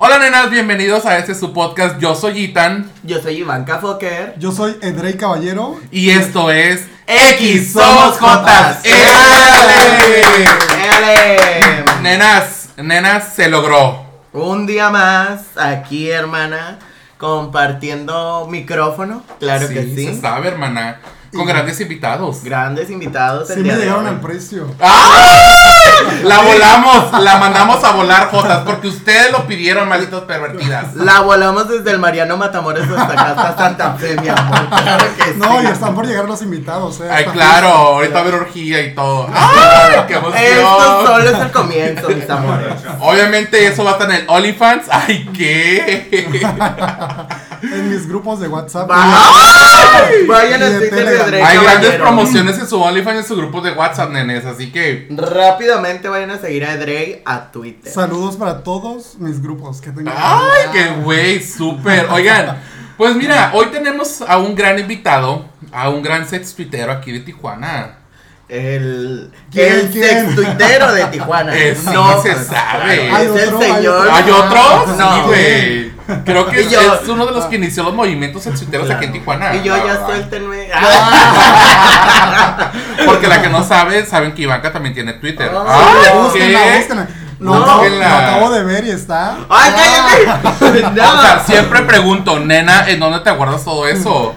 Hola nenas, bienvenidos a este su podcast. Yo soy Itan Yo soy Ivanka Fokker. Yo soy Edrey Caballero. y esto es X somos Jotas. ¡Éale! ¡Ele! Nenas, nenas se logró. Un día más aquí, hermana, compartiendo micrófono. Claro que sí. se sabe, hermana. Con grandes invitados. Grandes invitados. el Sí día me de llegaron hoy. al precio. La volamos, la mandamos a volar, Jotas, porque ustedes lo pidieron, malditos pervertidas. La volamos desde el Mariano Matamoros hasta acá, hasta Santa Fe, mi amor. Claro que No, sí. y están por llegar los invitados. eh. Ay, Hasta- claro, ahorita va a haber orgía y todo. ¡Ay, qué Esto emoción! solo es el comienzo, mis amores. Obviamente eso va a estar en el OnlyFans. ¡Ay, qué! En mis grupos de WhatsApp. ¡Ay! Vayan a Y de Twitter de Telegram. Drake Hay grandes Caballero. promociones en su OnlyFans y en su grupo de WhatsApp, nenes, así que Rápidamente vayan a seguir a Drake a Twitter. Saludos para todos mis grupos que tengo. ¡Ay, qué güey! ¡Súper! Oigan, pues mira, hoy tenemos a un gran invitado, a un gran sex tuitero aquí de Tijuana. El, ¿Quién, el quién? sextuitero de Tijuana. Es- no se sabe. Hay es el otro, hay señor. otro. ¿Hay otros? No. Sí, güey. Creo que Y es, yo- es uno de los que inició los movimientos sex tuiteros Claro. aquí en Tijuana. Y yo la ya verdad. suéltenme. Ah. Porque la que no sabe, saben que Ivanka también tiene Twitter. Ah, ¡Ay, sí, Búsquenla, qué! búsquenla. Lo, No. acabo, lo Búsquenla. acabo de ver y está. ¡Ay, cállate! O sea, No. siempre pregunto, nena, ¿en dónde te guardas todo eso?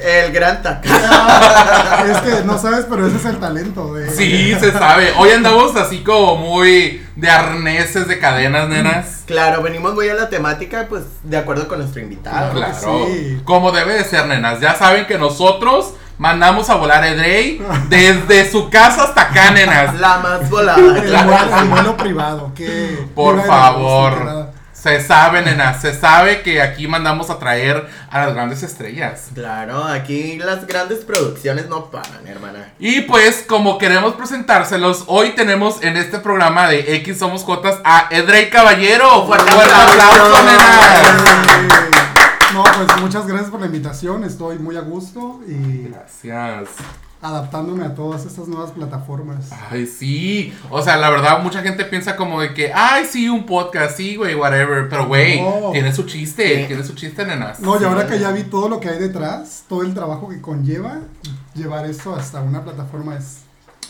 El gran taco. Es que no sabes, pero ese es el talento. De... Sí, se sabe. Hoy andamos así como muy de arneses, de cadenas, nenas. Claro, venimos muy a la temática, pues, de acuerdo con nuestro invitado. Claro que Claro. sí. Como debe de ser, nenas. Ya saben que nosotros mandamos a volar a Edrey desde su casa hasta acá, nenas. La más El volada. vuelo, el vuelo privado. Que Por Viva Veracruz, favor. Ensenada. Se sabe, nenas. Se sabe que aquí mandamos a traer a las grandes estrellas. Claro, aquí las grandes producciones no paran, hermana. Y pues, como queremos presentárselos, hoy tenemos en este programa de X Somos Cotas a Edrey Caballero. Fuerte aplauso, nenas. Ah. No, pues muchas gracias por la invitación. Estoy muy a gusto y Gracias. adaptándome a todas estas nuevas plataformas. Ay, sí. O sea, la verdad, mucha gente piensa como de que, ay, sí, un podcast, sí, güey, whatever. Pero, güey, No. tiene su chiste, Sí. tiene su chiste, nenas. No, y ahora Sí. que ya vi todo lo que hay detrás, todo el trabajo que conlleva, llevar esto hasta una plataforma es...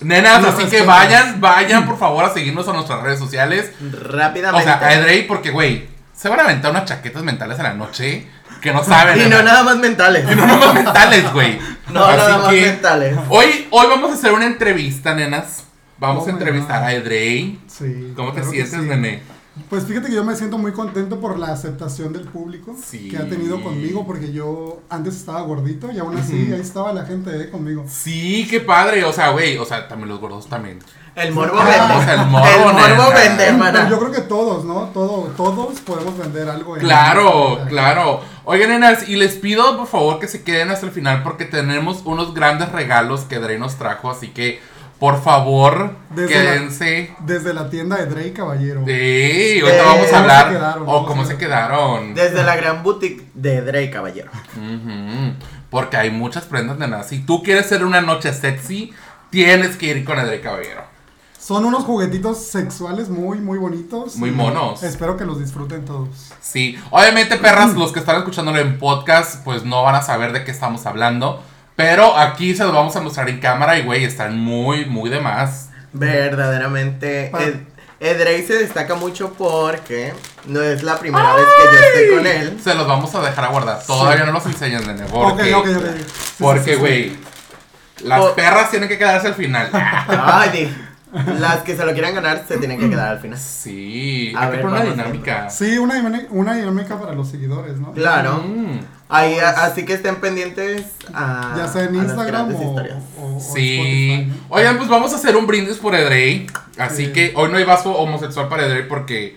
Nenas, No, así es que que- vayan, vayan, por favor, a seguirnos a nuestras redes sociales. O Rápidamente. sea, a Edrey, porque, güey, se van a aventar unas chaquetas mentales a la noche que no saben. y no nenas. nada más mentales. Y no nada más mentales, güey. No, Así nada más que mentales. Hoy, hoy vamos a hacer una entrevista, nenas. Vamos Oh a my entrevistar God. a Edrey. Sí. ¿Cómo te claro que sientes, sí. nene? Pues fíjate que yo me siento muy contento por la aceptación del público Sí. que ha tenido conmigo, porque yo antes estaba gordito y aún así ahí estaba la gente eh, conmigo. Sí, qué padre. O sea, güey, o sea, también los gordos también. El morbo Ah, vende. o sea, el morbo, nena. vende, Pero hermana. yo creo que todos, ¿no? Todo, todos podemos vender algo. en- Claro, claro. Oigan, nenas, y les pido por favor que se queden hasta el final porque tenemos unos grandes regalos que Dre nos trajo, así que por favor, Desde la- quédense. Desde la tienda de Drey Caballero. Sí, ahorita Eh, vamos a ¿cómo se hablar quedaron? o cómo se quedaron. Desde la gran boutique de Drake Caballero. Ujú, Mm, Porque hay muchas prendas, nenas. Si tú quieres ser una noche sexy, tienes que ir con Dre Caballero. Son unos juguetitos sexuales muy, muy bonitos. Muy y monos. Espero que los disfruten todos. Sí, obviamente, perras, los que están escuchándolo en podcast, pues no van a saber de qué estamos hablando. Pero aquí se los vamos a mostrar en cámara y, güey, están muy, muy de más. Verdaderamente. Pa- Ed- Edrey se destaca mucho porque no es la primera vez que yo estoy con él. Se los vamos a dejar a guardar. Todavía no los enseñan, nene. Porque, Ok, ok, ok. Sí, sí, sí, porque, sí. güey, las Oh. perras tienen que quedarse al final. Ah, Ay, di- Las que se lo quieran ganar se tienen que quedar al final. sí, A hay que ver, poner una vamos dinámica. Sí, una dinámica, una dinámica para los seguidores, ¿no? Claro. Mm, Ahí, a- así que estén pendientes a. Ya sea en a las Instagram grandes o, historias. o- o Sí. Oh, Spotify, ¿no? Oigan, pues vamos a hacer un brindis por Edrey. Así Sí. que hoy no hay vaso homosexual para Edrey porque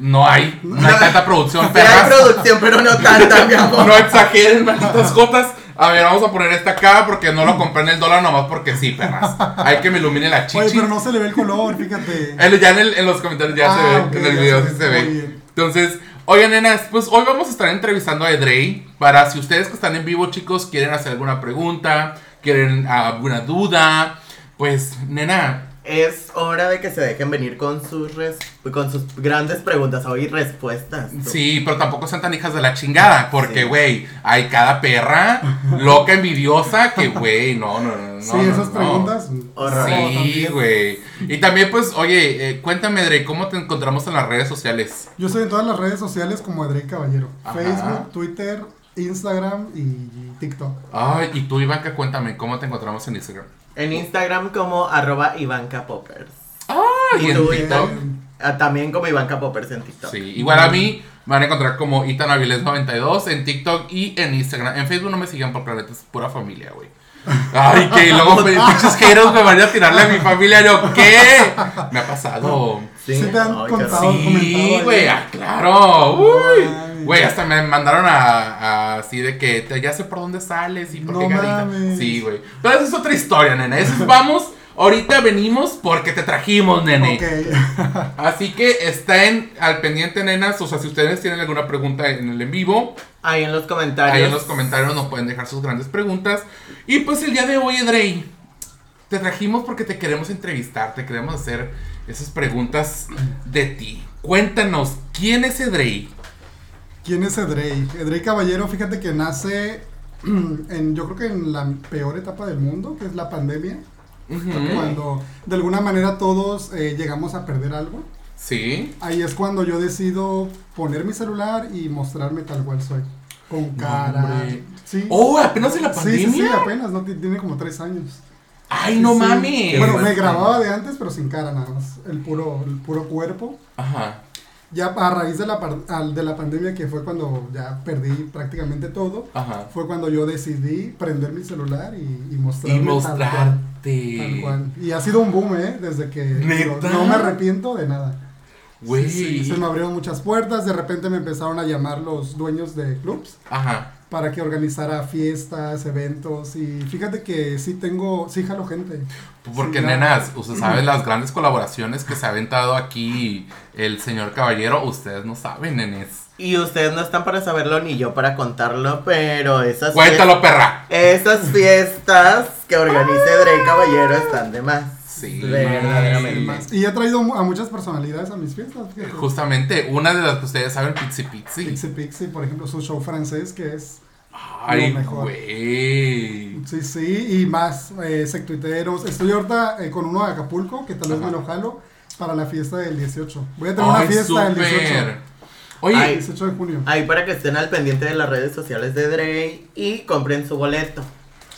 no hay, no hay tanta producción, Sí hay perras. producción, pero no tanta, mi amor. No exageren, malditas jotas. A ver, vamos a poner esta acá porque no lo compré en el dólar nomás porque sí, perras. Hay que me ilumine la chichi. Oye, pero no se le ve el color, fíjate. El- ya en, el- en los comentarios ya Ah, se ve, ok, en el ya video se sí ve, se ve. muy bien. Entonces, oigan, nenas, pues hoy vamos a estar entrevistando a Edrey. Para si ustedes que están en vivo, chicos, quieren hacer alguna pregunta, quieren ah, alguna duda, pues, nena, Es hora de que se dejen venir con sus res- con sus grandes preguntas hoy y respuestas. tú. Sí, pero tampoco sean tan hijas de la chingada, porque, Sí. güey, hay cada perra loca, envidiosa, que, güey, no, no, no. no, sí, no, esas no. preguntas. Horror. Sí, también. güey. Y también, pues, oye, eh, cuéntame, Dre, ¿cómo te encontramos en las redes sociales? Yo estoy en todas las redes sociales como Adrián Caballero. Ajá. Facebook, Twitter, Instagram y TikTok. Ay, y tú, Ivanka, cuéntame, ¿cómo te encontramos en Instagram? En Instagram como arroba Ivanka Poppers. Ay, y en Tú, TikTok. Ah, También como Ivanka Poppers en TikTok. Sí, igual a mí me van a encontrar como Itanaviles92 en TikTok y en Instagram. En Facebook no me sigan porque la neta es pura familia, güey. Ay, que luego me, muchos haters me van a tirarle a mi familia. Yo, ¿qué? Me ha pasado. Sí, Sí te han ay, qué contado. horror. Sí, comentado güey, ahí. ah, claro. Uy. Ay. Güey, hasta me mandaron a, a- así de que te- ya sé por dónde sales y por qué No carita. mames. Sí, güey. Pero esa es otra historia, nene. Eso es- vamos. Ahorita venimos porque te trajimos, nene. Ok. Así que estén al pendiente, nenas. O sea, si ustedes tienen alguna pregunta en el en vivo, Ahí en los comentarios. ahí en los comentarios nos pueden dejar sus grandes preguntas. Y pues el día de hoy, Edrey, te trajimos porque te queremos entrevistar, te queremos hacer esas preguntas de ti. Cuéntanos, ¿quién es Edrey? ¿Quién es Edrey? Edrey Caballero, fíjate que nace en, yo creo que en la peor etapa del mundo, que es la pandemia, Ujú. cuando de alguna manera todos eh, llegamos a perder algo. Sí. Ahí es cuando yo decido poner mi celular y mostrarme tal cual soy. Con cara. hombre. Sí. Oh, apenas en la sí, pandemia. sí, sí, apenas, ¿no? Ti- Tiene como tres años. Ay, no Sí. mames. Bueno, me Bastante. grababa de antes, pero sin cara nada más. El puro, el puro cuerpo. Ajá. Ya a raíz de la, par- al- de la pandemia, que fue cuando ya perdí prácticamente todo, Ajá. fue cuando yo decidí prender mi celular y, y mostrarme. Y tal cual, mostrarte. Tal cual. Y ha sido un boom, ¿eh? Desde que digo, ¿Neta? no me arrepiento de nada. Güey. Sí, sí, se me abrieron muchas puertas, de repente me empezaron a llamar los dueños de clubs Ajá. para que organizara fiestas, eventos y fíjate que sí tengo, sí jalo gente. Porque, Sí, ya. nenas, usted sabe las grandes colaboraciones que se ha aventado aquí el señor caballero. Ustedes no saben, nenes. Y ustedes no están para saberlo ni yo para contarlo, pero esas Cuéntalo, perra. Esas fiestas que organiza Drey Caballero están de más. Sí, verdaderamente. sí, Y he traído mu- a muchas personalidades a mis fiestas. fíjate. Justamente, una de las que ustedes saben, Pixie Pixie. Pixie Pixie, por ejemplo, su show francés que es... Ay, Lo mejor. güey. Sí, sí, y más, eh, sectuiteros. Estoy ahorita eh, con uno de Acapulco que tal vez Ajá. me lo jalo para la fiesta del 18. Voy a tener una Ay, fiesta el 18. súper. Oye, El Ay. 18 de junio. Ahí para que estén al pendiente de las redes sociales de Drey y compren su boleto.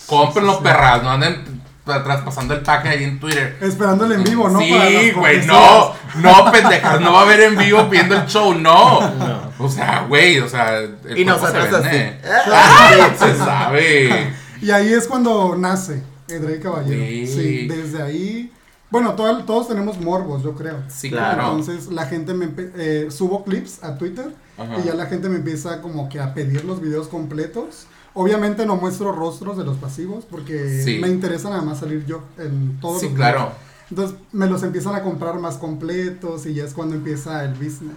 cómprenlo, Sí, sí, sí. perras. No anden tra- traspasando el pack ahí en Twitter. Esperando el en vivo, ¿no? Para Sí, las güey, cortesías. no, no, pendejas, no va a haber en vivo viendo el show, no. O sea, güey, o sea, el Y cuerpo se nosotros así. vende. Ah, Se sabe. Y ahí es cuando nace Edrey Caballero. Sí. Sí. desde ahí. Bueno, todo- todos tenemos morbos, yo creo. Sí, Claro. claro. Entonces la gente me empe- eh, subo clips a Twitter Ajá. y ya la gente me empieza como que a pedir los videos completos. Obviamente no muestro rostros de los pasivos porque Sí. me interesa nada más salir yo en todos sí, los claro. videos. Entonces me los empiezan a comprar más completos y ya es cuando empieza el business.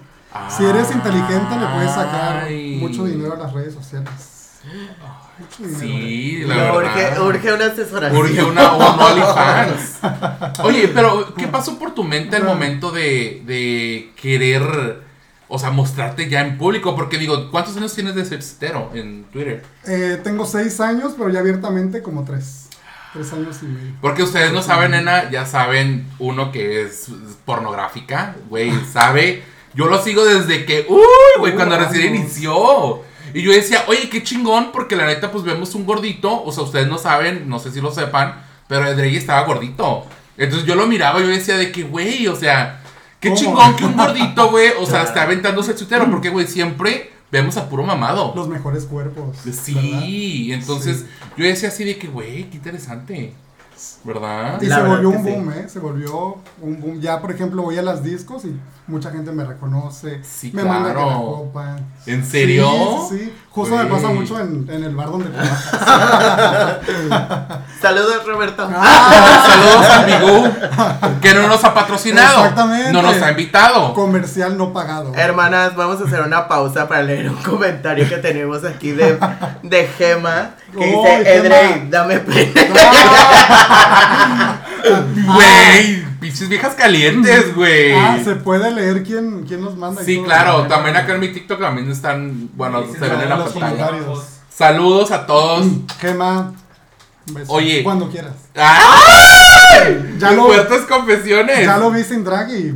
Si eres inteligente le puedes sacar Ah. Ay. mucho dinero a las redes sociales. Mucho dinero. Sí, la no, urge, verdad. urge una asesoración. Urge una un OnlyFans. Oye, pero ¿qué pasó por tu mente al momento de, de querer, o sea, mostrarte ya en público? Porque digo, ¿cuántos años tienes de sextero en Twitter? Eh, tengo seis años, pero ya abiertamente como tres. Tres años y medio. Porque ustedes no saben, nena, ya saben uno que es pornográfica, güey, sabe. Yo lo sigo desde que, uy, güey, cuando Uh, recién vamos. inició. Y yo decía, oye, qué chingón, porque la neta, pues vemos un gordito. O sea, ustedes no saben, no sé si lo sepan, pero Drake estaba gordito. Entonces yo lo miraba y yo decía, de que, güey, o sea, qué ¿Cómo? chingón que un gordito, güey, o sea, Claro. está aventándose el chutero, porque, güey, siempre vemos a puro mamado. Los mejores cuerpos. ¿verdad? Sí, entonces yo decía así de que, güey, qué interesante. ¿Verdad? Y La se verdad volvió que un sí. boom, ¿eh? Se volvió un boom. Ya, por ejemplo, voy a las discos y mucha gente me reconoce. Sí, me manda que claro. la copa. ¿En serio? Sí, sí, sí. Justo me Güey. pasa mucho en, en el bar donde trabajas. Saludos, Roberto. Ah, Saludos a Bigú, que no nos ha patrocinado. Exactamente. No nos ha invitado. Comercial no pagado. Hermanas, vamos a hacer una pausa para leer un comentario que tenemos aquí de, de Gema. Que Oh, dice, Gema. Edrey, dame pena. Güey, Pinches viejas calientes, güey. Ah, se puede leer quién, quién los manda. y Sí, todo. claro. También acá en mi TikTok también están. Bueno, Sí, se sí, ven en la los pantalla. comentarios. Mm. Saludos a todos. Gema. un beso. Oye. Cuando quieras. ¡Ay! Ya ¡Qué lo- Ah, fuertes confesiones! Ya lo vi sin drag y.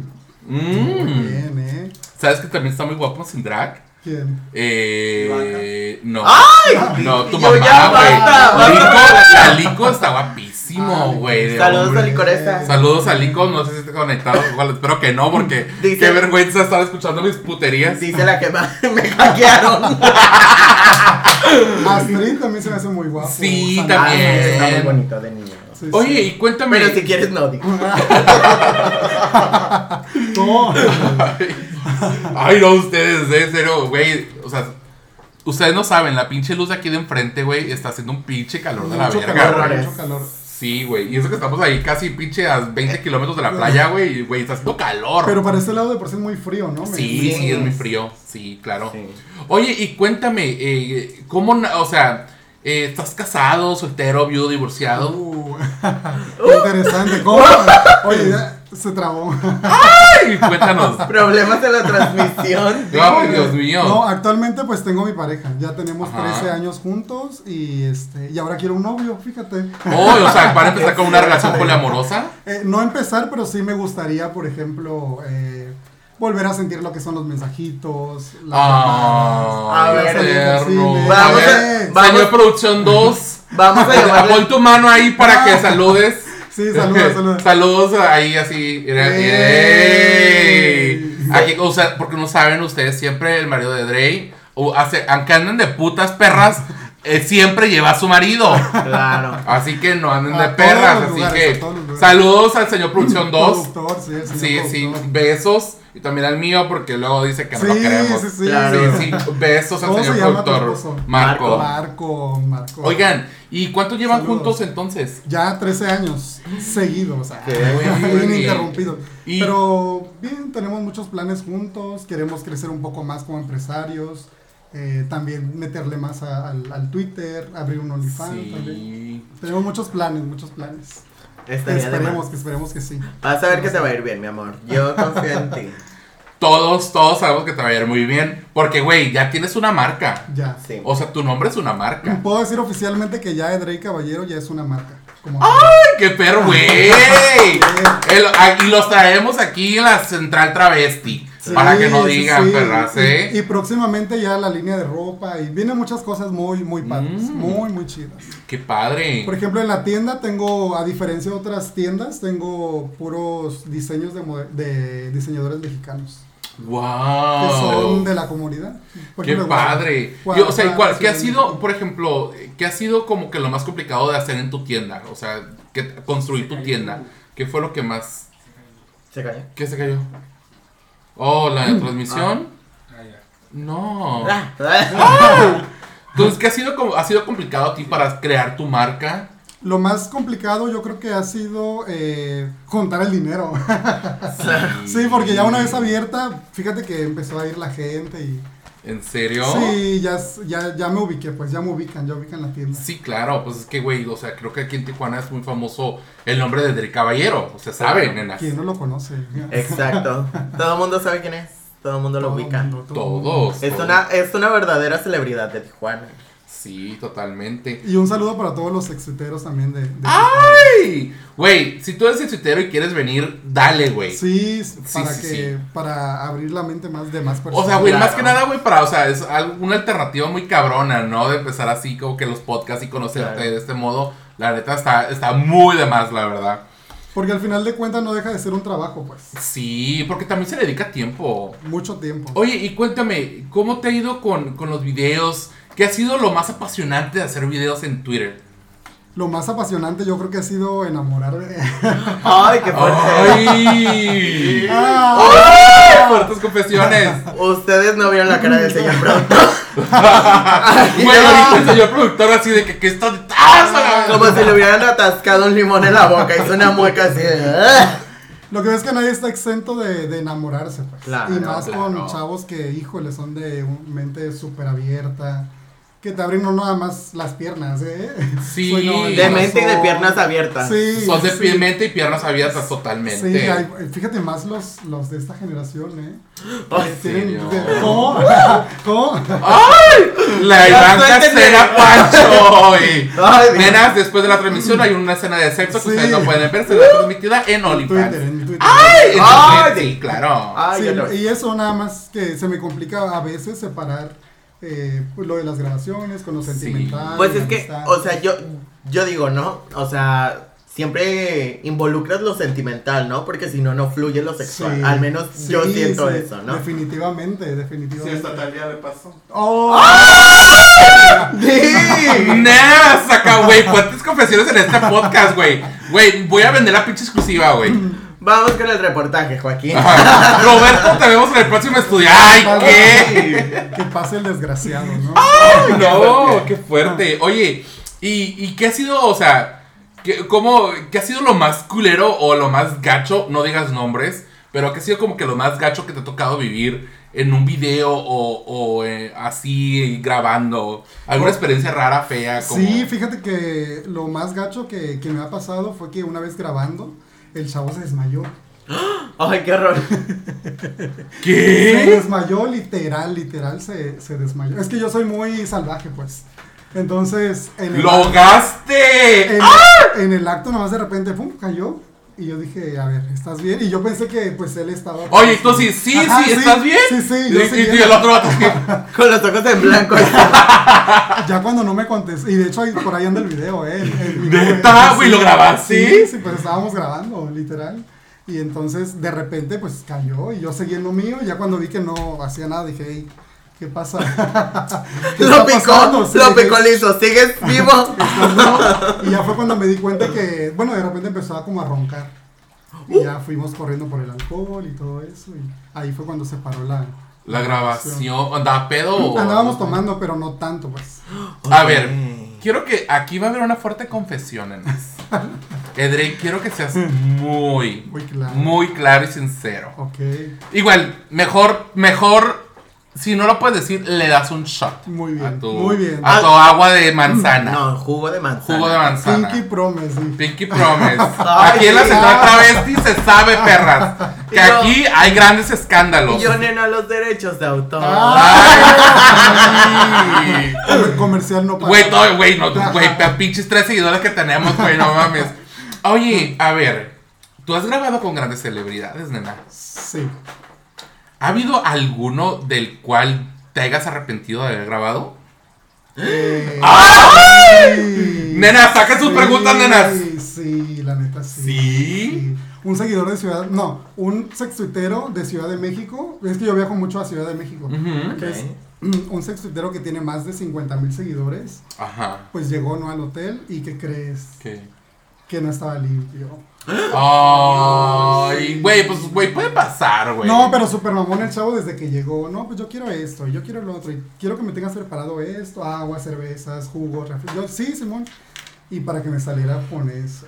Mm. Muy bien, ¿eh? ¿Sabes que también está muy guapo sin drag? ¿Quién? Eh, no. ¡Ay! No, tu Yo mamá, ya güey. basta, Lico, la Lico está Ah, guapísimo, güey. de Saludos a hombre. Licoresa. Saludos a Lico, no sé si está conectado, igual espero que no, porque Dice- qué vergüenza estar escuchando mis puterías. Dice la que más me hackearon. Astrid también se me hace muy guapo. Sí, Saludos. también. Ah, Está muy bonito de niño. Sí, Oye, sí. y cuéntame. Pero si quieres, no digo. No. Ay, no, ustedes, en serio, güey. O sea, ustedes no saben, la pinche luz de aquí de enfrente, güey, está haciendo un pinche calor de la Mucho verga, calor, güey. mucho calor. Sí, güey. Y eso que estamos ahí casi pinche a Eh, 20 kilómetros de la playa, güey. y, Güey, está haciendo calor. Pero para este lado de por sí es muy frío, ¿no? Me- Sí, Sí. sí, es muy frío. Sí, claro. Sí. Oye, y cuéntame, eh, ¿cómo, na- o sea, eh, estás casado, soltero, viudo, divorciado? Uh, interesante. ¿Cómo? Oye, ya se trabó. ¡Ay! Cuéntanos. Problemas en la transmisión. ¡Ay, Dios mío! No, actualmente pues tengo mi pareja. Ya tenemos Ajá. 13 años juntos y este y ahora quiero un novio, fíjate. Oh, o sea, para empezar con una relación poliamorosa. Eh, no empezar, pero sí me gustaría, por ejemplo, eh, volver a sentir lo que son los mensajitos. las Ah, A ver, tierno. sí, A vamos a- ver, vamos- señor Producción 2, Vamos a pon llamarle. tu mano ahí para Ah. que saludes. llamadas. Sí, saludos, saludos. Saludos ahí así. Era- Ey. ey. Aquí, o sea, porque no saben ustedes, siempre el marido de Drey, o hace, aunque anden de putas perras, eh, siempre lleva a su marido. Claro. Así que no anden de A todos perras. los Así lugares, a que todos los lugares. saludos al señor Producción 2. Productor, sí, el señor Sí, sí, productor. besos. Y también al mío, porque luego dice que no lo Sí, queremos. sí, sí. Claro. Sí, sí, besos al ¿Cómo señor se llama tu productor. esposo? Marco. Marco, Marco. Oigan, ¿y cuánto llevan Saludos. juntos entonces? Ya 13 años seguidos, o sea, Qué bien. bien interrumpido. Y- Pero bien, tenemos muchos planes juntos, queremos crecer un poco más como empresarios, eh, también meterle más a- al, al Twitter, abrir un OnlyFans también. Sí. Tenemos muchos planes, muchos planes. Estaría de Esperemos, más. que esperemos que sí. Vas a ver que te va a ir bien, mi amor. Yo confío en ti. Todos, todos sabemos que te va a ir muy bien. Porque, güey, ya tienes una marca. Ya. Sí. O sea, tu nombre es una marca. Puedo decir oficialmente que ya Edrey Caballero ya es una marca. Como ¡Ah! ¡Ay, qué perro, güey! El- a- Y los traemos aquí en la central travesti. Sí, para que no sí, digan, sí. perras, Y- ¿eh? Y, próximamente ya la línea de ropa y vienen muchas cosas muy, muy padres, Mm. muy, muy chidas. ¡Qué padre! Por ejemplo, en la tienda tengo, a diferencia de otras tiendas, tengo puros diseños de, mode- de diseñadores mexicanos ¡Wow! que son de la comunidad. Oh. Por Qué ejemplo, padre. Guadalajara, Yo, o sea, ¿y cuál- ¿qué ha Ciudad de sido, México. por ejemplo, qué ha sido como que lo más complicado de hacer en tu tienda? O sea, que construir tu tienda. ¿Qué fue lo que más... Se cayó. ¿Qué se cayó? Oh, la Mm. transmisión. Ah. No. Ah. Entonces, ¿qué ha sido, como- ha sido complicado a ti para crear tu marca? Lo más complicado yo creo que ha sido eh, juntar el dinero. sí, porque ya una vez abierta, fíjate que empezó a ir la gente y... ¿En serio? Sí, ya, s- ya, ya me ubiqué, pues ya me ubican, ya ubican la tienda. Sí, claro, pues es que, güey, o sea, creo que aquí en Tijuana es muy famoso el nombre de Del Caballero. O sea, saben, nenas. ¿Quién no lo conoce? Exacto. Todo el mundo sabe quién es. Todo el mundo lo Todo ubica. mundo, todo mundo. Todos. Es todos. una, es una verdadera celebridad de Tijuana. Sí, totalmente. Y un saludo para todos los exiteros también de... de- ¡Ey! Güey, si tú eres exitero y quieres venir, dale, güey. Sí, para sí, que sí. para abrir la mente más de más personas. O sea, güey, Claro. más que nada, güey, para, o sea, es al- una alternativa muy cabrona, ¿no? De empezar así como que los podcasts y conocerte Claro. de este modo. La neta está, está muy de más, la verdad. porque al final de cuentas no deja de ser un trabajo, pues. Sí, porque también se le dedica tiempo. Mucho tiempo. Oye, y cuéntame, ¿cómo te ha ido con, con los videos? ¿Qué ha sido lo más apasionante de hacer videos en Twitter? Lo más apasionante yo creo que ha sido enamorarme. Ay, qué fuerte. ¡Ay! Ah, ¡Fuertes confesiones! Ustedes no vieron la cara del señor pronto. Güey, ahorita el señor productor así de que, que está detrás, a la- Como si le hubieran atascado un limón en la boca. Hizo una mueca así de. "Ah". Lo que ves que nadie está exento de, de enamorarse, pues. Claro, y más con claro. chavos que, híjole, son de un- mente súper abierta. que te abren no nada más las piernas, ¿eh? Sí. Soy novela, De mente y de soy- piernas abiertas. Sí. Son de sí. pi- mente y piernas abiertas Sí, totalmente. hay- fíjate más los, los de esta generación, ¿eh? Ay, serio? Tienen, de- ¿Cómo? ¿Cómo? La Ya Iván suéltenme. Casera Pancho. y- Ay, Dios. Nenas, después de la transmisión hay una escena de sexo que Sí. ustedes no pueden ver, será transmitida en OnlyFans. Twitter, en Twitter. Ay, en Ay. Twitter, sí, claro. Ay, Sí, ya lo- y eso nada más que se me complica a veces separar eh, pues, lo de las grabaciones con lo sentimental. Pues la es que, amistad. o sea, yo, yo digo, ¿no? O sea, siempre involucras lo sentimental, ¿no? Porque si no, no fluye lo sexual. Sí, Al menos sí, yo siento sí, eso, ¿no? Definitivamente, Sí, definitivamente. hasta Talía le pasó. ¡Oh! ¡Ah! Nenas, saca, güey, fuertes confesiones en este podcast, güey. Güey, voy a vender la pinche exclusiva, güey. Vamos con el reportaje, Joaquín. Ajá. Roberto, te vemos en el próximo estudio. ¡Ay, qué! Que pase el desgraciado, ¿no? ¡Ah! Ay, no, qué fuerte. Oye, ¿y, y qué ha sido, o sea, qué, cómo, qué ha sido lo más culero o lo más gacho? No digas nombres, pero ¿qué ha sido como que lo más gacho que te ha tocado vivir en un video o, o, eh, así grabando? ¿Alguna experiencia rara, fea? Como... Sí, fíjate que lo más gacho que, que me ha pasado fue que una vez grabando, el chavo se desmayó. Ay, qué horror. Se ¿Qué? desmayó, literal, literal, se, se desmayó. Es que yo soy muy salvaje, pues. Entonces, en el, ¡Logaste! en, ¡Ah! en el acto, nada más de repente, pum, cayó. Y yo dije, a ver, ¿estás bien? Y yo pensé que, pues, él estaba. pues, Oye, tú sí, sí, Ajá, sí, ¿estás bien? Sí, sí, Y, yo y- sí, y el otro vato, ¿qué? Con los ojos en blanco. Ya cuando no me contestó. Y de hecho, ahí- por ahí anda el video, ¿eh? El- el video, ¿Neta, Ah, güey? ¿Lo grabaste? Sí, sí, pues estábamos grabando, literal. Y entonces, de repente, pues cayó. Y yo seguí en lo mío. Y ya cuando vi que no hacía nada, dije, "Ey, ¿qué pasa? ¿Qué lo está picó, pasando? Sí, lo dije, picó liso. ¿Sigues vivo? Y ya fue cuando me di cuenta que, bueno, de repente empezaba como a roncar. Uh. Y ya fuimos corriendo por el alcohol y todo eso. Y ahí fue cuando se paró la. La grabación, andaba pedo. o- Andábamos tomando, pero no tanto, pues. A ver, quiero que aquí va a haber una fuerte confesión, Enes. Edrey, quiero que seas muy, Muy claro. muy claro y sincero. Ok. Igual, mejor, mejor, si no lo puedes decir, le das un shot. Muy bien, A tu, muy bien. Ah. A tu agua de manzana. No, jugo de manzana. Jugo de manzana. Pinky Promise. sí. Pinky Promise. Ay, aquí en la sí. ciudad travesti se sabe, perras. Que Y yo- aquí hay grandes escándalos. Y yo, nena, los derechos de autor. Ah, Ay. Comer- comercial no paga. Güey, todo, güey, no, güey, pa- pinches tres seguidores que tenemos, güey, no mames. Oye, a ver, tú has grabado con grandes celebridades, nena. Sí. ¿Ha habido alguno del cual te hayas arrepentido de haber grabado? Eh, sí. Nena, saca tus preguntas, nenas. Sí, sí, la neta sí. ¿Sí? Un seguidor de Ciudad, no, un sextuitero de Ciudad de México. Es que yo viajo mucho a Ciudad de México. Ujú. Que es mm, un sextuitero que tiene más de 50 mil seguidores. Ajá. Pues llegó no al hotel y que crees ¿Qué? que no estaba limpio. Ay, güey, pues, güey, puede pasar, güey. No, pero super mamón el chavo desde que llegó. No, pues yo quiero esto, yo quiero lo otro. Y quiero que me tengas preparado esto: agua, cervezas, jugos, refri- Yo, sí, Simón. Y para que me saliera con eso.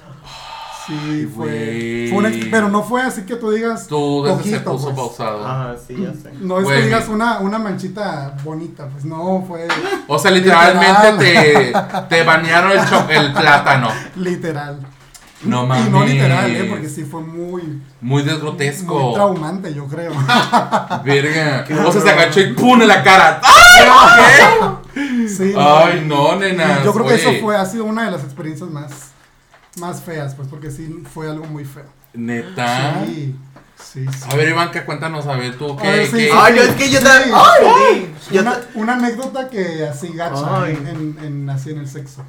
Sí, güey. fue. fue una ex- pero no fue así que tú digas. Tú desde se poquito, puso pues. pausado. Ah, sí, ya sé. No es Güey. que digas una, una manchita bonita, pues no, fue O sea, literalmente te, te banearon el, cho- el plátano. literal. No mames. Y no literal, ¿eh? Porque sí fue muy, Muy desgrotesco. muy traumante, yo creo. Verga. O sea, se agachó y ¡pum! en la cara. ¡Ay! sí, Ay, no, nenas. Yo creo que Oye, eso fue, ha sido una de las experiencias más, más feas, pues, porque sí fue algo muy feo. Neta. Sí, sí, sí. A ver, Ivanka, cuéntanos, a ver tú. ¿Qué? A ver, sí. qué? Ay, yo es que yo también. Ay, sí. Yo una, ta- una anécdota que así gacha Ay. en, en- en- así en el sexo.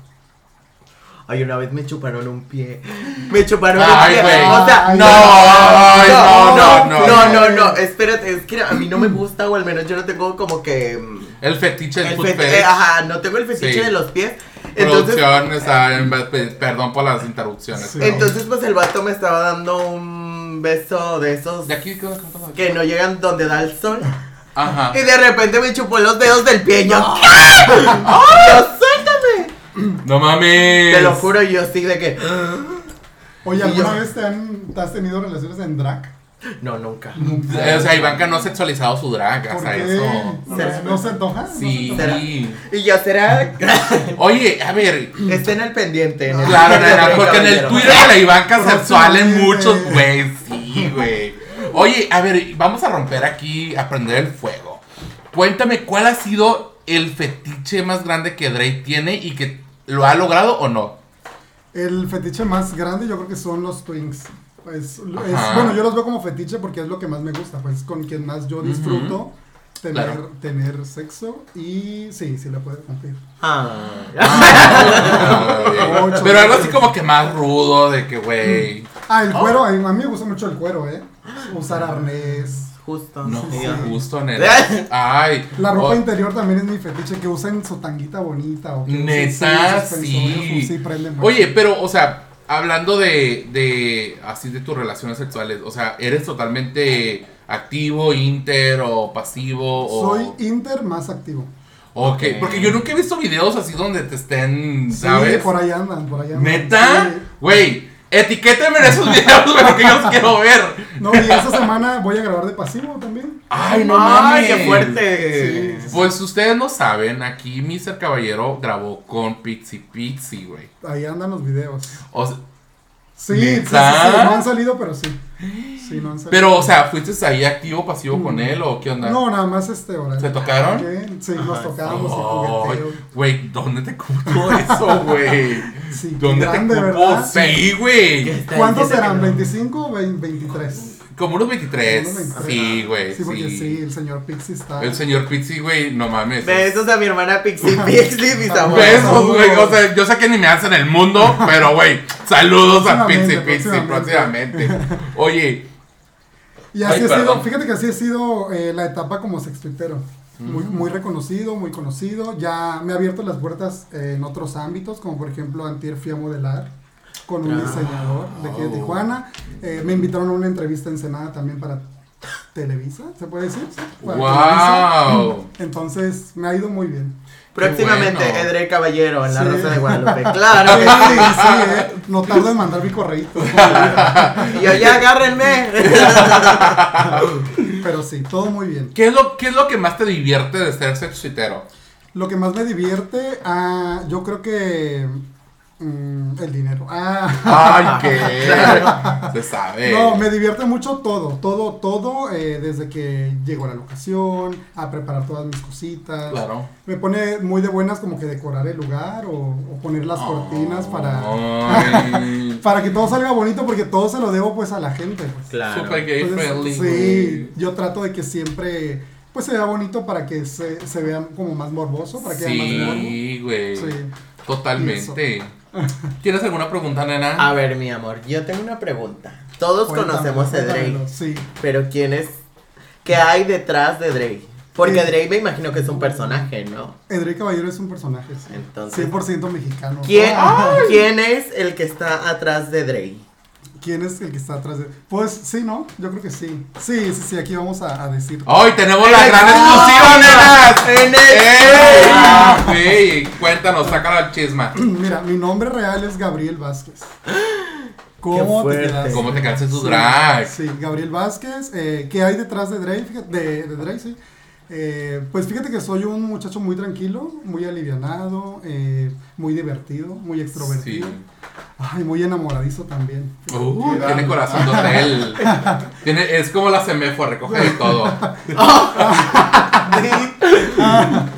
Ay, una vez me chuparon un pie. Me chuparon Ay, un pie. güey. O sea, Ay, No, ay, no, no, no, no, no, no, Espérate, es que a mí no me gusta, o al menos yo no tengo como que. mm, El fetiche del el food fe- fetish. eh, ajá, no tengo el fetiche Sí. de los pies. Entonces, Producción, está ah, en- pe- perdón por las interrupciones. Sí. entonces, pues el vato me estaba dando un beso de esos De aquí quedó la que no llegan donde da el sol. Ajá. Y de repente me chupó los dedos del pie. y Yo, ¿qué? Dios, suéltame! No mames. Te lo juro, yo sí de que. Oye, Y yo- ¿alguna vez te, han, te has tenido relaciones en drag? No, nunca. O sea, Ivanka no ha sexualizado su drag, ¿Por hasta qué? eso. No, ¿Será? ¿No se antoja? Sí. ¿Será? Y ya será. Oye, a ver. Estén al pendiente. en el- Claro, nena, porque en el Caballero. Twitter de la Ivanka No, sexual en sí, muchos, güey. güey. Sí, güey. Oye, a ver, vamos a romper aquí, a prender el fuego. Cuéntame cuál ha sido el fetiche más grande que Drake tiene y que lo ha logrado o no. El fetiche más grande yo creo que son los twins. Pues, es- Ajá. bueno, yo los veo como fetiche porque es lo que más me gusta, pues con quien más yo disfruto tener, Claro. tener sexo y sí, sí la puedo cumplir. Ah. Ay, Pero algo así como que más rudo, de que, güey. Ah, el cuero, Oh. a mí a mí me gusta mucho el cuero, ¿eh? Usar Ah. arnés. Justo. No, Sí, justo, ya. gusto, nena. Ay. La ropa o- interior también es mi fetiche, que usen su tanguita bonita. O que usen, Neta, sus sí. pensones, sí, prenden mucho. Oye, pero, o sea, hablando de, de, así de tus relaciones sexuales, o sea, ¿eres totalmente activo, inter o pasivo? O... Soy inter más activo. Ok, porque yo nunca he visto videos así donde te estén, Sí, ¿sabes? por ahí andan, por ahí andan. ¿Neta? Sí. Güey, etiquéteme en esos videos, güey, porque yo los quiero ver. No, y esta semana voy a grabar de pasivo también. Ah. Ay, no Ay, mames. qué fuerte. Sí. Pues ustedes no saben, aquí Mr. Caballero grabó con Pixie Pixie, güey. Ahí andan los videos. O sea, Sí, sí, sí, sí, ¿Neta? no han salido, pero sí. Sí, no han salido. Pero, o sea, ¿fuiste ahí activo, pasivo con Mm. él o qué onda? No, nada más este hora. ¿Se tocaron? ¿Qué? Sí, nos tocábamos y Ay, jugueteo. Güey, ¿dónde te cupo eso, güey? Sí, qué ¿Dónde te grande, cupo? ¿verdad? Sí, güey. ¿Cuántos Está serán? diciendo ¿25 o 20, 23? Como unos 23. Unos 23. Sí, güey. Sí, porque sí. sí. el señor Pixie está. El señor Pizzi, güey, no mames. que no. Besos a mi hermana Pixie Pixie, mis amores. Besos, güey. O sea, yo sé que ni me hacen el mundo, pero, güey, saludos a Pizzi Próximamente, Pizzi próximamente. próximamente. Oye, Y así Ay, ha sido, perdón. fíjate que así ha sido eh, la etapa como sextuitero. Mm. Muy, muy reconocido, muy conocido. Ya me ha abierto las puertas eh, en otros ámbitos, como por ejemplo, Antier fui a modelar con un Ah. diseñador de Oh. aquí de Tijuana. Eh, me invitaron a una entrevista en Senada también para Televisa, ¿se puede decir? Sí, para wow. Televisa. Entonces, me ha ido muy bien. Próximamente Qué bueno. Edre Caballero en la Sí. Rosa de Guadalupe. Sí, Claro. sí, eh. No tardo en mandar mi correíto. que- Y yo ya agárrenme. Pero sí, todo muy bien. ¿Qué es, lo, ¿Qué es lo que más te divierte de ser sexuitero? Lo que más me divierte, ah, yo creo que mm, el dinero. Ah, Ay, qué. Se sabe. no, me divierte mucho todo, todo, todo, eh, desde que llego a la locación, a preparar todas mis cositas. Claro. Me pone muy de buenas como que decorar el lugar o, o poner las Oh. cortinas para, Ay. para que todo salga bonito porque todo se lo debo pues a la gente. pues. Super gay Entonces, friendly. sí, yo trato de que siempre pues se vea bonito para que se, se vea como más morboso, para que haya más morbo. Sí, güey. Sí. Totalmente. ¿Tienes alguna pregunta, nena? A ver, mi amor, yo tengo una pregunta. Todos Cuéntame, conocemos a Drake, cuéntamelo, Sí. pero ¿quién es? ¿Qué hay detrás de Drake? Porque Eh. Drake me imagino que es un personaje, ¿no? Enrique Caballero es un personaje, sí. Entonces- 100% mexicano. ¿Quién, Ah, ¿Quién es el que está atrás de Drake? ¿Quién es el que está atrás de.? Pues sí, ¿no? Yo creo que sí. Sí, sí, sí, aquí vamos a, a decir. Hoy tenemos la ¡En gran exclusiva, nenas. exclusiva! ¡En ¡Ey! exclusiva! Ah, güey, Cuéntanos, saca la chisma. Mira, mi nombre real es Gabriel Vázquez. ¿Cómo te fuerte. quedas? ¿Cómo te canses tus drags? Sí, Gabriel Vázquez. eh, ¿Qué hay detrás de Drake? Fíjate- De, de Drake, sí. Eh, pues fíjate que soy un muchacho muy tranquilo, muy alivianado, eh, muy divertido, muy extrovertido. Sí. Ay, muy enamoradizo también. Uh, tiene corazón de hotel. Tiene, es como la semefo, recoge de todo. Ah,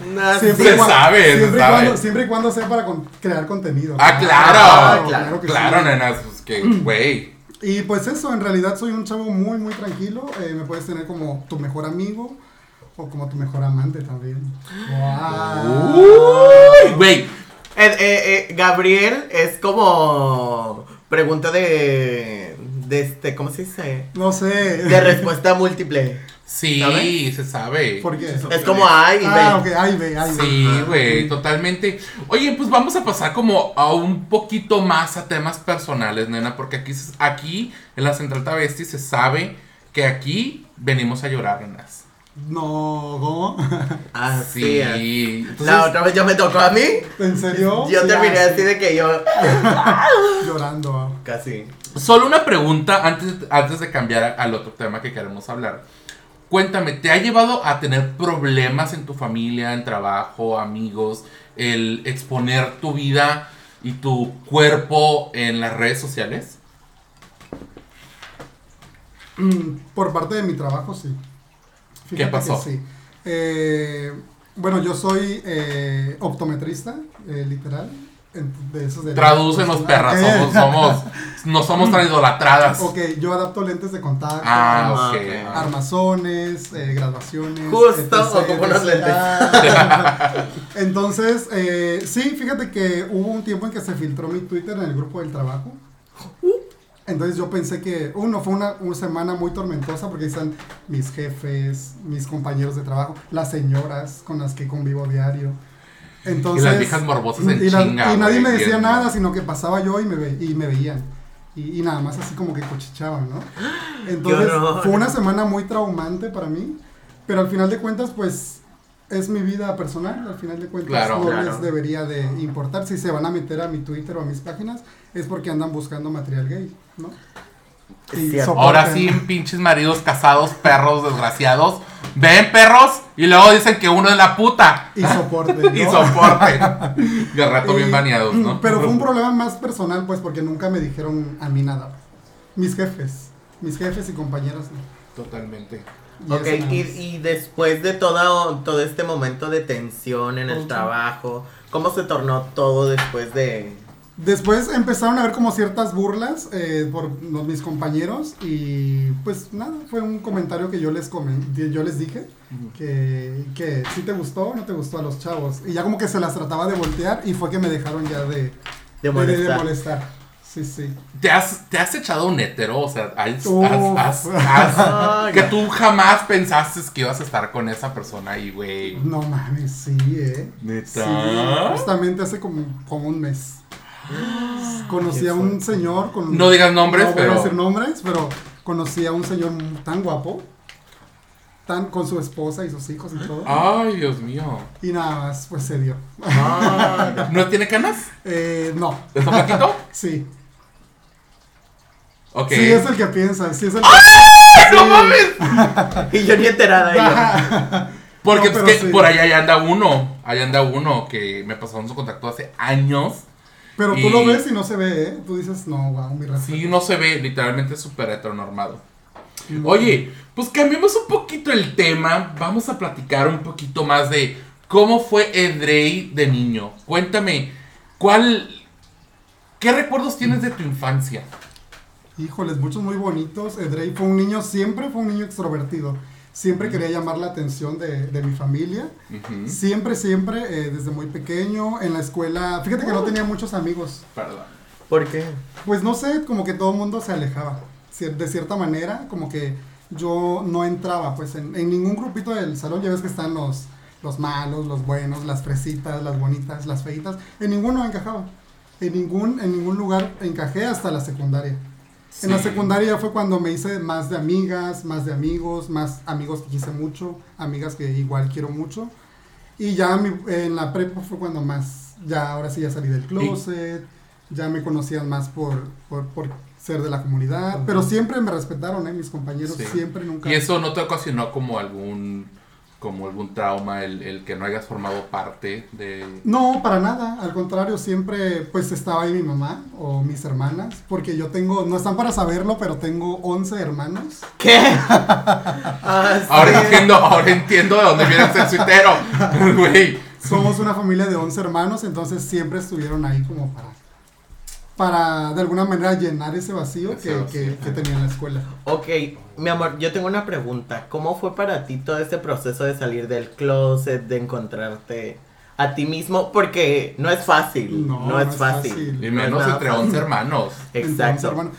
No, Se y sabe, se cua- Ah, siempre, sabe. Y cuando, siempre y cuando sea para con- crear contenido. Ah, Ah, claro. claro, que Claro, sí. nenas. Pues que, güey. Y pues eso, en realidad soy un chavo muy, muy tranquilo. eh, me puedes tener como tu mejor amigo o como tu mejor amante también. Wow. Uy, güey. Eh, eh, eh, Gabriel es como pregunta de, de este, ¿cómo se dice? No sé. De respuesta múltiple. Sí, ¿Sabe? se sabe. ¿Por qué? Es como ay, y Ah, ok, ve. ahí ve, ahí ve. Sí, Mm, güey, totalmente. Oye, pues vamos a pasar como a un poquito más a temas personales, nena, porque aquí, se- aquí en la Central Travesti se sabe que aquí venimos a llorar, nenas. No, ¿cómo? Así Sí. es. Entonces, La otra vez ya me tocó a mí. ¿En serio? Yo Sí, terminé ah, así de que yo. Llorando. ah. Casi. Solo una pregunta antes, antes de cambiar a- al otro tema que queremos hablar. Cuéntame, ¿te ha llevado a tener problemas en tu familia, en trabajo, amigos, el exponer tu vida y tu cuerpo en las redes sociales? Mm, por parte de mi trabajo, sí. ¿Qué Fíjate que pasó? sí. Eh, bueno, yo soy eh, optometrista, eh, literal. en- de esos de- Tradúcenos, Ah, perras, ¿qué? somos, somos, no somos tan idolatradas. Ok, yo adapto lentes de contacto, Ah, ok. ok. Ah. Amazones, eh, graduaciones. Justo, etc, ocupo unos etc.. Entonces, eh, sí, fíjate que hubo un tiempo en que se filtró mi Twitter en el grupo del trabajo. Uh. Entonces yo pensé que, uno, fue una, una semana muy tormentosa porque ahí están mis jefes, mis compañeros de trabajo, las señoras con las que convivo a diario. Entonces, Y las viejas morbosas en y la- chinga, y güey, nadie me decía bien. nada, sino que pasaba yo y me, ve- y me veían. Y, y nada más así como que cochichaban, ¿no? Entonces horror! fue una semana muy traumante para mí, pero al final de cuentas pues es mi vida personal, al final de cuentas Claro, no claro. les debería de importar si se van a meter a mi Twitter o a mis páginas, es porque andan buscando material gay, ¿no? Y Cierto. soporten. Ahora sí, pinches maridos casados, perros desgraciados. Ven, perros, y luego dicen que uno es la puta. Y soporten. Y ¿no? soporte. De rato bien Y- baneados, ¿no? Pero fue un problema más personal, pues, porque nunca me dijeron a mí nada. Mis jefes, mis jefes y compañeros. ¿no? Totalmente. Y Ok, eso nada y, más. y después de todo, todo este momento de tensión en el Ocho. trabajo, ¿cómo se tornó todo después de...? Después empezaron a ver como ciertas burlas eh, por los- mis compañeros y pues nada, fue un comentario que yo les comen- yo les dije que, que si te gustó o no te gustó a los chavos. Y ya como que se las trataba de voltear y fue que me dejaron ya De de, de- de- de molestar. molestar. Sí, sí. ¿Te has, te has echado un hetero? O sea, has- Uf. has- has- has- Ay, que no. tú jamás pensaste que ibas a estar con esa persona ahí, güey. No mames, sí, eh. Sí, Neta. justamente hace como, como un mes. Conocí Qué a un fuerte. señor con... No digas nombres, no voy a pero. decir nombres, pero conocí a un señor tan guapo, tan con su esposa y sus hijos y todo. Ay, Dios mío. Y nada más, pues se dio. Ay, no. ¿No tiene canas? Eh, no, ¿Está flaquito? sí. Ok. Sí es el que piensa, sí es el que... ¡Ay, no mames! Y yo ni enterada. y yo, Porque No, pues, pero que sí. por allá ya anda uno. Allá anda uno que me pasaron su contacto hace años. Pero tú Y- lo ves y no se ve, ¿eh? Tú dices, no, wow, mi respeto. Sí, no se ve literalmente súper heteronormado. Oye, pues cambiemos un poquito el tema. Vamos a platicar un poquito más de cómo fue Edrey de niño. Cuéntame, ¿cuál. ¿Qué recuerdos tienes de tu infancia? Híjoles, muchos muy bonitos. Edrey fue un niño, siempre fue un niño extrovertido. Siempre quería llamar la atención de, de mi familia. Ujú, Siempre, siempre, eh, desde muy pequeño, en la escuela. Fíjate que no tenía muchos amigos. Perdón. ¿Por qué? Pues no sé, como que todo el mundo se alejaba. Cier- De cierta manera, como que yo no entraba, pues en, en ningún grupito del salón, ya ves que están los, los malos, los buenos, las fresitas, las bonitas, las feitas. En ninguno encajaba. En ningún, en ningún lugar encajé hasta la secundaria. En la Sí. secundaria fue cuando me hice más de amigas, más de amigos, más amigos que quise mucho, amigas que igual quiero mucho. Y ya mi- en la prepa fue cuando más, ya ahora sí ya salí del closet, ya me conocían más por, por, por ser de la comunidad, pero siempre me respetaron, ¿eh? mis compañeros, Sí. siempre, nunca. ¿Y eso no te ocasionó como algún. como algún trauma el, el que no hayas formado parte de. No, para nada, al contrario, siempre pues estaba ahí mi mamá o mis hermanas, porque yo tengo, no están para saberlo, pero tengo 11 hermanos. ¿Qué? Ah, sí. Ahora entiendo, ahora entiendo de dónde viene el sexuitero. Güey. Somos una familia de 11 hermanos, entonces siempre estuvieron ahí como para, para de alguna manera llenar ese vacío Ese que, vacío, que- que ajá. tenía en la escuela. Ok, mi amor, yo tengo una pregunta. ¿Cómo fue para ti todo este proceso de salir del closet, de encontrarte a ti mismo? Porque no es fácil. No, es, fácil. Y No es menos nada entre fácil. 11 hermanos. Entonces, Exacto. hermano,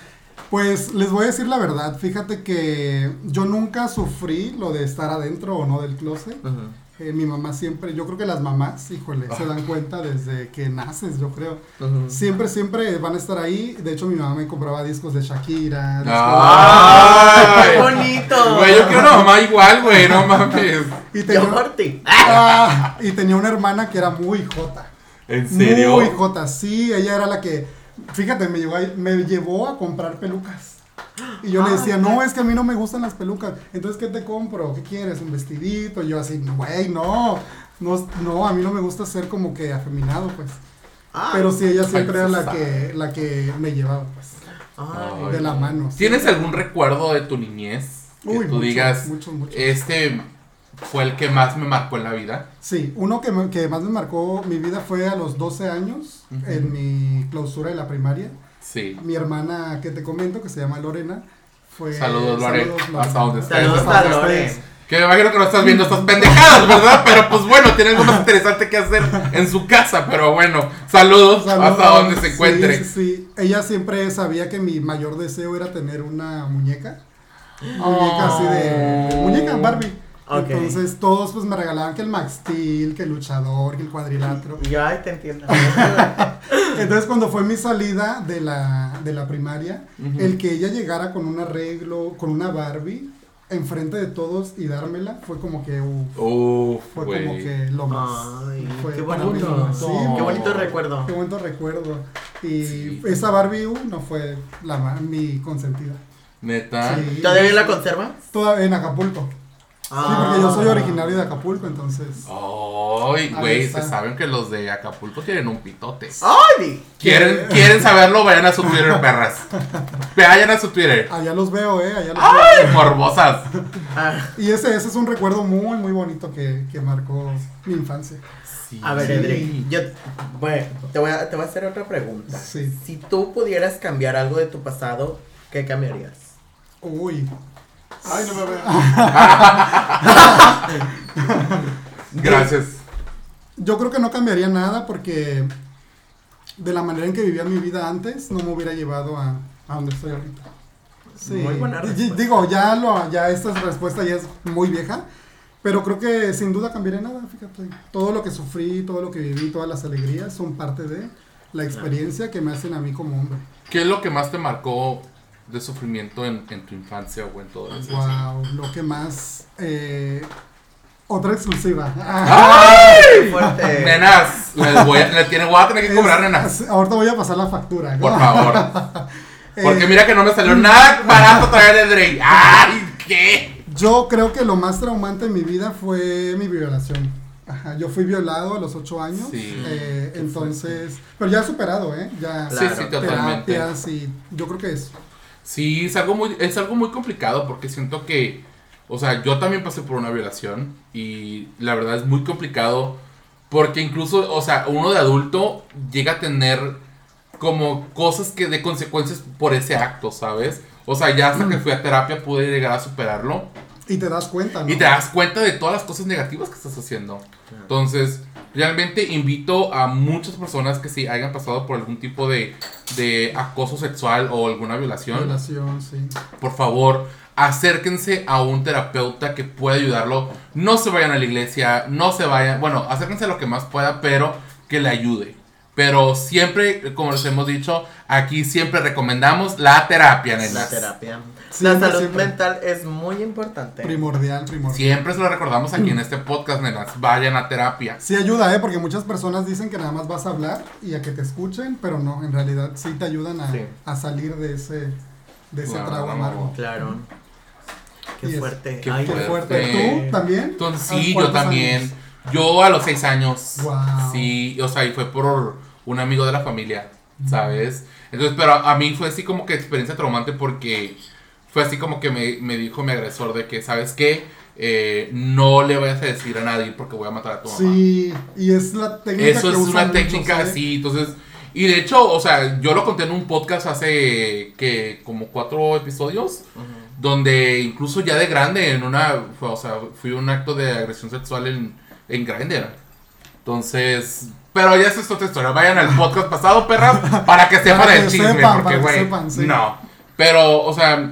pues les voy a decir la verdad, fíjate que yo nunca sufrí lo de estar adentro o no del closet. Ujú. eh, mi mamá siempre, yo creo que las mamás, híjole, se dan cuenta desde que naces, yo creo. Ujú. Siempre, siempre van a estar ahí. De hecho, mi mamá me compraba discos de Shakira. discos de- Ah. ¡Ay! ¡Qué bonito! Güey, yo quiero una mamá igual, güey, no mames. Y Yo tenía, por ti. Ah, y tenía una hermana que era muy jota. ¿En serio? Muy jota, sí. Ella era la que, fíjate, me llevó a, me llevó a comprar pelucas. Y yo le Ah, decía, no, es que a mí no me gustan las pelucas. Entonces, ¿qué te compro? ¿Qué quieres? ¿Un vestidito? Y yo así, güey, no. No, no, a mí no me gusta ser como que afeminado, pues. Ah, Ay, Pero sí, ella siempre Ay, era la sabe. que, la que me llevaba, pues. ay. Ay, de la no. mano. sí. ¿Tienes algún recuerdo de tu niñez? Que Uy, tú mucho, digas, mucho, mucho. este fue el que más me marcó en la vida. Sí, uno que, me- que más me marcó mi vida fue a los 12 años, Ujú. en mi clausura de la primaria. Sí. Mi hermana que te comento, que se llama Lorena, fue... Saludos, Lore. Hasta donde estés. Saludos Hasta a donde Lore. estés. Que me imagino que no estás viendo estas pendejadas, ¿verdad? Pero pues bueno, tiene algo más interesante que hacer en su casa. Pero bueno, saludos, Saludos. hasta donde se Sí, encuentre. Sí, sí. Ella siempre sabía que mi mayor deseo era tener una muñeca. Muñeca así de... Oh. Muñeca Barbie. Ok. Entonces todos pues me regalaban que el Max Steel, que el luchador, que el cuadrilátero. Yo, ay, te entiendo. Entonces cuando fue mi salida de la, de la primaria, Ujú. el que ella llegara con un arreglo, con una Barbie, enfrente de todos y dármela, fue como que... uh, uf, Uf, fue güey. como que lo más... Ay, fue qué para mí lo bonito. más- sí, Qué Oh. bonito recuerdo. Qué bonito recuerdo. Y Sí. esa Barbie U no fue la ma- mi consentida. Neta. Sí. ¿Todavía la Ah. conservas? Toda en Acapulco. Sí, porque yo soy originario de Acapulco, entonces. Ay, güey, está. Ah, se saben que los de Acapulco tienen un pitote. ¡Ay! di- ¿Quieren, quieren saberlo? Vayan a su Twitter, perras. Vayan a su Twitter. Allá los veo, eh, allá los veo. ¡Ay, morbosas! Ah, Y ese, ese es un recuerdo muy, muy bonito que, que marcó mi infancia. Sí. a ver, Sí. Edric, yo bueno, te, voy a, te voy a hacer otra pregunta. Sí. Si tú pudieras cambiar algo de tu pasado, ¿qué cambiarías? Uy. Ay, no me veo. Gracias. Yo creo que no cambiaría nada porque de la manera en que vivía mi vida antes no me hubiera llevado a, a donde estoy ahorita. Sí. Muy buena Di- respuesta. Digo, ya, lo, ya esta respuesta ya es muy vieja, pero creo que sin duda cambiaría nada, fíjate. Todo lo que sufrí, todo lo que viví, todas las alegrías son parte de la experiencia que me hacen a mí como hombre. ¿Qué es lo que más te marcó de sufrimiento en, en tu infancia o en todo eso? Wow, lo que más... eh, otra exclusiva. Ah, ¡Qué fuerte! Nenas, les voy a, le tiene- voy a tener que cobrar, Es- nenas. Ahorita voy a pasar la factura. Por favor. Porque Eh, mira que no me salió nada barato traer de Drake. ¡Ay, qué! Yo creo que lo más traumante en mi vida fue mi violación. Ajá, yo fui violado a los 8 años. Sí. eh, entonces, pero ya superado, ¿eh? Ya Sí, sí, Claro. totalmente. terapias y yo creo que eso. Sí, es algo muy, es algo muy complicado porque siento que, o sea, yo también pasé por una violación y la verdad es muy complicado porque incluso, o sea, uno de adulto llega a tener como cosas que de consecuencias por ese acto, ¿sabes? O sea, ya hasta que fui a terapia pude llegar a superarlo Y te das cuenta, ¿no? y te das cuenta de todas las cosas negativas que estás haciendo. Entonces, realmente invito a muchas personas que si hayan pasado por algún tipo de, de acoso sexual o alguna violación, Violación, sí. por favor, acérquense a un terapeuta que pueda ayudarlo. No se vayan a la iglesia, no se vayan, bueno, acérquense a lo que más pueda, pero que le ayude. Pero siempre, como les hemos dicho, aquí siempre recomendamos la terapia, nenas. La terapia. la Siempre, salud siempre. mental es muy importante. Primordial, primordial. Siempre se lo recordamos aquí en este podcast, nenas. Vayan a terapia. Sí ayuda, ¿eh? Porque muchas personas dicen que nada más vas a hablar y a que te escuchen, pero no, en realidad sí te ayudan a, Sí. a salir de ese, de ese Claro. trago amargo. Claro. Qué Y es- fuerte. qué Ay, Qué Fuerte. fuerte. ¿Tú también? Entonces, ¿A sí, yo cuántos también. años? Yo a los seis años. Wow. Sí, o sea, y fue por un amigo de la familia, ¿sabes? Entonces, pero a mí fue así como que experiencia traumante porque fue así como que me, me dijo mi agresor de que, ¿sabes qué? Eh, no le vayas a decir a nadie porque voy a matar a tu mamá. Sí, y es la técnica Eso que es una usan muchos, técnica ¿eh? así, entonces... Y de hecho, o sea, yo lo conté en un podcast hace que como cuatro episodios, Ujú. donde incluso ya de grande en una fue, o sea fui un acto de agresión sexual en en Grindr entonces pero ya eso es otra historia vayan al podcast pasado perras para que sepan Para que el chisme sepan, porque para que güey sepan, sí. no pero o sea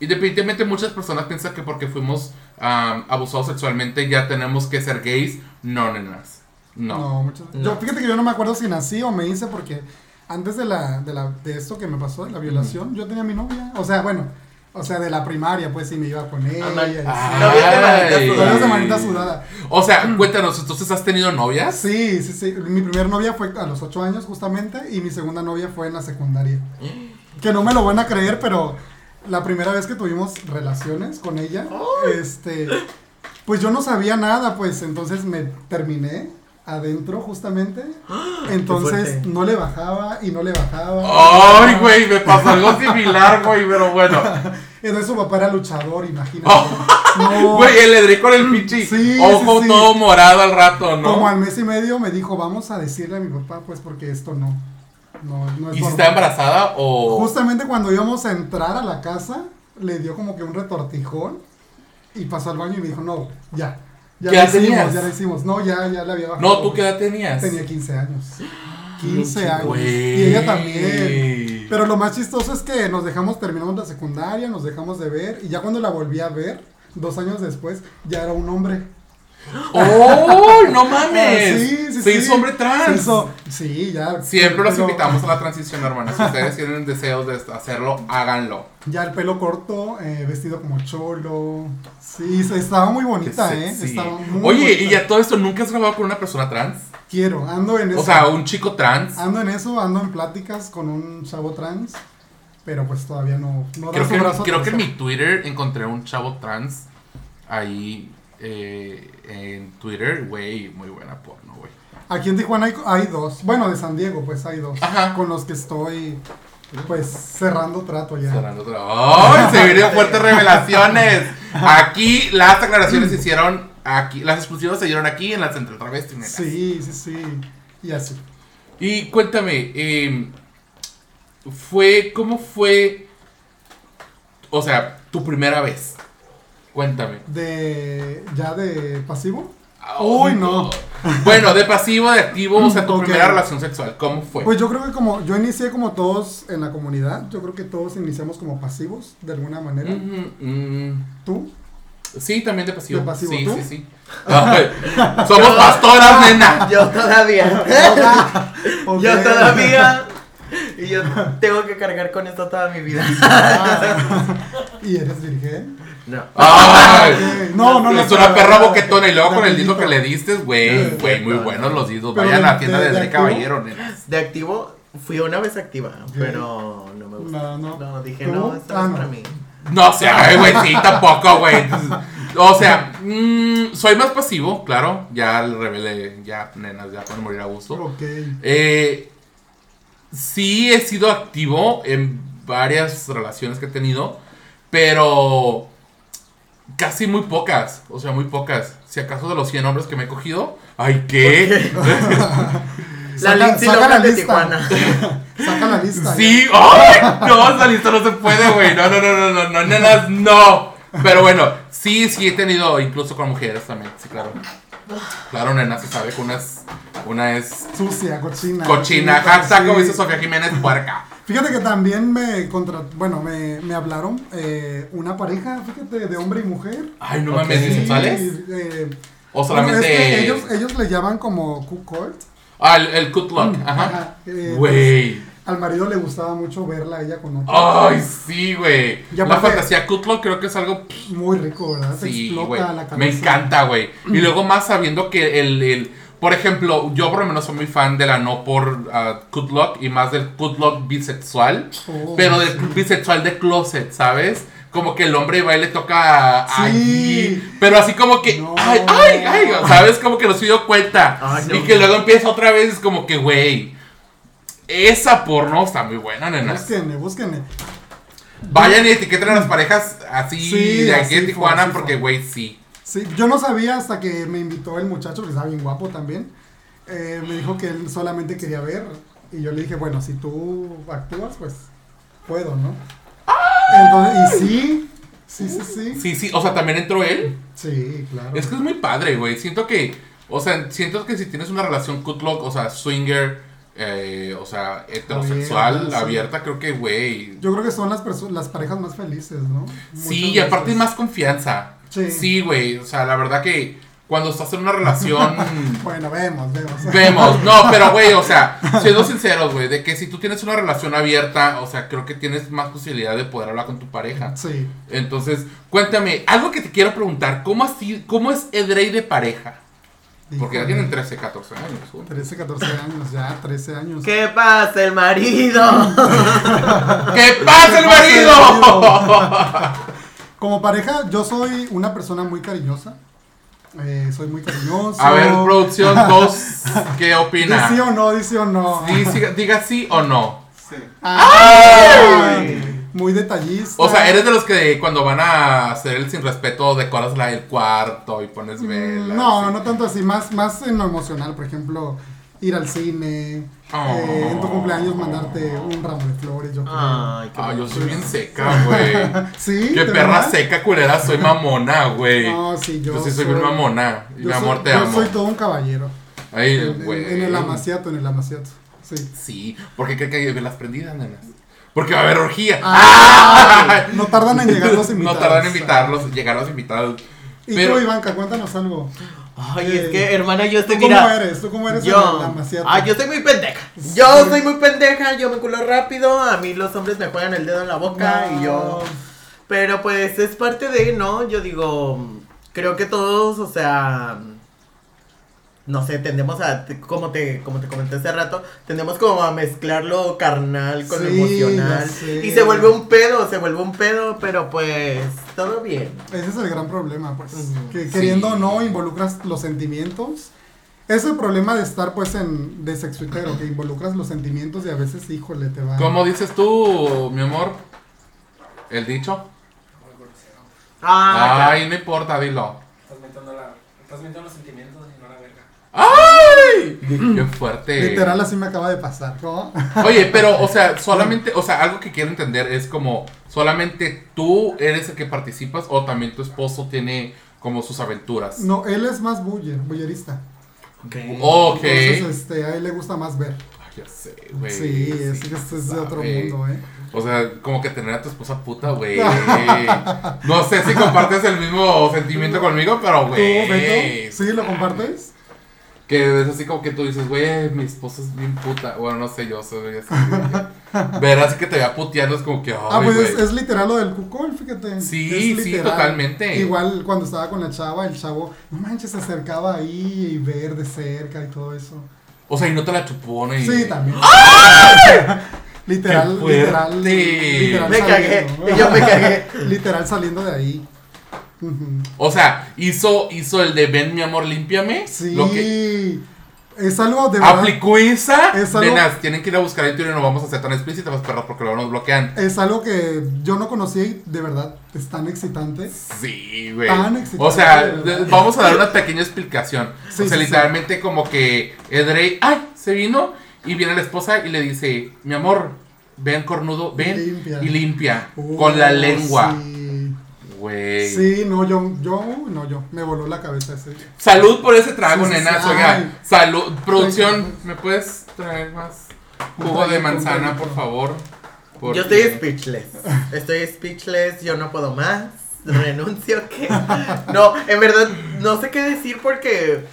independientemente muchas personas piensan que porque fuimos um, abusados sexualmente, ya tenemos que ser gays. No, nenas. No. No, muchas- No. Yo, fíjate que yo no me acuerdo si nací o me hice porque antes de la, de la de esto que me pasó, de la violación, yo tenía a mi novia. O sea, bueno, o sea, de la primaria, pues sí me iba con ella. man- y así. Ah, Ay. Novias de manita sudada. Novias de manita sudada. O sea, cuéntanos, entonces has tenido novias. Sí, sí, sí. Mi primera novia fue a los 8 años justamente y mi segunda novia fue en la secundaria. Que no me lo van a creer, pero la primera vez que tuvimos relaciones con ella, este, pues yo no sabía nada, pues entonces me terminé adentro justamente. ¡Ah! Entonces fuerte. no le bajaba y no le bajaba. Ay, güey, me pasó algo similar, güey, pero bueno. Entonces su papá era luchador, imagínate. No. ¡Ah! Güey, eh, el edré con el pinche Sí, ojo sí, sí. todo morado al rato, ¿no? Como al mes y medio me dijo, vamos a decirle a mi papá, pues porque esto no. No, no es ¿Y si normal". está embarazada o...? Justamente cuando íbamos a entrar a la casa, le dio como que un retortijón y pasó al baño y me dijo, no, ya. Ya ¿Qué lo edad hicimos, tenías? ya lo hicimos. No, ya, ya la había bajado. No, ¿tú qué edad tenías? Tenía 15 años. 15 chico, años. Güey. Y ella también. Pero lo más chistoso es que nos dejamos, terminamos la secundaria, nos dejamos de ver y ya cuando la volví a ver, dos años después, ya era un hombre. ¡Oh, no Ah, mames! se sí. hizo hombre trans. Se hizo- sí, ya. Siempre los Pero- invitamos a la transición, hermanas. Si ustedes tienen deseos de hacerlo, háganlo. Ya el pelo corto, eh, vestido como cholo. Sí, se- estaba muy Qué bonita, ¿eh? sexy. Estaba muy Oye, bonita. y ya todo esto, ¿nunca has grabado con una persona trans? Quiero, ando en eso. O sea, un chico trans. Ando en eso, ando en pláticas con un chavo trans. Pero pues todavía no, no da Creo su que, brazo a creo que en torcer. mi Twitter encontré un chavo trans ahí eh, en Twitter, güey, muy buena porno, güey. Aquí en Tijuana hay, hay dos. Bueno, de San Diego, pues hay dos. Ajá. Con los que estoy, pues, cerrando trato ya. Cerrando otra- ¡Ay! Se vienen fuertes revelaciones. Aquí las declaraciones se hicieron aquí, las exclusivas se dieron aquí en la Central Travesti. nena. Sí, sí, sí. Y así. Y cuéntame, eh, fue cómo fue, o sea, tu primera vez. Cuéntame. De, ya de pasivo. Uy, no. Bueno, de pasivo, de activo, o sea, tu Ok. primera relación sexual, ¿cómo fue? Pues yo creo que como yo inicié como todos en la comunidad, yo creo que todos iniciamos como pasivos de alguna manera. Ujú, mm. ¿Tú? Sí, también de pasivo. De pasivo, sí, ¿tú? sí, sí. Ay, somos pastoras, nena. Yo todavía. Ok. Yo todavía. Y yo tengo que cargar con esto toda mi vida. ¿Y eres virgen? No. Ay. Ok. No, no, no. es una pero- perra boquetona y luego con el Rapidito. dildo que le diste, güey, Sí. güey, muy buenos los dildos. Pero Vayan de- a la tienda de- de de André activo. Caballero, nena. De activo, fui una vez activa, pero no me gusta. No, no. dije, ¿Tú? no, esto Ah, no es no. para mí. No, o sea, ay, güey, sí, tampoco, güey. O sea, mm, soy más pasivo, claro. Ya le revelé, ya, nenas, ya pueden morir a gusto. Ok. Eh, sí he sido activo en varias relaciones que he tenido, pero casi muy pocas, o sea, muy pocas. Si acaso de los 100 hombres que me he cogido, ay, ¿qué? La Saca- Lindsay saca Lohan la de lista. Tijuana. Saca la lista. Sí, ¡ay! No, esa lista no se puede, güey. No, no, no, no, no, no, nenas, no. Pero bueno, sí, sí he tenido, incluso con mujeres también, sí, claro. Claro, nena, se sabe que una es, una es ya. Sucia, cochina. cochina. cochinita, Hashtag, como sí. dice Sofía Jiménez, puerca. Fíjate que también me contra... Bueno, me, me hablaron eh, una pareja, fíjate, de hombre y mujer. Ay, no Ok. mames, ¿bisexuales? Sí, eh, O bueno, solamente. es que ellos, eh, ellos le llaman como cuckold. Ah, el, el Good Luck. Ajá. Ajá, eh, Güey. Al marido le gustaba mucho verla a ella con otro. Ay, sí, güey. Y La aparte- fantasía Good Luck creo que es algo. pff, Muy rico, ¿verdad? Se Sí, explota güey. la cabeza. Me encanta, güey. Y luego más sabiendo que el. el- por ejemplo, yo por lo menos soy muy fan de la no por ah, Good Luck y más del Good Luck bisexual. Oh, pero sí. del bisexual de closet, ¿sabes? Como que el hombre va y le toca Sí. allí. Pero así como que. No. ¡Ay, ay, ay! ¿Sabes? Como que no se dio cuenta. Ay, y no. que luego empieza otra vez, es como que, güey. Esa porno está muy buena, nenas. Búsquenle, búsquenle. Vayan y etiqueten a las parejas así Sí, de aquí así en fue, Tijuana, así fue. porque, güey, sí. Sí, yo no sabía hasta que me invitó el muchacho, que estaba bien guapo también. eh, me dijo que él solamente quería ver. Y yo le dije, bueno, si tú actúas, pues puedo, ¿no? Entonces, y sí, sí, sí, sí. Sí, sí. O sea, también entró él. Sí, claro. Es que es muy padre, güey. Siento que, o sea, siento que si tienes una relación good luck, o sea, swinger, eh, o sea, heterosexual, Abierta, abierta, sí. creo que, güey. Yo creo que son las, perso- las parejas más felices, ¿no? Muchas Sí, y aparte hay veces. más confianza. Sí. Sí, güey. O sea, la verdad que cuando estás en una relación. Bueno, vemos, vemos. Vemos, no, pero güey, o sea, siendo sinceros, güey, de que si tú tienes una relación abierta, o sea, creo que tienes más posibilidad de poder hablar con tu pareja. Sí. Entonces, cuéntame, algo que te quiero preguntar, ¿cómo, así, cómo es Edrey de pareja? Porque ya Híjole. tienen 13, 14 años. güey. 13, 14 años, ya, 13 años. ¿Qué pasa, el marido? ¡Que pase el marido! Como pareja, yo soy una persona muy cariñosa. Eh, soy muy cariñoso. A ver, producción 2, ¿qué ¿Dice sí opina? o no? ¿Dice o no? Di- siga- Diga sí o no. Sí. Ay, Muy detallista. O sea, eres de los que cuando van a hacer el sin respeto decoras la, el cuarto y pones velas. Mm, No, y- no tanto así, más, más en lo emocional, por ejemplo, ir al cine, eh, en tu Oh. cumpleaños mandarte un ramo de flores, yo creo. Ay, qué Ah, yo bonito. soy bien seca, güey. Sí, Qué ¿de perra verdad? seca, culera, soy mamona, güey. No, sí, yo yo, sí soy bien soy- mamona. Y Yo mi soy- amor, te yo amo. soy todo un caballero. Ay, En- en, güey. en el amaciato, en el amaciato. Sí. Sí, porque creo que las prendidas, nenas. Porque va a haber orgía. ¡Ah! No tardan en llegar los no invitados. tardan en invitarlos, llegar los invitados. Y Pero- tú, Ivanka, cuéntanos algo. Ay, es que, hermana, yo Eh, ¿Tú estoy, cómo mira, eres? ¿Tú cómo eres en el yo, amaciato? ah, yo soy muy pendeja, yo soy muy pendeja, yo me culo rápido, a mí los hombres me juegan el dedo en la boca y yo, pero pues es parte de, ¿no? Yo digo, creo que todos, o sea, no sé, tendemos a, como te, como te comenté hace rato, tendemos como a mezclar lo carnal con lo Sí, emocional, ya sé. y se vuelve un pedo, se vuelve un pedo, pero pues, todo bien. Ese es el gran problema, pues. Ujú. Que Sí. queriendo o no involucras los sentimientos. Es el problema de estar, pues, en de sexuitero, que involucras los sentimientos y a veces, híjole, te va. ¿Cómo dices tú, mi amor? ¿El dicho? Ah, Ay, no importa, dilo. Estás metiendo la. Estás metiendo los sentimientos y no la verga. ¡Ay! Qué fuerte. Literal, así me acaba de pasar. ¿no? Oye, pero, o sea, solamente, o sea, algo que quiero entender es como, solamente tú eres el que participas o también tu esposo tiene como sus aventuras. No, él es más buller, bullerista. ok. Ok. Entonces, este, a él le gusta más ver. Ay, ya sé, güey. sí, es, que esto es de otro sabe. mundo, ¿eh? O sea, como que tener a tu esposa puta, güey. No sé si compartes el mismo sentimiento conmigo, pero, ¿Tú, güey. Beto? ¿Sí lo compartes? Que es así como que tú dices, güey, mi esposa es bien puta. Bueno, no sé, yo soy así. güey. Ver así que te vea puteando es como que, ay, Ah, pues es, güey. es literal lo del cucón, fíjate. Sí, Es sí, literal. totalmente. Igual cuando estaba con la chava, el chavo, no manches, se acercaba ahí y ver de cerca y todo eso. O sea, y no te la chupone. y- Sí, también. literal, ¡Qué literal, fuerte! literal. Me cagué, saliendo. yo me cagué. literal saliendo de ahí. Ujú. O sea, hizo, hizo el de ven mi amor, límpiame. Sí. Lo que Es algo de verdad. aplicó esa. Es algo- Nenas, tienen que ir a buscar en Twitter, no vamos a ser tan explícitas, perros, porque luego nos bloquean. Es algo que yo no conocía y de verdad es tan excitante. Sí, güey. Tan excitante, O sea, de verdad. de- vamos a dar una pequeña explicación. Sí, o sea, sí, literalmente como que Edrey, ay, se vino y viene la esposa y le dice, mi amor, ven cornudo, ven Limpia. y limpia Uh, con la lengua. Sí. Güey. Sí, no, yo, yo, no, yo, me voló la cabeza ese. Salud por ese trago, Sí, sí, sí. nenas. Ay. Oiga, salud. Producción, Ay. ¿me puedes traer más Un jugo de traguito, un manzana, traguito. por favor? Porque- Yo estoy speechless. Estoy speechless, yo no puedo más. Renuncio que. No, en verdad, no sé qué decir porque.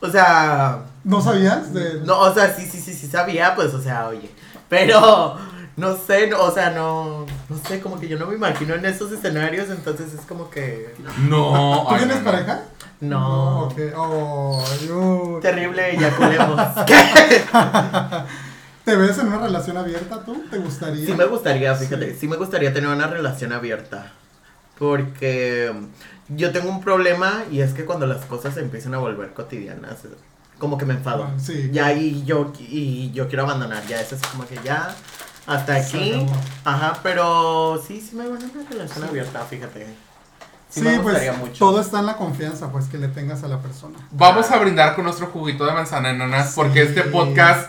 O sea. ¿No sabías? De... No, o sea, sí, sí, sí, sí sabía, pues, o sea, oye. Pero. No sé, no, o sea, no. No sé, como que yo no me imagino en esos escenarios, entonces es como que. No. ¿Tú ay, tienes no, no. pareja? No. ok. Oh, yo- Terrible, ya culemos. ¿Qué? ¿Te ves en una relación abierta tú? ¿Te gustaría? Sí me gustaría, fíjate, sí me gustaría tener una relación abierta. Porque yo tengo un problema y es que cuando las cosas se empiezan a volver cotidianas, como que me enfado. Ah, sí. Ya y yo y yo quiero abandonar, ya eso es como que ya hasta Se aquí. acabó. Ajá, pero sí, sí me van a una relación abierta, fíjate. Sí, Sí, me pues gustaría mucho. todo está en la confianza pues que le tengas a la persona. Vamos a brindar con nuestro juguito de manzana, nenas, porque Sí. este podcast,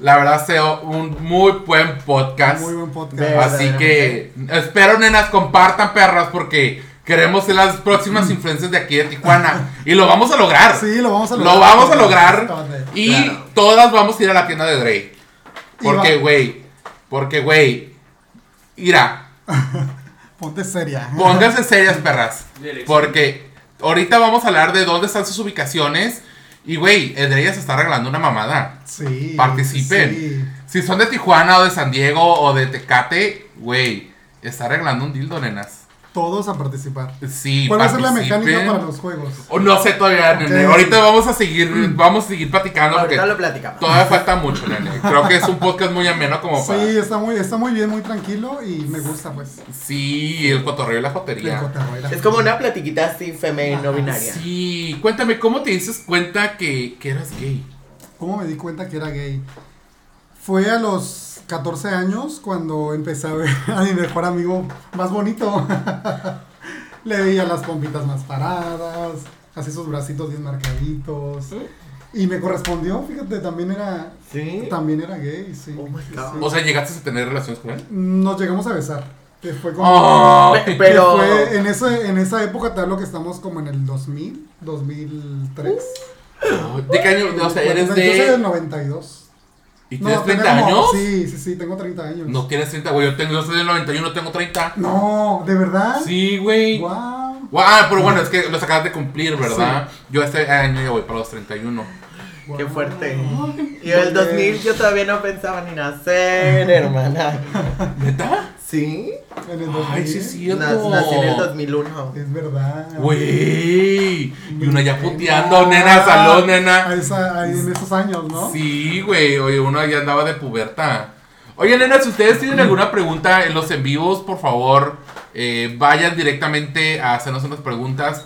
la verdad, sea un muy buen podcast. Muy buen podcast. Ve- Así que espero, nenas, compartan, perras, porque queremos ser las próximas influencias de aquí de Tijuana. Y lo vamos a lograr. Mm. Sí, lo vamos a Lo lograr. vamos a lograr. Todo. Y Claro. todas vamos a ir a la tienda de Dre. Y Porque, va- güey. Porque, güey. Mira. Ponte seria. ¿eh? Pónganse serias, perras. Dirección. Porque ahorita vamos a hablar de dónde están sus ubicaciones. Y, güey, Edreya se está regalando una mamada. Sí. Participen. sí. Si son de Tijuana o de San Diego o de Tecate, güey, está regalando un dildo, nenas. Todos a participar. Sí, ¿Cuál va a ser la participen. mecánica para los juegos? Oh, no sé todavía, nene. Ok. Mm. Ahorita vamos a seguir, vamos a seguir platicando porque Ahorita lo platicamos. todavía falta mucho, nene. Creo que es un podcast muy ameno como para... Sí, está muy, está muy bien, muy tranquilo y me gusta pues. Sí, el cotorreo y la El jotería. cotorreo y la- Es como una platiquita así femenino no binaria. Sí, cuéntame, ¿cómo te dices cuenta que, que eras gay? ¿Cómo me di cuenta que era gay? Fue a los 14 años cuando empecé a ver a mi mejor amigo más bonito. Le veía las pompitas más paradas, así sus bracitos bien marcaditos. ¿Eh? Y me correspondió, fíjate, también era, ¿Sí? también era gay, sí. ¿Eh? Oh my God. Sí. O sea, ¿llegaste a tener relaciones con él? Nos llegamos a besar. Que fue como... Oh, Pe- que Pero. fue en, ese, en esa época, te hablo que estamos como en el 2000, 2003. ¿De qué año? Uh, O sea, eres Yo soy del de... 92. ¿Y No, tienes 30 tengo- años? Sí, sí, sí, tengo 30 años. No tienes 30, güey. Yo, tengo, yo soy del 91, tengo 30. No, ¿de verdad? Sí, güey. Wow. Guau, Ah, pero bueno, es que los acabas de cumplir, ¿verdad? Yo este año ya voy para los 31. Qué fuerte. Y el 2000 yo todavía no pensaba ni nacer, hermana. ¿Neta? ¿Sí? En el 2000. Ay, sí, es Nac- Nací en el cierto. 2001. Es verdad. Güey. Y una ya puteando, nena, salón, A nena. esa- a- en esos años, ¿no? Sí, güey. Oye, una ya andaba de puberta. Oye, nena, si ustedes tienen alguna pregunta en los en vivos, por favor, eh, vayan directamente a hacernos unas preguntas.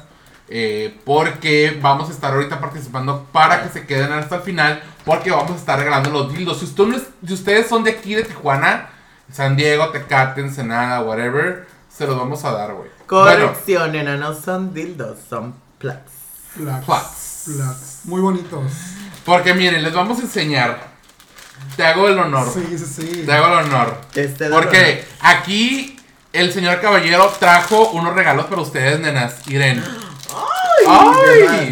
eh, porque vamos a estar ahorita participando para que se queden hasta el final. Porque vamos a estar regalando los dildos. Si, usted no es- si ustedes son de aquí, de Tijuana, San Diego, Tecate, Ensenada, whatever, se los vamos a dar, güey. Bueno, Corrección, nena, no son dildos, son plugs. Plax. Plax. Plax. Muy bonitos. porque miren, les vamos a enseñar. Te hago el honor. Sí, sí, sí. Te hago el honor. Este Porque aquí el señor caballero trajo unos regalos para ustedes, nenas. Irene. ¡Ay! ¿verdad?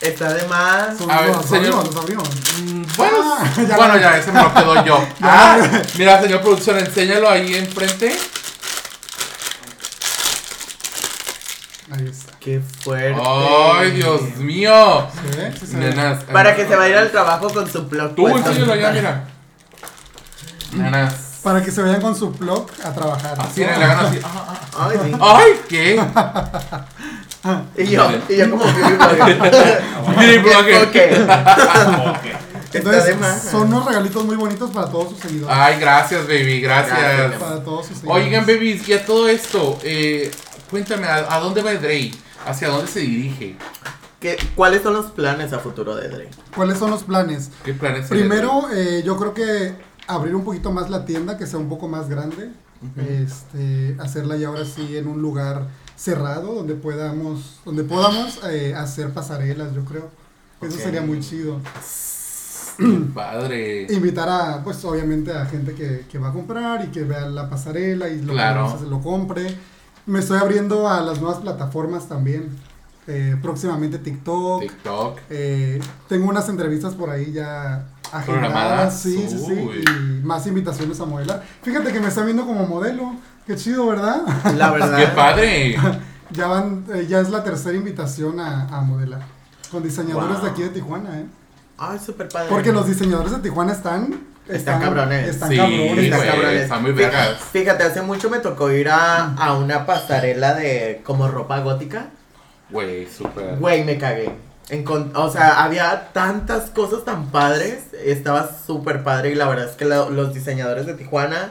Está de más. Son- A ver, los señor. abrimos, los abrimos. Mm, Bueno, Ah, ya ya bueno, lo- ya ese me lo quedo yo. Ah, mira, señor producción, enséñalo ahí enfrente. Ahí está. Qué fuerte. ¡Ay, Dios mío! ¿Se ve? Sí, se ve. Nenas. Para que se pues, vaya al trabajo con su plug. Tú, puesto. enséñalo ya, mira. Nenas. Para que se vayan con su blog a trabajar. Así, le hagan así. Ah, ah, Ay, sí. ah. ¡Ay, qué! Y yo, y yo como que Mini blogger. Ok. Ok. Está de Entonces, más. son unos regalitos muy bonitos para todos sus seguidores. Ay, gracias, baby, Gracias, mi gracias. amor. Para todos sus seguidores. Ah, Oigan, babies, y a todo esto, eh, cuéntame, ¿a, a dónde va Dre? ¿Hacia dónde se dirige? ¿Qué- ¿Cuáles son los planes a futuro de Dre? ¿Cuáles son los planes? ¿Qué planes tiene Primero, eh, yo creo que abrir un poquito más la tienda, que sea un poco más grande. este, hacerla ya ahora sí en un lugar cerrado donde podamos, donde podamos eh, hacer pasarelas, yo creo. Eso Ok. sería muy chido. Dre? Padre. Invitar a, pues obviamente a gente que, que va a comprar y que vea la pasarela y lo, que Claro. conoce se lo compre. Me estoy abriendo a las nuevas plataformas también. Eh, próximamente TikTok. TikTok. Eh, tengo unas entrevistas por ahí ya Programadas. agendadas, sí, sí, Uy. sí, y más invitaciones a modelar. Fíjate que me está viendo como modelo, qué chido, ¿verdad? La verdad. ¡Qué padre! ya van, eh, ya es la tercera invitación a, a modelar con diseñadores Wow. de aquí de Tijuana, ¿eh? Ay, súper padre. Porque los diseñadores de Tijuana están, Están cabrones. están Sí, cabrones, Está güey, cabrones. están muy Fíjate- vergas. Fíjate, hace mucho me tocó ir a, a una pasarela de como ropa gótica. Güey, súper. Güey, me cagué. Encon- o sea, había tantas cosas tan padres. Estaba súper padre. Y la verdad es que lo- los diseñadores de Tijuana.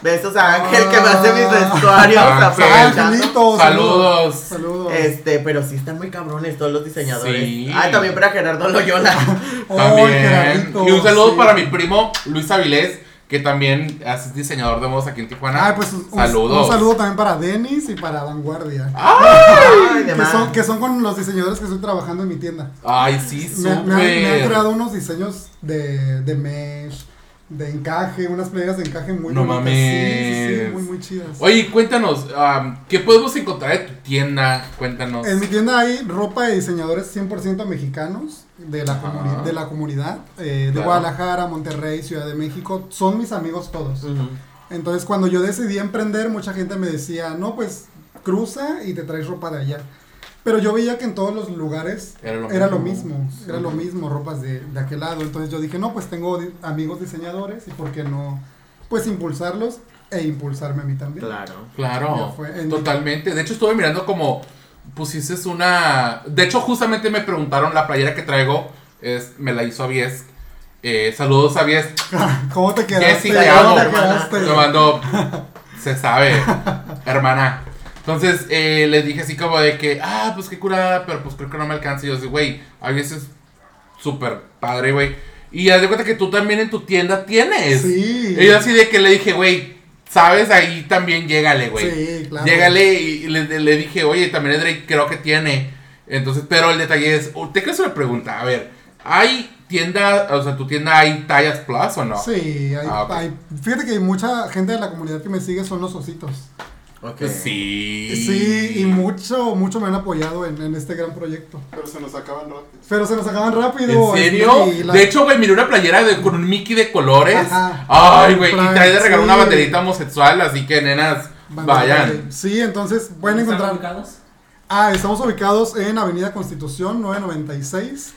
Besos a Ángel que me hace mis vestuarios. Ángel. aprovechando. Angelito, Saludos. saludos. Este, pero sí están muy cabrones todos los diseñadores. Sí. Ah, también para Gerardo Loyola. Oh, También. Gerardito, Y un saludo sí. para mi primo Luis Avilés, que también es diseñador de modos aquí en Tijuana. Ah, pues un, un- saludos. Ah, un saludo también para Denis y para Vanguardia. Ay, de que, más. son, que son con los diseñadores que estoy trabajando en mi tienda. Ay, sí, Me, súper. me han, me han creado unos diseños de, de mesh, de encaje, unas playeras de encaje muy No bonitas. Sí, sí, sí, mames. muy, muy chidas. Oye, cuéntanos, am, ¿qué podemos encontrar en tu tienda? Cuéntanos. En mi tienda hay ropa de diseñadores 100% mexicanos de la, Ajá. comuni- de la comunidad, eh, de Claro. Guadalajara, Monterrey, Ciudad de México. Son mis amigos todos. Ujú. Entonces, cuando yo decidí emprender, mucha gente me decía, no, pues cruza y te traes ropa de allá. Pero yo veía que en todos los lugares Era lo era lo mismo. mismo, era lo mismo, ropas de, de aquel lado. Entonces yo dije, no, pues tengo di- amigos diseñadores y por qué no, pues impulsarlos e impulsarme a mí también. Claro. Claro, Ya fue, en- totalmente. De hecho, estuve mirando como pusiste una. De hecho, justamente me preguntaron la playera que traigo. Es, me la hizo Avies. Eh, saludos a Avies. ¿Cómo te Jessy, quedaste? te ¿Cómo amo. te quedaste? Te mando. Se sabe, hermana. Entonces eh, le dije así como de que, ah, pues qué curada, pero pues creo que no me alcanza. Y yo así, güey, a veces súper padre, güey. Y haz de cuenta que tú también en tu tienda tienes. Sí. Y yo así de que le dije, güey, sabes, ahí también llégale, güey. Sí, claro. Llégale y le, le dije, oye, también el Drake creo que tiene. Entonces, pero el detalle es, ¿usted qué se le pregunta? A ver, ¿hay tienda, o sea, tu tienda hay tallas plus o no? Sí, hay, Ah, ok. hay- fíjate que mucha gente de la comunidad que me sigue son los ositos. Ok. Pues Sí. Sí, y mucho, mucho me han apoyado en, en este gran proyecto. Pero se nos acaban rápido. Pero se nos acaban ¿En rápido. serio? sí, la- De hecho, güey, miré una playera de- con un Mickey de colores. Ajá. Ay, güey, y Frank, trae de regalo sí. una banderita homosexual, así que nenas, Banda vayan. Verde. Sí, entonces pueden ¿Están encontrar. ubicados? Ah, estamos ubicados en Avenida Constitución 996.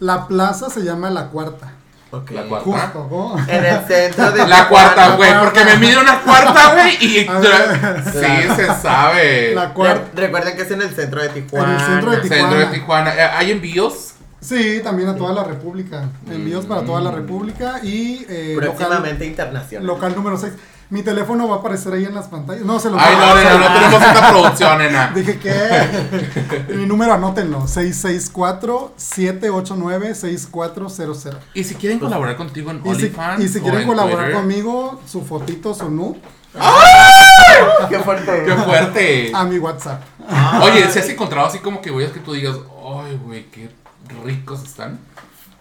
La plaza se llama La Cuarta. Ok. La cuarta. Justo, ¿no? En el centro de La cuarta, Tijuana. güey, cuarta. porque me mide una cuarta, güey, y... A ver. Sí, se sabe. La Re- Cuarta. Recuerden que es en el centro de Tijuana. En el centro de Tijuana. Centro de Tijuana. Eh, ¿Hay envíos? Sí, también a toda la República. Envíos para toda la Mm. República y eh, local, Próximamente internacional. local número 6. Mi teléfono va a aparecer ahí en las pantallas. No, se lo Ay, no, nena, no tenemos esta producción, nena. Dije que mi número anótenlo, 664-789-6400. Y si quieren colaborar contigo en Pues, Y si, OnlyFans y si o quieren en colaborar Twitter, conmigo, su fotito, su nude, Qué fuerte. Qué fuerte. a mi WhatsApp. Oye, si has encontrado así como que güeyes que tú digas, ay, güey, qué ricos están.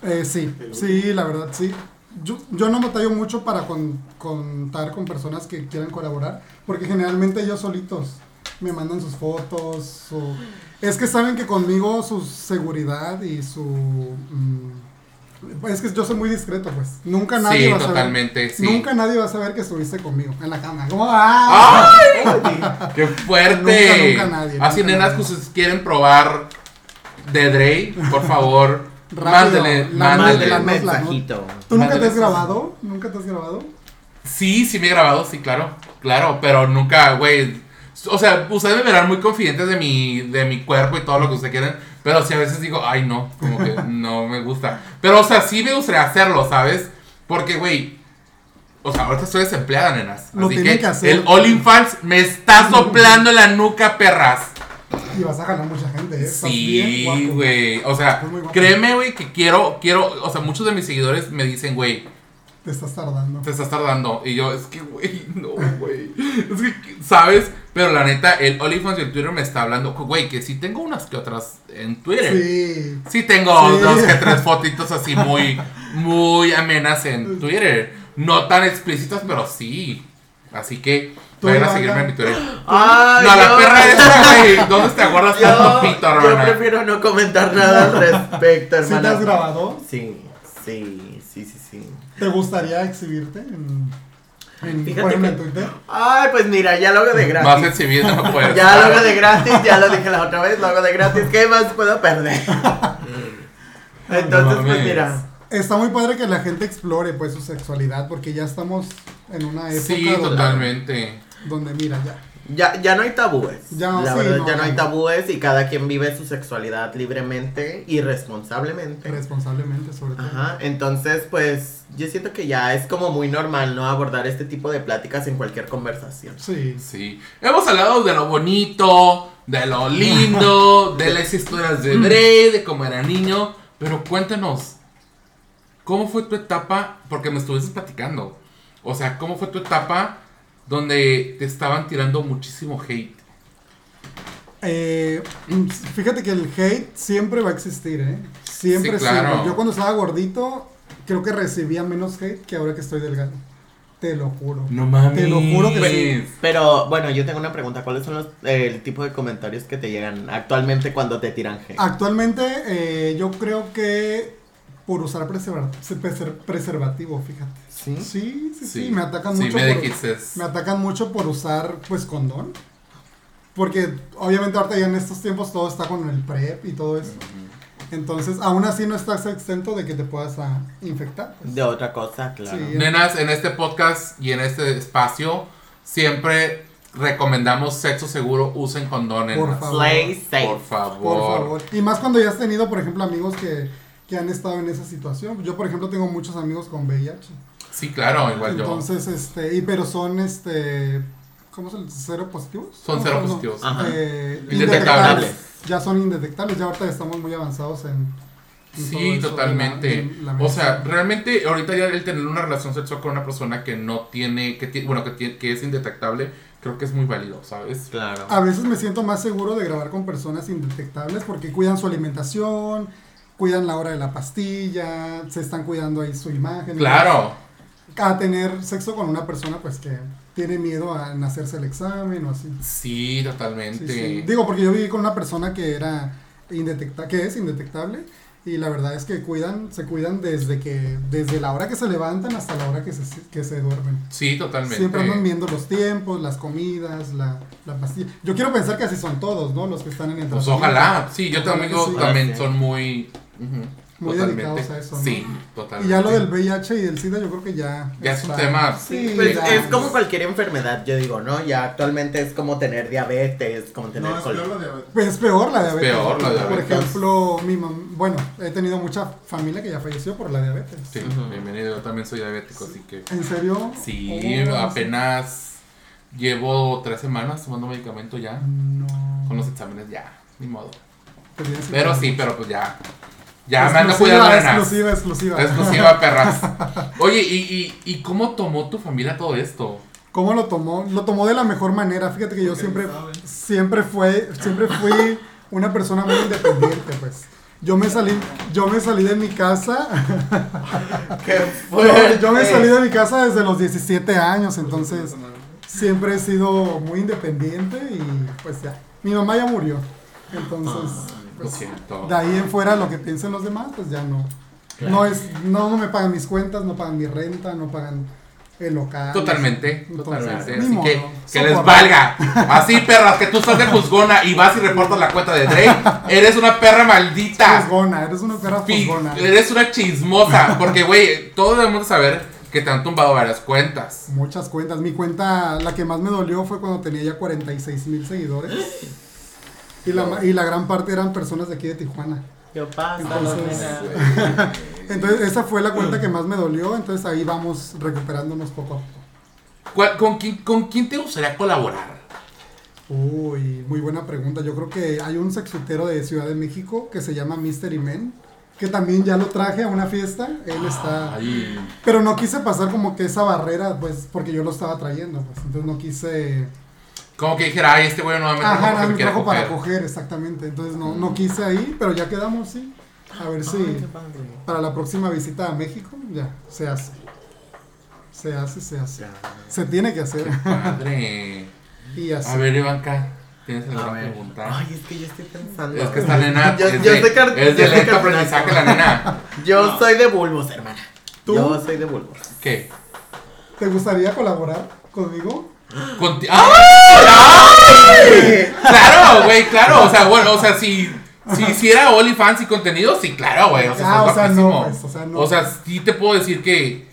Eh, sí, sí, la verdad, sí. Yo, yo no batallo mucho para con- contar con personas que quieran colaborar, porque generalmente ellos solitos me mandan sus fotos. su- Es que saben que conmigo su seguridad y su... mm, es que yo soy muy discreto, pues. Nunca nadie Sí, va a saber. totalmente, sí. Nunca nadie va a saber que estuviste conmigo en la cama. Como, ¡ah! ¡Ay! ¡Qué fuerte! Nunca, nunca nadie, Así, nunca nenas, nadie. que ustedes quieren probar de Drey, por favor, Rápido, mándele, la mándele. manda, la manda. mensajito. ¿Tú nunca te Madre has sí. grabado? ¿Nunca te has grabado? Sí, sí me he grabado, sí, claro, claro, pero nunca, güey. O sea, ustedes me verán muy confidentes de mi, de mi cuerpo y todo lo que ustedes quieran, pero sí a veces digo, ay, no, como que no me gusta. Pero, o sea, sí me gustaría hacerlo, ¿sabes? Porque, güey, o sea, ahorita estoy desempleada, nenas. Lo así tienen que, que hacer. el All In Fans me está soplando la nuca, perras. Y vas a ganar mucha gente, ¿eh? Estás bien Sí, guapo. güey. O sea, Estás muy guapo. créeme, güey, que quiero, quiero, o sea, muchos de mis seguidores me dicen, güey, Te estás tardando. te estás tardando. Y yo, es que, güey, no, güey. Es que, ¿sabes? Pero la neta, el OnlyFans y el Twitter me está hablando, güey, que sí tengo unas que otras en Twitter. Sí. Sí. tengo Sí. dos que tres fotitos así muy, muy amenas en Twitter. No tan explícitas, pero sí. Así que Tú vayan a lo seguirme en hagas. mi Twitter. Ay, no, la yo- perra esa, güey. ¿Dónde te aguardas tanto Yo, pito, yo hermana? prefiero no comentar nada al respecto, ¿Sí te has hermana. grabado? Sí, sí, sí, sí, sí. ¿Te gustaría exhibirte en, en, Fíjate por ejemplo, en que- Twitter? Ay, pues mira, ya lo hago de Más gratis. exhibido, no puedes. Ya lo hago de gratis, ya lo dije la otra vez, lo hago de gratis. ¿Qué más puedo perder? Entonces, pues mames. mira. Está muy padre que la gente explore pues su sexualidad porque ya estamos en una época Sí, donde, totalmente. donde, mira ya. Ya, ya no hay tabúes. Ya, la sí, verdad, no, ya no ya hay no. tabúes y cada quien vive su sexualidad libremente y responsablemente. Responsablemente sobre todo. Ajá, entonces pues yo siento que ya es como muy normal, ¿no? Abordar este tipo de pláticas en cualquier conversación. Sí. Sí. Hemos hablado de lo bonito, de lo lindo, de las historias de Dre, de cómo era niño. Pero cuéntanos, ¿cómo fue tu etapa? Porque me estuviste platicando. O sea, ¿cómo fue tu etapa donde te estaban tirando muchísimo hate? Eh, fíjate que el hate siempre va a existir, ¿eh? Siempre, Sí, claro. siempre. Yo cuando estaba gordito creo que recibía menos hate que ahora que estoy delgado. Te lo juro. No mames. Te lo juro que sí. Pues, Pero bueno, yo tengo una pregunta, ¿cuáles son los, eh, el tipo de comentarios Ah, que te llegan actualmente cuando te tiran hate? Actualmente eh, yo creo que por usar preserva- se- preser- preservativo, fíjate. ¿Sí? ¿Mm? Sí, sí, sí, Pues, Sí. me atacan Sí, mucho. me por, dijiste. me atacan mucho por usar pues condón. Porque obviamente ahorita ya en estos tiempos todo está con el PrEP y todo eso. Entonces, aún así no estás exento de que te puedas ah, infectar. pues. De otra cosa, claro. Sí. Nenas, en este podcast y en este espacio siempre recomendamos sexo seguro, usen condón. Por nenas. favor. Play safe. Por favor. Por favor. Y más cuando ya has tenido, por ejemplo, amigos que, que han estado en esa situación. Yo, por ejemplo, tengo muchos amigos con VIH. Sí, claro, igual Entonces, este, y pero son este, ¿cómo se les dice? ¿Cero positivos? yo. Son No, cero no, no. positivos. Ah. Ajá. Eh, Indetectables. Ya son indetectables, ya ahorita estamos muy avanzados en. en pues, todo Sí, eso de la- totalmente. de la O sea, medicina. realmente ahorita ya el tener una relación sexual con una persona que no tiene, que tiene, bueno, que, tiene, que es indetectable, creo que es muy válido, ¿sabes? Claro. a veces me siento más seguro de grabar con personas indetectables porque cuidan su alimentación, cuidan la hora de la pastilla, se están cuidando ahí su imagen. Claro. A tener sexo con una persona pues que tiene miedo a en hacerse el examen o así. Sí, Sí, totalmente. sí. Digo, porque yo viví con una persona que era indetecta que es indetectable y la verdad es que cuidan, se cuidan desde que desde la hora que se levantan hasta la hora que se, que se duermen. Sí, totalmente. Siempre andan viendo los tiempos, las comidas, la, la pastilla. Yo quiero pensar que así son todos, ¿no? Los que están en el Pues tratamiento. ojalá. Sí, yo Ojalá también, que sí. también Sí. son muy. ujú, Muy totalmente. dedicados a eso, ¿no? Sí, Y totalmente. ya lo del VIH y del SIDA yo creo que ya... Ya es un está- tema. Sí, Pues ya. es como cualquier enfermedad, yo digo, ¿no? Ya actualmente es como tener diabetes, como tener No, es col- peor la diabetes. Pues es peor la diabetes. peor la Por diabetes. ejemplo, mi mam- Bueno, he tenido mucha familia que ya falleció por la diabetes. Sí, bienvenido. Yo también soy diabético, así que. ¿En serio? Sí, Oh, apenas llevo tres semanas tomando medicamento ya. No. Con los exámenes ya, ni modo. Te tienes que Pero cuidar. sí, pero pues ya. Ya me ando Exclusiva, cuidando nenas. Exclusiva, exclusiva. Exclusiva, perras. Oye, ¿y, y, y cómo tomó tu familia todo esto? ¿Cómo lo tomó? Lo tomó de la mejor manera. Fíjate que yo Porque siempre, no sabe. siempre fue, siempre fui una persona muy independiente, pues. Yo me salí, yo me salí de mi casa. ¿Qué Yo, fue? yo me salí de mi casa desde los 17 años, entonces No, no, no. siempre he sido muy independiente y pues ya. Mi mamá ya murió, entonces Lo pues, siento. de ahí en fuera lo que piensen los demás, pues ya no. Claro. No es, no, no me pagan mis cuentas, no pagan mi renta, no pagan el local. Totalmente, Entonces, totalmente. ni Así modo, que, que les soportar. valga. Así, perras, que tú estás de juzgona y vas y reportas la cuenta de Drake. Eres una perra maldita. Fosgona, eres una perra Pi- fosgona. Eres una chismosa. Porque, güey, todos debemos saber que te han tumbado varias cuentas. Muchas cuentas. Mi cuenta, la que más me dolió fue cuando tenía ya 46 mil seguidores. Y la, ma- y la gran parte eran personas de aquí de Tijuana. ¿Qué pasa, Entonces- nena? Entonces, esa fue la cuenta que más me dolió. Entonces, ahí vamos recuperándonos poco a poco. ¿Cuál- con, quién, ¿Con quién te gustaría colaborar? Uy, muy buena pregunta. Yo creo que hay un sexutero de Ciudad de México que se llama Mystery Men. Que también ya lo traje a una fiesta. Él está. Ay, Pero no quise pasar como que esa barrera, pues, porque yo lo estaba trayendo, pues. Entonces no quise. como que dijera, ay, este güey no me trajo Ajá, porque nada, me me quiere trajo para coger. Mm. coger, exactamente. Entonces no, no quise ahí, pero ya quedamos, sí. A ver si para la próxima visita a México, ya, se hace. Se hace, se hace. Se tiene que hacer. Madre. Y así. A ver, Ivanka, ¿tienes alguna A ver. pregunta? Ah, Ay, es que yo estoy pensando. Es que esta nena Yo- es yo de, soy car- es de yo soy lento carpintazo. aprendizaje la nena. Yo soy de Bulbos, hermana. ¿Tú? Yo soy de Bulbos. ¿Qué? ¿Te gustaría colaborar conmigo? Con ti- ¡Ah! ¡Ay! Claro, güey, claro. O sea, bueno, o sea, si, si hiciera OnlyFans y contenido, sí, claro, güey. O sea, Ah, estás o sea, no, guapísimo. pues, o sea, no. O sea, sí te puedo decir que.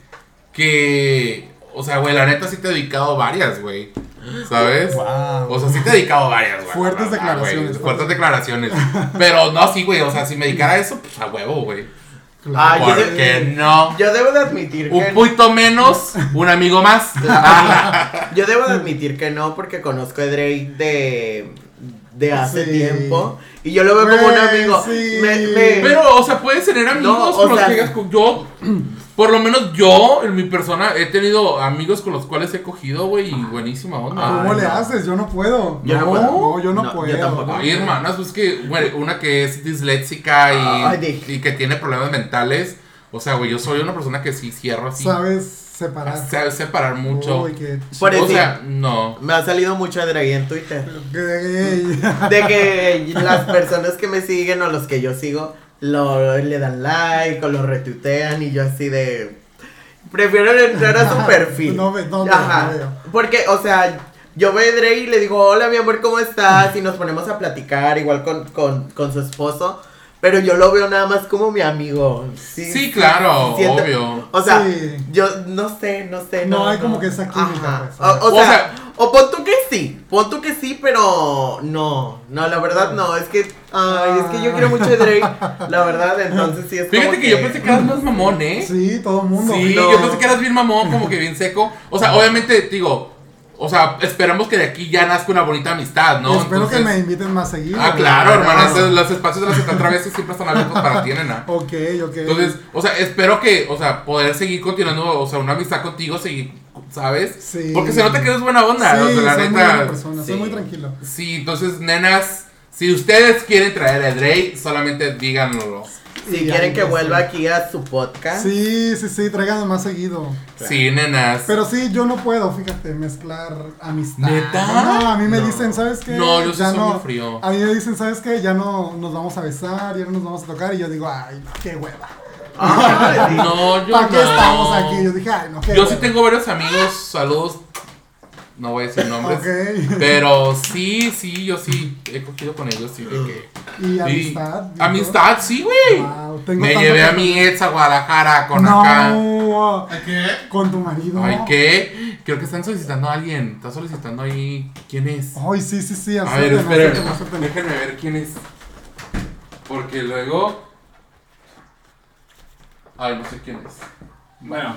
Que. O sea, güey, la neta sí te he dedicado varias, güey. ¿Sabes? O sea, sí te he dedicado varias, güey. la Fuertes verdad, güey. declaraciones. Fuertes declaraciones. Pero no, sí, güey. O sea, si me dedicara a eso, pues a huevo, güey. Ah, yo ¿Por sé- qué no? Yo debo de admitir que. Un puito menos, un amigo más. Yo debo de admitir que no, porque conozco a Drake de. de hace Sí. tiempo. Y yo lo veo como un Güey, amigo. sí. Me- me- Pero, o sea, puedes tener amigos No, o con los sea- que hayas co- Yo, por lo menos yo, en mi persona, he tenido amigos con los cuales he cogido, güey, y buenísima onda. ¿Cómo Ay, le no. haces? Yo no puedo. Yo no puedo. yo no, No, yo puedo. tampoco. Hay hermanas, pues que, güey, una que es disléxica y, Ay, de- y que tiene problemas mentales. O sea, güey, yo soy una persona que sí cierro así. Ah, Sabes separar. Sabe separar mucho. Uy, qué Por o eso- sea, no. Me ha salido mucho a Drake en Twitter. gay. De que las personas que me siguen o los que yo sigo lo, le dan like o lo retuitean y yo así de... Prefiero entrar a su perfil. No ve- no veo, Ajá. no veo. Porque, o sea, yo veo a Dre y le digo, hola mi amor, ¿cómo estás? Y nos ponemos a platicar igual con, con, con su esposo. Pero yo lo veo nada más como mi amigo. Sí, Sí, claro, siento- obvio. O sea, Sí. yo no sé, no sé. No hay como que esa química, Ajá. pues. O, o O sea, sea- o pon tú que sí, pon tú que sí, pero no, no, la verdad no, es que, ay, es que yo quiero mucho a Drake, la verdad, entonces sí es como Fíjate que yo pensé que eras más mamón, ¿eh? Sí, todo el mundo. Sí, no. yo pensé que eras bien mamón, como que bien seco. O sea, obviamente, digo, o sea, esperamos que de aquí ya nazca una bonita amistad, ¿no? Espero Entonces- que me inviten más seguido. Ah, claro, güey. hermana, esos- los espacios de las extratraveses siempre están abiertos para ti, nena. Ok, ok. Entonces, o sea, espero que, o sea, poder seguir continuando, o sea, una amistad contigo, seguir, ¿sabes? Sí. Porque se nota que eres buena onda, sí, o sea, la soy muy buena neta. persona, sí. soy muy tranquilo. Sí, entonces, nenas, si ustedes quieren traer a Drake, solamente díganlo. Si Y quieren ahí que está. vuelva aquí a su podcast, Sí, sí, sí, tráiganos más seguido. Sí, nenas. Pero sí, yo no puedo, fíjate, mezclar amistad. ¿Neta? No, a mí me No. dicen, ¿sabes qué? No, yo sí Ya soy no- muy frío. A mí me dicen, ¿sabes qué? Ya no nos vamos a besar, ya no nos vamos a tocar. Y yo digo, ay, no, qué hueva. Ay, sí. No, yo ¿Para qué no. estamos aquí? Yo dije, ay, no, qué Yo hueva. sí tengo varios amigos, saludos. No voy a decir nombres. Ok. Pero sí, sí, yo sí he cogido con ellos, sí, de que. Y y- amistad. digo. amistad, sí, güey. Wow, tengo Me tanto llevé que- a mi ex a Guadalajara con no, acá. ¿Qué? con tu marido. Ay, ¿qué? Creo que están solicitando a alguien. Están solicitando ahí. ¿Quién es? Ay, sí, sí, sí, A ver, acéptenlo, espérenme. acéptenlo, acéptenlo. Déjenme ver quién es. Porque luego. Ay, no sé quién es. Bueno,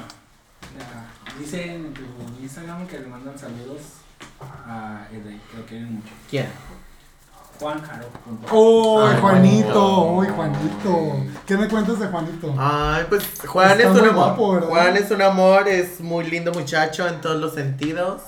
ya, dice en tu Instagram que le mandan saludos a Edrey, que lo quieren mucho. ¿Quién? Juan Jaro. punto. ¡Ay, Ay, Juanito! ¡Ay, Juanito. Juanito! ¿Qué me cuentas de Juanito? Ah. Ay, pues Juan Está es un muy amor. guapo, ¿verdad? Juan es un amor, es muy lindo muchacho en todos los sentidos.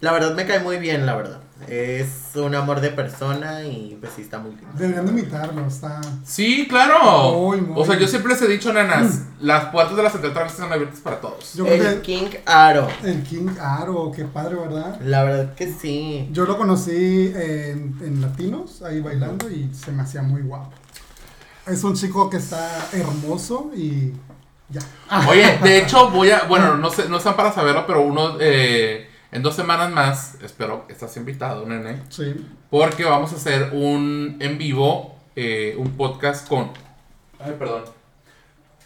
La verdad me cae muy bien, la verdad. Es un amor de persona y pues sí está muy lindo. Deberían de imitarlo, está. Sí, claro. Muy, muy. Mm. O sea, yo siempre les he dicho, nanas, las puertas de las entradas están abiertas para todos. Yo creo El que King Aro. el King Aro, qué padre, ¿verdad? La verdad que sí. Yo lo conocí en, en Latinos, ahí bailando, y se me hacía muy guapo. Es un chico que está hermoso y ya. Oye, de hecho, voy a. Bueno, no sé, no están para saberlo, pero uno. eh, en dos semanas más, espero que estás invitado, nene. Sí. Porque vamos a hacer un en vivo, eh, un podcast con. Ay, perdón.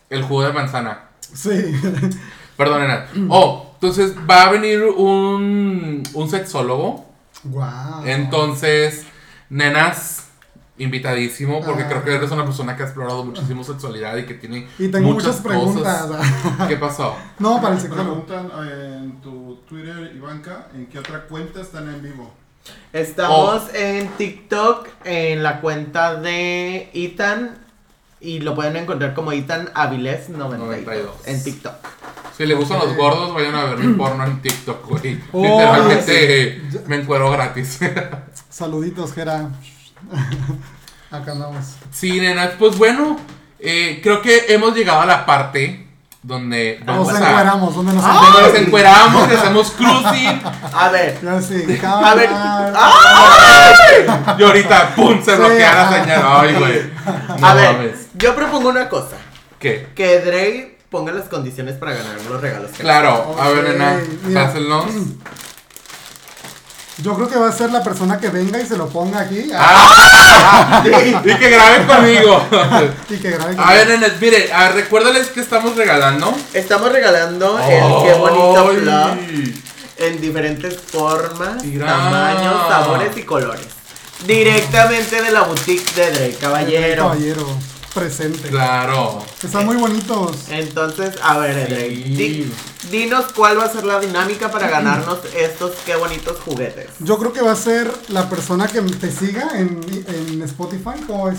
El jugo de manzana. Sí. Perdón, nena. Mm. Oh, entonces va a venir un, un sexólogo. Guau. Entonces, nenas, invitadísimo, porque Ah. creo que eres una persona que ha explorado muchísimo sexualidad y que tiene Y tengo muchas, preguntas. cosas. ¿Qué pasó? No, para el Me psicólogo. preguntan eh, en tu Twitter, Ivanka, ¿en qué otra cuenta están en vivo? Estamos Oh. en TikTok en la cuenta de Ethan y lo pueden encontrar como Ethan Avilés 92 92. en TikTok. Si les gustan los gordos, vayan a ver mi porno en TikTok, güey. Oh, Literalmente me encuero gratis. Saluditos, Jera. Acá andamos. sí, nenas, pues bueno, eh, creo que hemos llegado a la parte donde Nos vamos a... encueramos, ¿dónde nos donde encueramos? Nos encueramos, hacemos cruising A ver, Ya sí, a ver. ¡ah! cámara. Ah. y ahorita, ¡pum! Se Sí, bloquea la ajá. señal. Ay, güey. No a ver, mames. yo propongo una cosa. ¿Qué? Que Dre ponga las condiciones para ganar los regalos. que- Claro, a ver, Ok, nena, mira. pásenlos. Yo creo que va a ser la persona que venga y se lo ponga aquí ¡Ah! y que graben conmigo. y que grabe. A ver, nenas, mire, a- recuérdales que estamos regalando. Estamos regalando el qué bonito plug Ay. en diferentes formas, Mira. tamaños, sabores y colores. Directamente de la boutique de Dre, caballero. Caballero, presente. Claro. Están muy bonitos. Entonces, a ver, Dre, di- dinos cuál va a ser la dinámica para ganarnos estos qué bonitos juguetes. Yo creo que va a ser la persona que te siga en, en Spotify, ¿cómo es?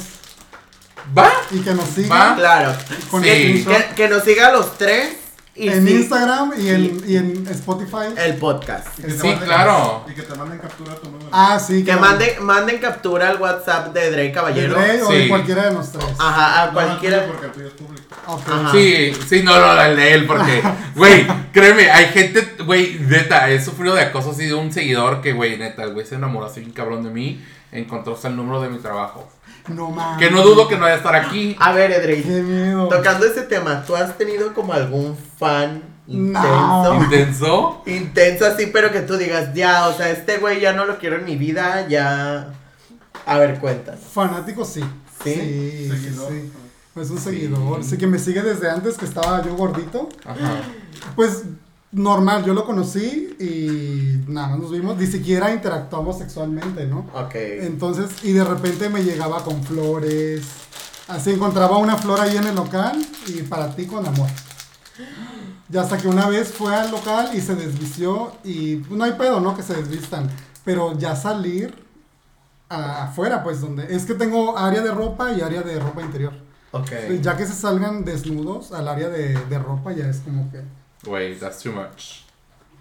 ¿Va? Y que nos Va. siga Claro. Con Sí. el- Que, que nos siga a los tres y en sí, Instagram y en, y en Spotify. el podcast. Y que te Eh, Sí, manden- claro. Y que te manden captura a tu número. Ah, sí. Que claro. manden, manden captura al WhatsApp de Dre De Caballero. Rey o Sí. Ah, de cualquiera de los tres. Ajá, a No, cualquiera. Porque el tuyo es público. Ok. Ajá. Sí, sí, no, no, el de él, porque, güey, créeme, hay gente, güey, neta, he sufrido de acoso así de un seguidor que, güey, neta, el güey se enamoró así bien cabrón de mí encontraste el número de mi trabajo. No mames. Que no dudo que no vaya a estar aquí. A ver, Edrey, Qué miedo. tocando ese tema, ¿tú has tenido como algún fan No. intenso? Intenso. Intenso así, pero que tú digas, ya, o sea, este güey ya no lo quiero en mi vida, ya. A ver, cuentas. Fanático sí. ¿Sí? Sí, sí, Seguidor. Ah. sí. Pues un seguidor. Sí, que me sigue desde antes que estaba yo gordito. Ajá. Pues normal, yo lo conocí y nada más nos vimos. Ni siquiera interactuamos sexualmente, ¿no? Ok. Entonces, y de repente me llegaba con flores. Así encontraba una flor ahí en el local y para ti con amor. Ya hasta que una vez fue al local y se desvistió y pues, no hay pedo, ¿no? Que se desvistan. Pero ya salir a- afuera, pues donde... Es que tengo área de ropa y área de ropa interior. Ok. Ya que se salgan desnudos al área de, de ropa ya es como que... Wait, that's too much.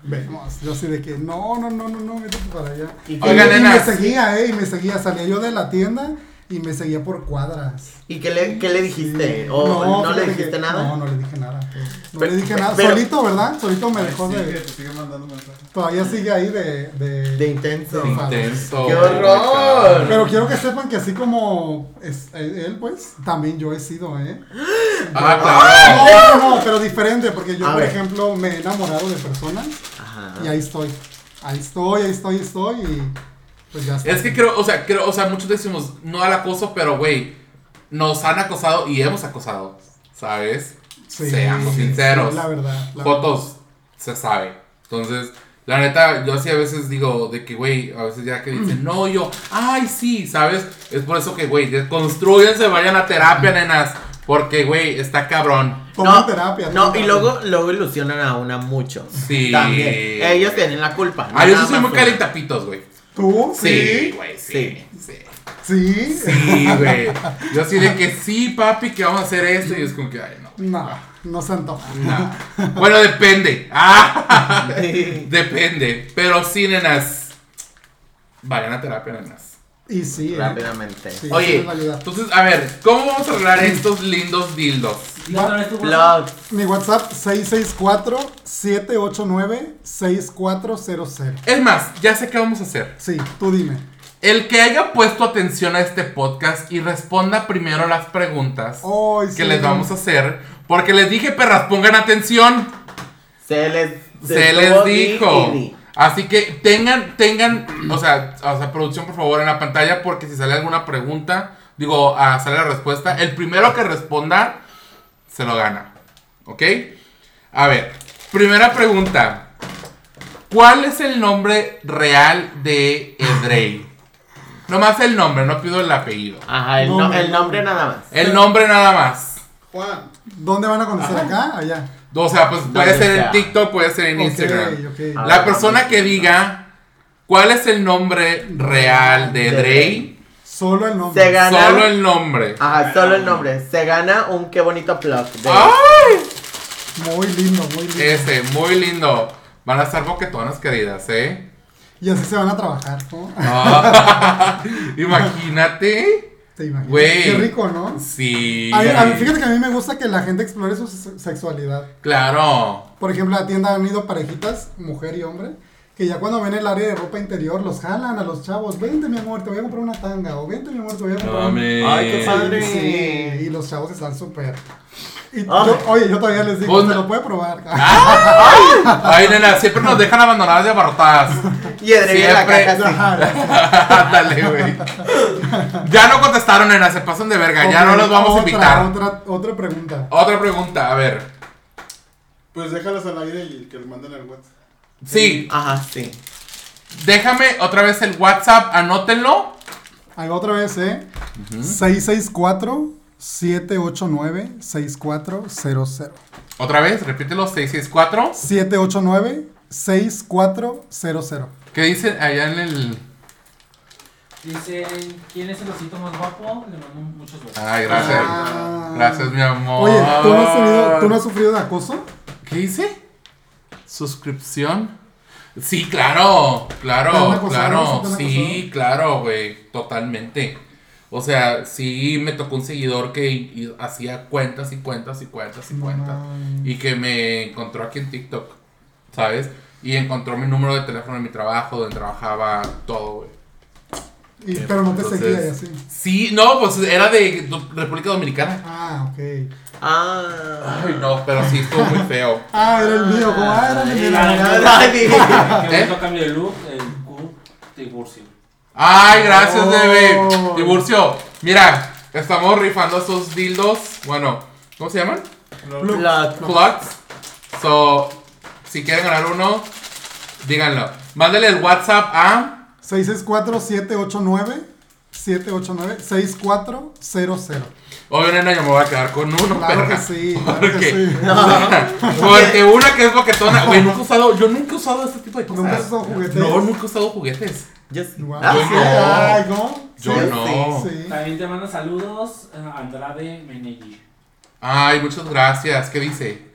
Vemos, yo así de que no, no, no, no, no, vete para allá. Y Y, que- Oigan, y me nenas. seguía, eh, y me seguía, salía yo de la tienda y me seguía por cuadras. ¿Y qué le, qué le dijiste? ¿O no, le fíjate dijiste que- nada? No, no le dije nada. pues. No Pero- le dije nada. pero- Solito, ¿verdad? Solito me Ay, dejó sí, de. que te sigue mandando mensajes. Todavía sigue ahí de. de- De intenso. Sí. Intenso. ¡Qué horror! Oh my God. Pero quiero que sepan que así como es, eh, él, pues, también yo he sido, ¿eh? Ah, claro. No, no, no, pero diferente, porque yo, A por ver. Ah. ejemplo, me he enamorado de personas Ajá. y ahí estoy. Ahí estoy, ahí estoy, ahí estoy y pues ya está. Es que creo, o sea, creo, o sea, muchos decimos no al acoso, pero güey, nos han acosado y hemos acosado, ¿sabes? Sí, Seamos sí, sinceros. La verdad. la Fotos, se sabe. Entonces, la neta, yo así a veces digo de que, güey, a veces ya que dicen, no, yo, ay, sí, ¿sabes? Es por eso que, güey, construyanse, vayan a terapia, nenas, porque, güey, está cabrón. Como No, terapia. No, como y luego, luego ilusionan a una mucho. Sí. También. Ellos tienen la culpa. Ah, yo sí nada soy más muy uno. calentapitos, güey. ¿Tú? Sí, Sí. güey, sí, sí. Sí. Sí, güey. Yo así de que sí, papi, que vamos a hacer esto. Y es como que, ay, no. No, no se antoja. no. Bueno, depende. Ah, depende. Pero sí, nenas. Vayan a terapia, nenas. Y sí, eh. Rápidamente. Sí, sí Oye, nos va a ayudar. entonces, a ver, ¿cómo vamos a arreglar estos lindos dildos? Y otra vez tu WhatsApp. Vlogs. Mi WhatsApp 664-789-6400. Es más, ya sé qué vamos a hacer. Sí, tú dime. El que haya puesto atención a este podcast y responda primero las preguntas Ay, Oh, sí. que les vamos a hacer, porque les dije, perras, pongan atención. Se les, Se les estuvo di dijo. y di. Así que tengan, tengan, o sea, o sea, producción por favor en la pantalla porque si sale alguna pregunta, digo, ah, sale la respuesta, el primero que responda se lo gana. ¿Ok? A ver, primera pregunta. ¿Cuál es el nombre real de Edrey? Nomás el nombre, no pido el apellido. Ajá, el, No, no- no, el no. nombre nada más. El nombre nada más. Juan, ¿Dónde van a conocer acá? Allá. O sea, pues puede Donde ser en sea. TikTok, puede ser en Ok, Instagram. ok. Ah, La persona que diga cuál es el nombre real de De Drey, Solo el Se nombre. gana. solo el nombre. Ah. Ajá, solo el nombre. Se gana un qué bonito blog. De... Ah, ¡Ay! Muy lindo, muy lindo. Ese, muy lindo. Van a estar boquetonas, queridas, ¿eh? Y así se van a trabajar, ¿no? Ah, Imagínate. Te imaginas. Güey. Qué rico, ¿no? Sí. A- a mí- fíjate que a mí me gusta que la gente explore su se- sexualidad. Claro. Por ejemplo, a la tienda han ido parejitas, mujer y hombre, que ya cuando ven el área de ropa interior los jalan a los chavos. Vente, mi amor, te voy a comprar una tanga. O vente, mi amor, te voy a comprar No, una me- Ay, qué padre. Sí, y los chavos están súper. Y Ah. yo- oye, yo todavía les digo, Vos se no- Ah, lo puede probar. Ay, nena, siempre nos dejan abandonadas y abarrotadas. Y Edrey en la Siempre. caja así. Ajá. Ándale, güey. Ya no contestaron, nena, se pasan de verga. Ya no Ok, los vamos a otra, invitar. Otra, otra pregunta. Otra pregunta, a ver. pues déjalas al aire y que le manden al WhatsApp. Sí, Ajá, sí. déjame otra vez el WhatsApp, anótenlo. Ahí va otra vez, ¿eh? 664-789-6400. Otra vez, repítelo, 664. 789-6400. ¿Qué dicen allá en el...? Dice, ¿quién es el osito más guapo? Le mando muchos besos. Ay, gracias. Ah. Gracias, mi amor. Oye, ¿tú no, has Ah. tenido- ¿tú no has sufrido de acoso? ¿Qué hice? ¿Suscripción? Sí, claro, ¿Te claro, han acosado? claro. ¿Sí te han Sí, acosado? claro, güey, totalmente. O sea, sí me tocó un seguidor que y- hacía cuentas y cuentas y cuentas y cuentas. No. y que me encontró aquí en TikTok, ¿sabes? Y encontró mi número de teléfono en mi trabajo, donde trabajaba todo, güey. Y- Eh, pero no te entonces- seguía y así. Sí, no, pues era de Do- República Dominicana. Ah, ok. Ah. Ay, no, pero sí estuvo muy feo. Ah, era el mío, como, ah, era el de la Ay, mirada. Que ¿Eh? bonito cambio de look, el Q divorcio. Ay, gracias, Oh. Debe. Divorcio. Mira, estamos rifando estos dildos. Bueno, ¿cómo se llaman? La- Plugs. So, si quieren ganar uno, díganlo. Mándale el WhatsApp a. 664-789-789-6400. Obvio, nena, yo me voy a quedar con uno, Claro que perra. sí, claro que Porque, sí. porque una que es boquetona. Güey, nunca he usado. Yo nunca he usado este tipo de cosas. Nunca has usado juguetes. No, nunca he usado juguetes. Yo sí. Guau. Ah, Yo Sí, no. ay, ¿cómo? Yo Sí, no. sí. También te manda saludos eh, Andrade Menegui. Ay, muchas gracias. ¿Qué dice?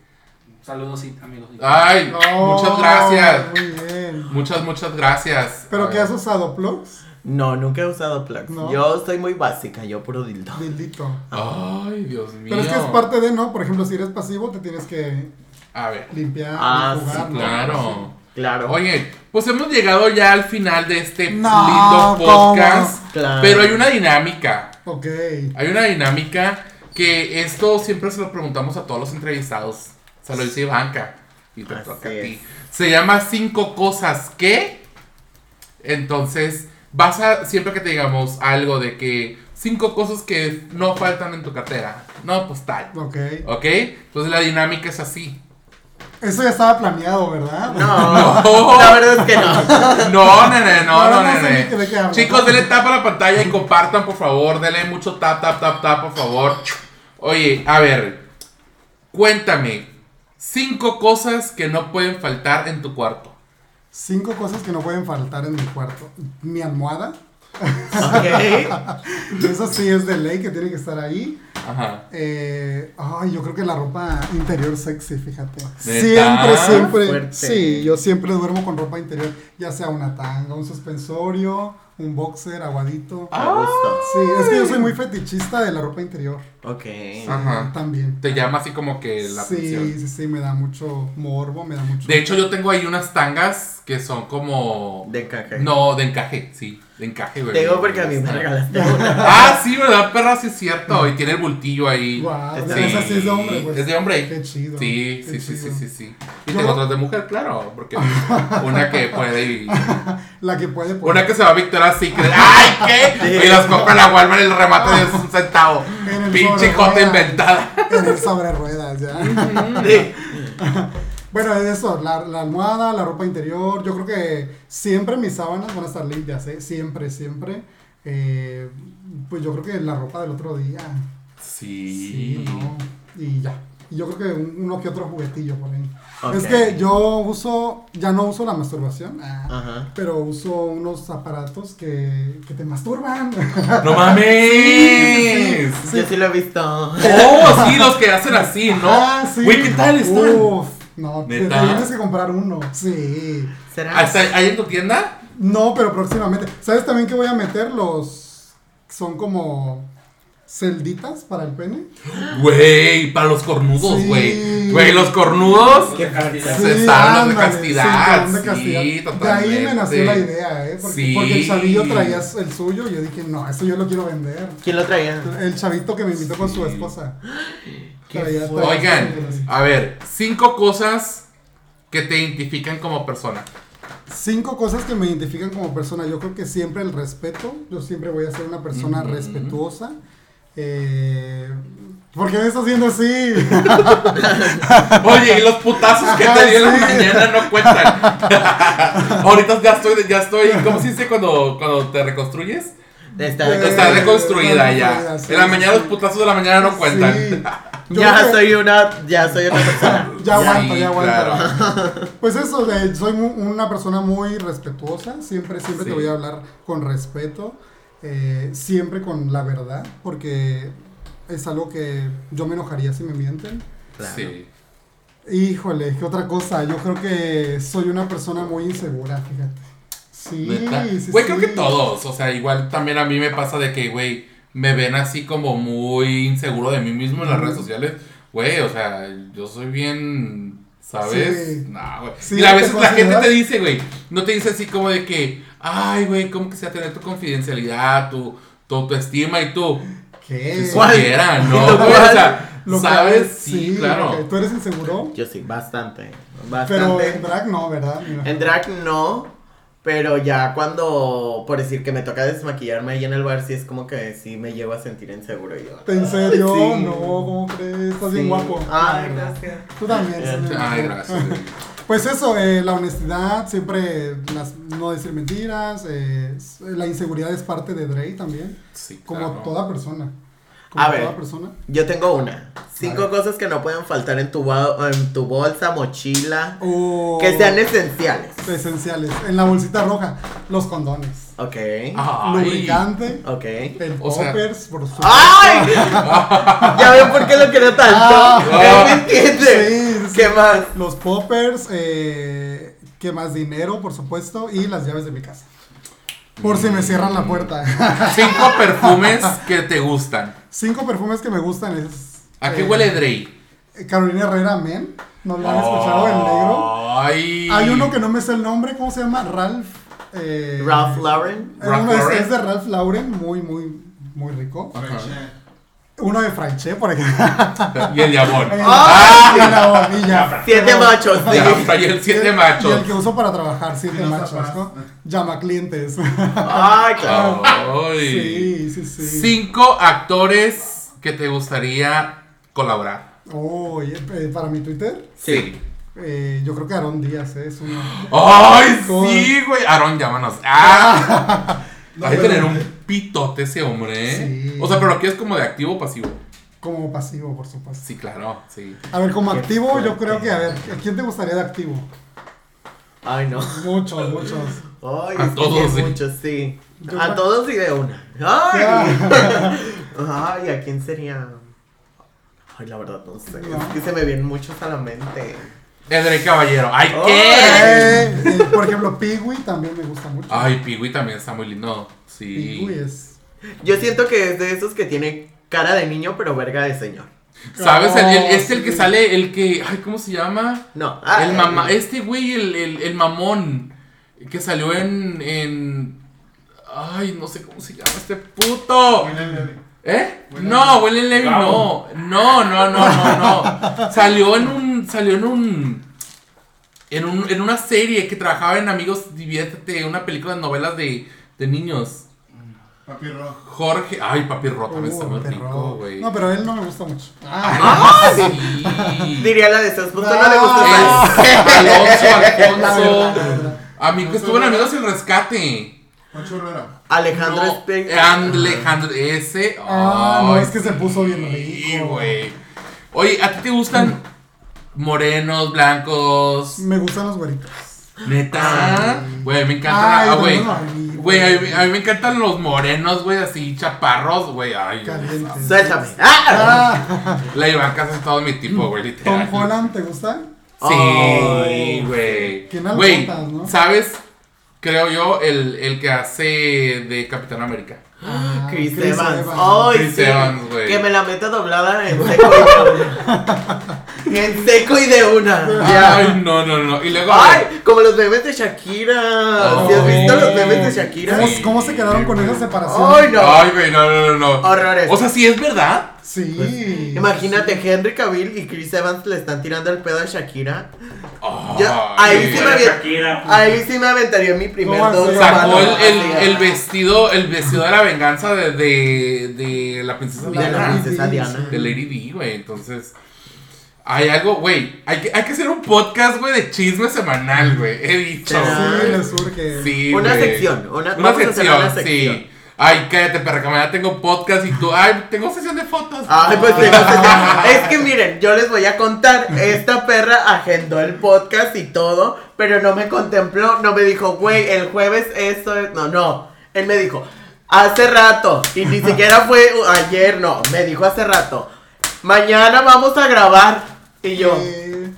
Saludos, sí, amigos. Ay, Oh, muchas gracias. Muy bien. Muchas, muchas gracias. ¿Pero Ay. qué has usado? ¿Plugs? No, nunca he usado plugs. No. Yo soy muy básica, yo puro dildo. Dildito. Ay, Dios mío. Pero es que es parte de, ¿no? Por ejemplo, si eres pasivo, te tienes que A ver. limpiar, Ah, jugar, sí, ¿no? Claro. Claro. Oye, pues hemos llegado ya al final de este No, lindo podcast. Claro. Pero hay una dinámica. Ok. Hay una dinámica que esto siempre se lo preguntamos a todos los entrevistados. Se lo dice Ivanka. Y te Así toca a es. ti. Se llama cinco cosas que. Entonces, vas a. Siempre que te digamos algo de que. Cinco cosas que no faltan en tu cartera. No, pues tal. Ok. ¿Ok? Entonces la dinámica es así. Eso ya estaba planeado, ¿verdad? No, No. la verdad es que no. No, nene, no, no, Ahora no sé nene. ni qué- de qué hablo. Chicos, denle tap a la pantalla y compartan, por favor. Denle mucho tap, tap, tap, tap, por favor. Oye, a ver. Cuéntame. Cinco cosas que no pueden faltar en tu cuarto. Cinco cosas que no pueden faltar en mi cuarto. Mi almohada. Ok. Eso sí es de ley que tiene que estar ahí. Ajá. Eh, ay, yo creo que la ropa interior sexy, fíjate. ¿Neta? Ah, Siempre, siempre. Fuerte. Sí, yo siempre duermo con ropa interior, ya sea una tanga, un suspensorio, un boxer aguadito. Ah. A gusto. Sí, es que yo soy muy fetichista de la ropa interior. Ok. Ajá. También. Te llama así como que la Sí, atención. sí, sí, me da mucho morbo, me da mucho. De hecho, yo tengo ahí unas tangas que son como. De caca. No, de encaje, sí. De encaje, güey. Tengo porque a mí me regalaste una. Ah, sí, ¿verdad, perra? Sí, es cierto. Y tiene el bultillo ahí. Guau, Sí. esa sí es de hombre, pues. Es de hombre. Qué chido. Sí, sí, sí, qué sí, chido. sí, sí. Y Yo- tengo otras de mujer, claro, porque una que puede y La que puede poner. una que se va a Victoria Secret. ¡Ay, qué! Y las compra en la Walmart el remate de un centavo. En el Pinche sobre jota ruedas. inventada. En el sobre ruedas, ya. Sí. Bueno, es eso, la, la almohada, la ropa interior, yo creo que siempre mis sábanas van a estar limpias, ¿eh? Siempre, siempre. Eh, pues yo creo que la ropa del otro día. Sí. no. Y ya. Y yo creo que un- uno que otro juguetillo por ahí. Ok. Es que yo uso, ya no uso la masturbación, ah, Ajá. pero uso unos aparatos que, que te masturban. ¡No mames! Yo sí lo he visto. ¡Oh, sí! Los que hacen así, ¿no? Ah, sí. Uh. Güey, ¿qué tal están? Uf, no, te, te ¿Neta? tienes que comprar uno. Sí. ¿Será? ¿Hasta ¿Hay en tu tienda? No, pero próximamente. ¿Sabes también que voy a meter los. Son como. Celditas para el pene. Güey, para los cornudos, Sí. güey. Güey, los cornudos. Qué cantidad. Sí. hablan de ándale, castidad, sí, hablan sí, De ahí me nació la totalmente. idea, ¿eh? Porque, Sí. porque el chavillo traía el suyo y yo dije, no, eso yo lo quiero vender. ¿Quién lo traía? El chavito que me invitó con su esposa. Qué Traía- fuerte. traía- Oigan, a ver, cinco cosas que te identifican como persona. Cinco cosas que me identifican como persona. Yo creo que siempre el respeto. Yo siempre voy a ser una persona Ujú. respetuosa. Eh, ¿Por qué me estás haciendo así? Oye, y los putazos que te dio en la mañana no cuentan. Ahorita ya estoy, ya estoy, ¿cómo se dice cuando, cuando te reconstruyes? Está Eh, Está reconstruida reconstruida, ya. sí, En la sí, mañana sí. los putazos de la mañana no cuentan. Sí. Yo creo Ya que- soy una. Ya soy otra persona. Ya aguanto, Sí, ya aguanto. claro. Pues eso, de- soy mu- una persona muy respetuosa, siempre, siempre Sí. te voy a hablar con respeto, eh, siempre con la verdad, porque es algo que yo me enojaría si me mienten. Claro. Sí. Híjole, qué otra cosa, yo creo que soy una persona muy insegura, fíjate. Sí, ¿Neta? sí, Güey, sí. creo que todos. O sea, igual también a mí me pasa de que, güey, me ven así como muy inseguro de mí mismo en las Ujú. redes sociales. Güey, o sea, yo soy bien. ¿Sabes? Sí. No, güey. Sí, y a te veces la gente consideras- te dice, güey, no te dice así como de que, Ay, güey, ¿cómo que se va a tener tu confidencialidad, tu, tu autoestima y tú? ¿Qué? Si ¿Cuál? supiera, ¿no? Lo güey, o sea, Lo que- ¿sabes? Sí, lo que- claro. Tú eres inseguro, Yo sí, bastante. pero Bastante. en drag no, ¿verdad? Mira. En drag no, pero ya cuando, por decir que me toca desmaquillarme ahí en el bar, sí es como que sí me llevo a sentir inseguro y yo. ¿En serio? Sí. No, ¿cómo crees? Estás Sí. Ah, bien guapo. Ay, La verdad. gracias. Tú también. estás bien Ay, guapo. gracias. güey. Pues eso, eh, la honestidad, siempre las- no decir mentiras, eh, la inseguridad es parte de Dre también, Sí, como claro. toda persona. Como A ver. toda persona. Yo tengo una. Cinco Vale. cosas que no pueden faltar en tu, ba- en tu bolsa, mochila, O- que sean esenciales. esenciales. En la bolsita roja, los condones, Ok. Ay. lubricante, Ok. el O sea- poppers, por supuesto. ¡Ay! ya veo por qué lo quiero Ah. tanto. Ya ¿Me entiendes? Sí, sí. ¿Qué más? Los poppers, eh, que más dinero, por supuesto, y las llaves de mi casa. Por si me cierran la puerta. Cinco perfumes que te gustan. Cinco perfumes que me gustan es... ¿A qué eh, huele Oh. Drake? Carolina Herrera, men. ¿No lo han escuchado el negro? Ay. Hay uno que no me sé el nombre, ¿cómo se llama? Ralph. eh, Ralph Lauren. eh, Ralph uno es, Lauren. es de Ralph Lauren, muy, muy, muy rico. Ajá. Freche. Uno de Franché, por ejemplo. Y el diabón. ¡Ah! Y la bombilla. Siete machos. sí. Ya, traía el Y siete el- Y machos. el que uso para trabajar, siete Y los machos, ¿no? zapatos. Llama clientes. Ay, claro. Ay. sí, sí, sí. Cinco actores que te gustaría colaborar. Oh, y, eh, para mi Twitter, Sí. eh, yo creo que Aaron Díaz eh, es uno. Ay, Con- sí, güey. Aarón, llámanos. Ah, No, hay que pero- tener un pitote ese hombre, ¿eh? Sí. O sea, pero aquí es como de activo o pasivo. Como pasivo, por supuesto. Sí, claro, sí. A ver, como Qué activo, yo creo fuerte. que, a ver, ¿a quién te gustaría de activo? Ay, no. Muchos, muchos. Ay, A es que todos, sí hay sí. muchos, sí. Yo A pa- Ah. todos y de una. Ay. Ay, ¿a quién sería? Ay, la verdad no sé. No. Es que se me vienen muchos a la mente. Edrey Caballero. ¡Ay, qué! Eh, eh, por ejemplo, Pigui también me gusta mucho. Ay, Pigui también está muy lindo. Sí. Pigui es. Yo siento que es de esos que tiene cara de niño, pero verga de señor. ¿Sabes? El- el- es el que Sí. sale, el que. Ay, ¿cómo se llama? No. ah, el mamá, este güey, el, el, el mamón que salió en, en. Ay, no sé cómo se llama este puto. William Levy. ¿Eh? William No, William Levy no. Bravo. No, no, no, no, no. Salió en un. Salió en un. En, un, en una serie que trabajaba en Amigos Diviértete, una película de novelas de, de niños. Papi Ro. Jorge. Ay, papi Rota, me está Uh, muy perro. rico, güey. No, pero él no me gusta mucho. Ah, Ay, sí. Diría la de esos putos, no, No, le gusta. Es Alonso, La verdad, la Alfonso. verdad. A mí que estuvo en Amigos el Rescate. Pancho Herrera. Alejandro No, Espe- eh, Alejandro, ese. Ah, no, ay, es que se puso bien rico. güey. Oye, ¿a ti te gustan morenos, blancos? Me gustan los güeritos. Neta. Güey, me encantan. Ah. Ay, ah, güey. no, no, Güey, a güey. mí, a mí me encantan los morenos, güey, así chaparros, güey. Ay, Calientes. Suéltame. ¡Ah! Ah, la Ivanka es todo mi tipo, güey, Tom literal. Holland, ¿te gusta? Sí, Ay. güey. Qué Güey, nalgotas, ¿no? ¿sabes? Creo yo, el, el que hace de Capitán América. Ah, Chris, Evans. Evans. Ay, Chris sí. Evans, güey. Que me la meta doblada en seco y de una. en seco y de una. Ya. Ay, no, no, no. Y luego. Ay, como los memes de Shakira. Ay. ¿Sí has visto los memes de Shakira? ¿Cómo, Sí. cómo se quedaron con esa separación? Ay, no. Ay, güey, no, no, no, no. Horrores. O sea, sí es verdad. Sí. Pues, Imagínate, Henry Cavill y Chris Evans le están tirando el pedo a Shakira. Yo- Ay, ahí, sí güey. me, avien- Shakira. ahí sí me aventaría mi primer No, dos sí. Sacó el, romanos, el- así, el vestido, el vestido de la venganza de, de, de la princesa De De la Diana. princesa Sí, Diana. De Lady D, güey. Entonces. Hay algo, güey. Hay que, hay que hacer un podcast, güey, de chisme semanal, güey. He dicho. Será. Sí, güey. le surge. Sí, Una güey. sección, una- una vamos a hacer sección, una sección. sí. Ay, cállate, perra, que mañana tengo podcast y tú, ay, tengo sesión de fotos. Ay, pues tengo sete- Es que miren, yo les voy a contar. Esta perra agendó el podcast y todo, pero no me contempló, no me dijo, güey, el jueves esto es. No, no. Él me dijo, hace rato. Y ni siquiera fue uh, ayer, no. Me dijo hace rato. Mañana vamos a grabar. Y yo. Eh,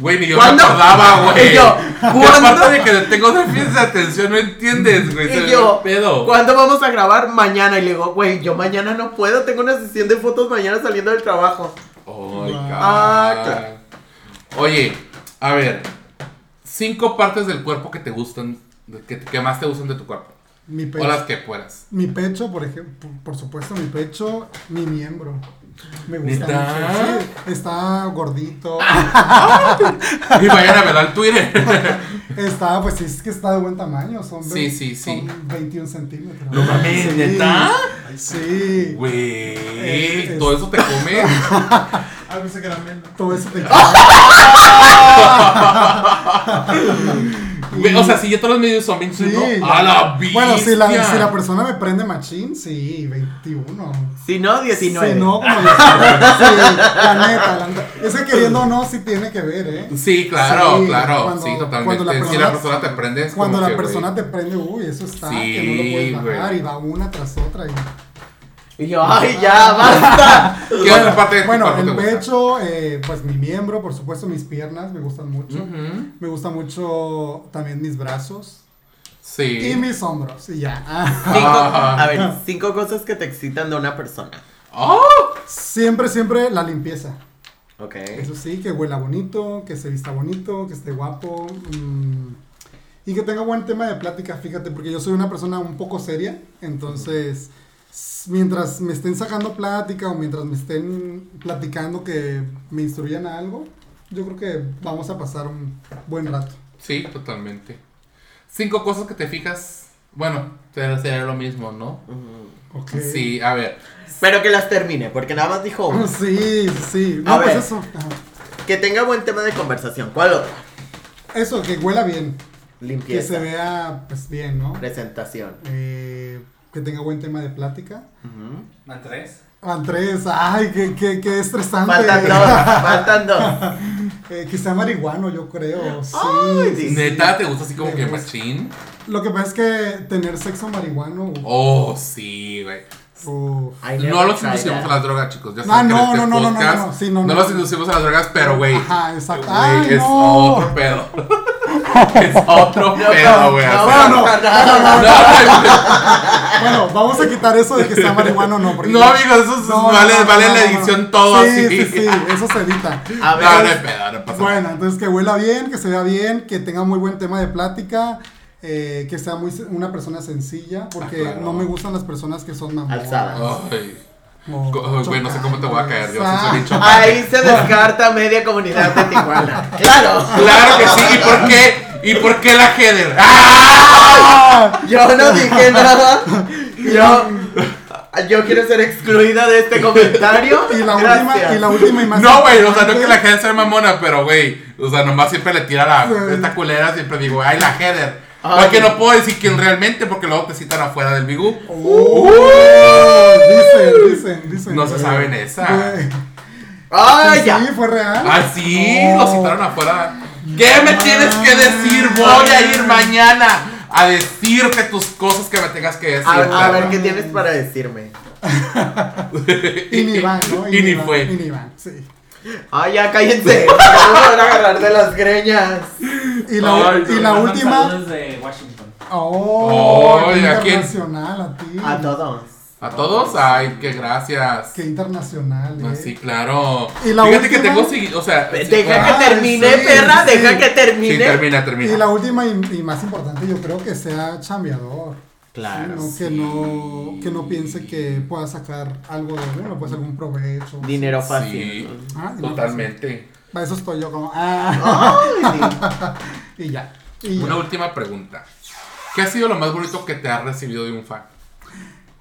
Güey, ni yo ¿Cuándo? me acordaba, güey. Y yo, Y aparte de que le tengo déficit de atención, no entiendes, güey. se Y me yo, ve el pedo. ¿cuándo vamos a grabar? Mañana. Y le digo, güey, yo mañana no puedo. Tengo una sesión de fotos mañana saliendo del trabajo. Ay, Ah, caray. claro. Oye, a ver. Cinco partes del cuerpo que te gustan que, que más te gustan de tu cuerpo. Mi O las pecho. que puedas. Mi pecho, por ejemplo, por supuesto, mi pecho, mi miembro. Me gusta ¿Neta? mucho. Sí, está gordito. Y vayan a verlo al Twitter. Está, pues es que está de buen tamaño. Son, Sí, vein- sí, sí. son 21 centímetros. No mames, Sí. ¿neta? Sí. Es- Güey, es- todo eso te come. Ah, pensé que era mierda. Todo eso te ¡Ah! Güey, O sea, si ya todos los medios son 21. Sí, a ya. la vida. Bueno, si la, si la persona me prende machín, sí, 21. Si no, 19. Si no, como 19. Sí, la neta, la neta. Es que queriendo o no, sí tiene que ver, ¿eh? Sí, claro, Sí, claro. cuando- sí, totalmente. cuando la si persona- la persona te prende. es Cuando como la que, güey. persona te prende, uy, eso está, que no Sí, lo puedes bajar güey. y va una tras otra. y- Y yo, ay, ya, basta. ¿Qué otra parte de tu Bueno, cuerpo te el gusta? pecho, eh, pues mi miembro, por supuesto, mis piernas me gustan mucho. Ujú. Me gustan mucho también mis brazos Sí. y mis hombros, y ya. Ah, Cinco- Ajá. a ver, cinco cosas que te excitan de una persona. Oh, Siempre, siempre la limpieza. Ok. Eso sí, que huela bonito, que se vista bonito, que esté guapo. mm, y que tenga buen tema de plática, fíjate, porque yo soy una persona un poco seria. Entonces, s- mientras me estén sacando plática o mientras me estén platicando que me instruyan a algo, yo creo que vamos a pasar un buen rato. sí, totalmente. Cinco cosas que te fijas. Bueno, será será lo mismo, ¿no? Ujú. Ok. Sí, a ver. Pero que las termine, porque nada más dijo una. Sí, sí. No, A pues ver. eso. ajá. Que tenga buen tema de conversación. ¿Cuál otra? Eso, que huela bien. Que Limpieza. se vea, pues, bien, ¿no? Presentación. Eh, que tenga buen tema de plática. Ujú. ¿Van tres? Van tres, ay, qué, qué, qué estresante. Faltan dos, faltan dos. Eh, que sea marihuano, yo creo. Sí. Ay, sí, sí. Neta, ¿te gusta así como Me que gusta. machín? Lo que pasa es que tener sexo marihuano. Oh, sí, güey. uf. I No never los tried inducimos that. a las drogas, chicos. Ya Ah, saben que no, en este no, no, no, no, podcast no, sí, no, no. los inducimos a las drogas, pero, güey. Ajá, exacto. güey, Ay, es no. otro pedo. es otro pedo, güey. No, o sea, no, no, no, no, no, Bueno, vamos a quitar eso de que sea marihuano, no. porque- no, amigos, eso es- No, vale, no, no, vale no, la no, no. edición todo sí, así. Sí, sí, eso se edita. A No, ver, no hay pedo, no pasa nada. Bueno, entonces que huela bien, que se vea bien, que tenga muy buen tema de plática, eh, que sea muy sen- una persona sencilla, porque Ah, claro. no me gustan las personas que son mamonas. Alzadas. Ay. o Co- Güey, no sé cómo te voy a caer. Yo sí soy chocadas. bien chocante. Ahí se descarta media comunidad de Tijuana. Claro, Claro que sí. ¿Y por qué? ¿Y por qué la Heather? ¡Ah! yo no dije nada. Yo, yo quiero ser excluida de este comentario. Y la última, Gracias. y la última y más No, güey, o sea, no importante, que la Heather sea mamona, pero, güey, o sea, nomás siempre le tira la. Sí. Esta culera siempre digo, ay, la Heather. Ay. Porque no puedo decir quién realmente, porque luego te citan afuera del Bigú. Oh, dicen, dicen, dicen. No se saben esa. Ah, Güey, pues Ay, sí, ya. fue real. Así, Oh. Ah, lo citaron afuera. ¿Qué me tienes que decir? Voy a ir mañana a decirte tus cosas que me tengas que decir. A, a ver perra. qué tienes para decirme. Y ni van, ¿no? Y ni van, fue. Y ni van, sí. Ay, ya cállense. No me van a agarrar de las greñas. Y la, Ay, y no, la Mandan última. Saludos de Washington. Oh, Oh, qué ¿y a quién? internacional a ti. A todos. A todos, ay, qué gracias. Qué internacional, eh. Ah, sí, claro. ¿Y la Fíjate última? que tengo segui- o sea, sí, Deja ah, que termine, sí, perra. sí. Deja que sí, termine. termina, Y termina. la última y, y más importante, yo creo que sea chambeador. Claro. Sí, ¿no? Que, no, que no piense que pueda sacar algo de uno, pues algún provecho. Dinero Sí, fácil. Ah, y no, totalmente. pues, Para eso estoy yo como. ah, Ay, sí. y ya. Y Una ya. última pregunta. ¿Qué ha sido lo más bonito que te has recibido de un fan?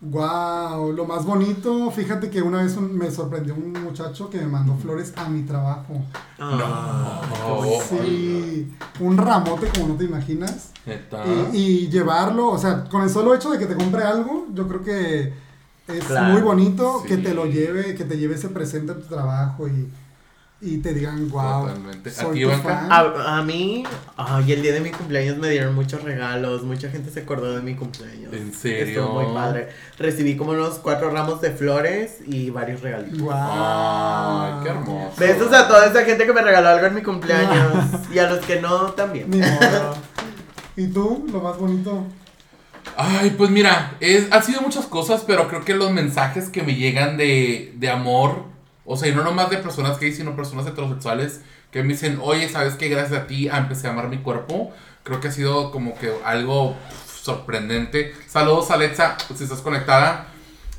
Wow, lo más bonito, fíjate que una vez un- me sorprendió un muchacho que me mandó flores a mi trabajo. Oh, sí, un ramote como no te imaginas. neta. Y, y llevarlo, o sea, con el solo hecho de que te compre algo, yo creo que es Claro, muy bonito que sí. te lo lleve, que te lleve ese presente a tu trabajo y, y te digan, wow, Totalmente. ¿A ti, soy tu Ivanka? fan". A, a mí, ay, el día de mi cumpleaños me dieron muchos regalos, mucha gente se acordó de mi cumpleaños. ¿En serio? Estuvo muy padre. Recibí como unos cuatro ramos de flores y varios regalitos. Ay, Guau. qué hermoso. Besos a toda esa gente que me regaló algo en mi cumpleaños y a los que no también. Ni modo. ¿Y tú, lo más bonito? Ay, pues mira, es, han sido muchas cosas, pero creo que los mensajes que me llegan de, de amor O sea, y no nomás de personas gays, sino personas heterosexuales que me dicen, oye, ¿sabes qué? Gracias a ti ah, empecé a amar mi cuerpo. Creo que ha sido como que algo pff, sorprendente. Saludos, Alexa, si estás conectada.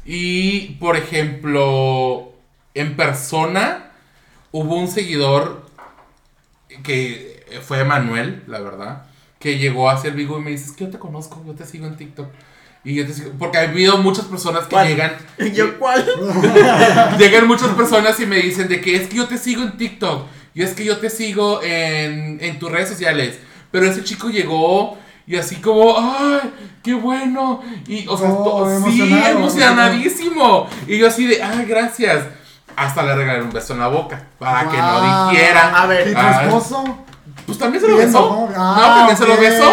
Y, por ejemplo, en persona hubo un seguidor que fue Manuel, la verdad, que llegó hacia el Vigo y me dice, es que yo te conozco, yo te sigo en TikTok. Y yo te sigo, porque ha habido muchas personas que ¿Cuál? llegan... ¿Y yo cuál? Llegan muchas personas y me dicen de que es que yo te sigo en TikTok y es que yo te sigo en, en tus redes sociales. Pero ese chico llegó y así como, ¡ay, qué bueno! Y, o sea, Oh, to- sí, emocionado. emocionadísimo. Y yo así de, ¡ay, gracias! Hasta le regalé un beso en la boca para que no Guau. dijera. A ver. ¿Y tu Ah. esposo? Pues también se lo Bien, besó. ¿no? Ah, no, también se lo ok. besó.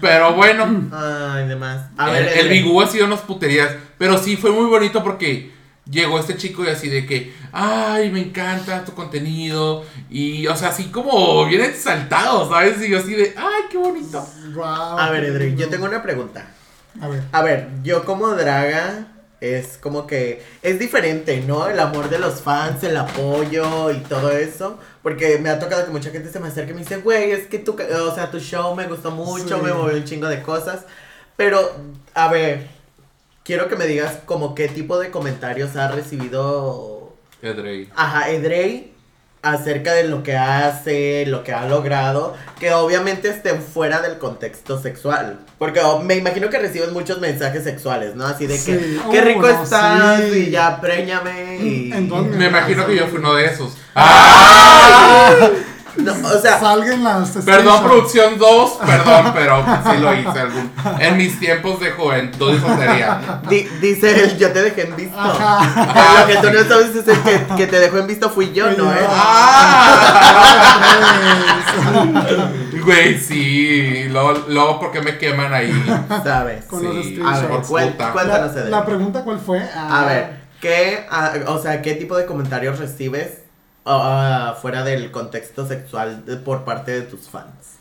Pero bueno. Ay, demás. A el, ver, el Edwin. Bigú ha sido unas puterías. Pero sí, fue muy bonito porque llegó este chico y así de que, ay, me encanta tu contenido. Y, o sea, así como bien exaltado, ¿sabes? Y yo así de, ay, qué bonito. Guau, A ver, qué Edric, lindo. yo tengo una pregunta. A ver. A ver, yo como draga es como que es diferente, ¿no? El amor de los fans, el apoyo y todo eso, porque me ha tocado que mucha gente se me acerca y me dice, "Güey, es que tu, ca- o sea, tu show me gustó mucho, Sí. me movió un chingo de cosas." Pero a ver, quiero que me digas como qué tipo de comentarios ha recibido Edrey. Ajá, Edrey acerca de lo que hace, lo que ha logrado, que obviamente estén fuera del contexto sexual. Porque oh, me imagino que recibes muchos mensajes sexuales, ¿no? Así de que, Sí. qué Oh, rico no, estás sí. y ya préñame. Y... ¿En dónde? Me imagino que yo fui uno de esos. Ah, No, o sea, Salgan las Perdón, screenshots. producción 2, perdón, pero sí lo hice algún. En mis tiempos de juventud y soltería. di- dice él, yo te dejé en visto. Ajá. Lo que tú no sabes es el que, que te dejó en visto fui yo, Fui ¿no? yo. eh? ¡Ah! Güey, sí. Luego, luego, ¿por qué me queman ahí? ¿Sabes? Con los Sí, A ver, por screenshots. cuen- puta. cuéntanos, La, Edrey. la pregunta cuál fue. Ah, A ver, ¿qué, ah, o sea, ¿qué tipo de comentarios recibes ah, fuera del contexto sexual de- por parte de tus fans?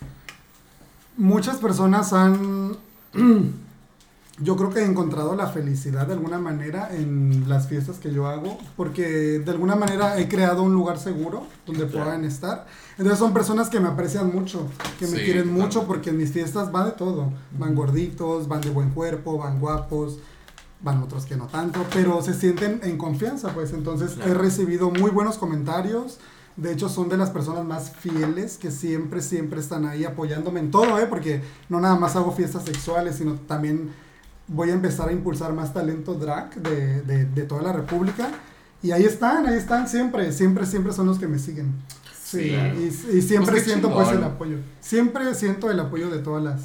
Muchas personas han. Yo creo que he encontrado la felicidad de alguna manera en las fiestas que yo hago, porque de alguna manera he creado un lugar seguro donde Claro. puedan estar. Entonces son personas que me aprecian mucho, que me Sí, quieren mucho, claro. porque en mis fiestas va de todo. Van gorditos, van de buen cuerpo, van guapos, van otros que no tanto, pero se sienten en confianza, pues entonces he Claro. recibido muy buenos comentarios. De hecho, son de las personas más fieles que siempre, siempre están ahí apoyándome en todo, ¿eh? Porque no nada más hago fiestas sexuales, sino también voy a empezar a impulsar más talento drag de, de- de toda la República. Y ahí están, ahí están siempre, siempre, siempre son los que me siguen. Sí, Sí. y, y siempre Pues qué siento pues chingón. el apoyo. Siempre siento el apoyo de todas las,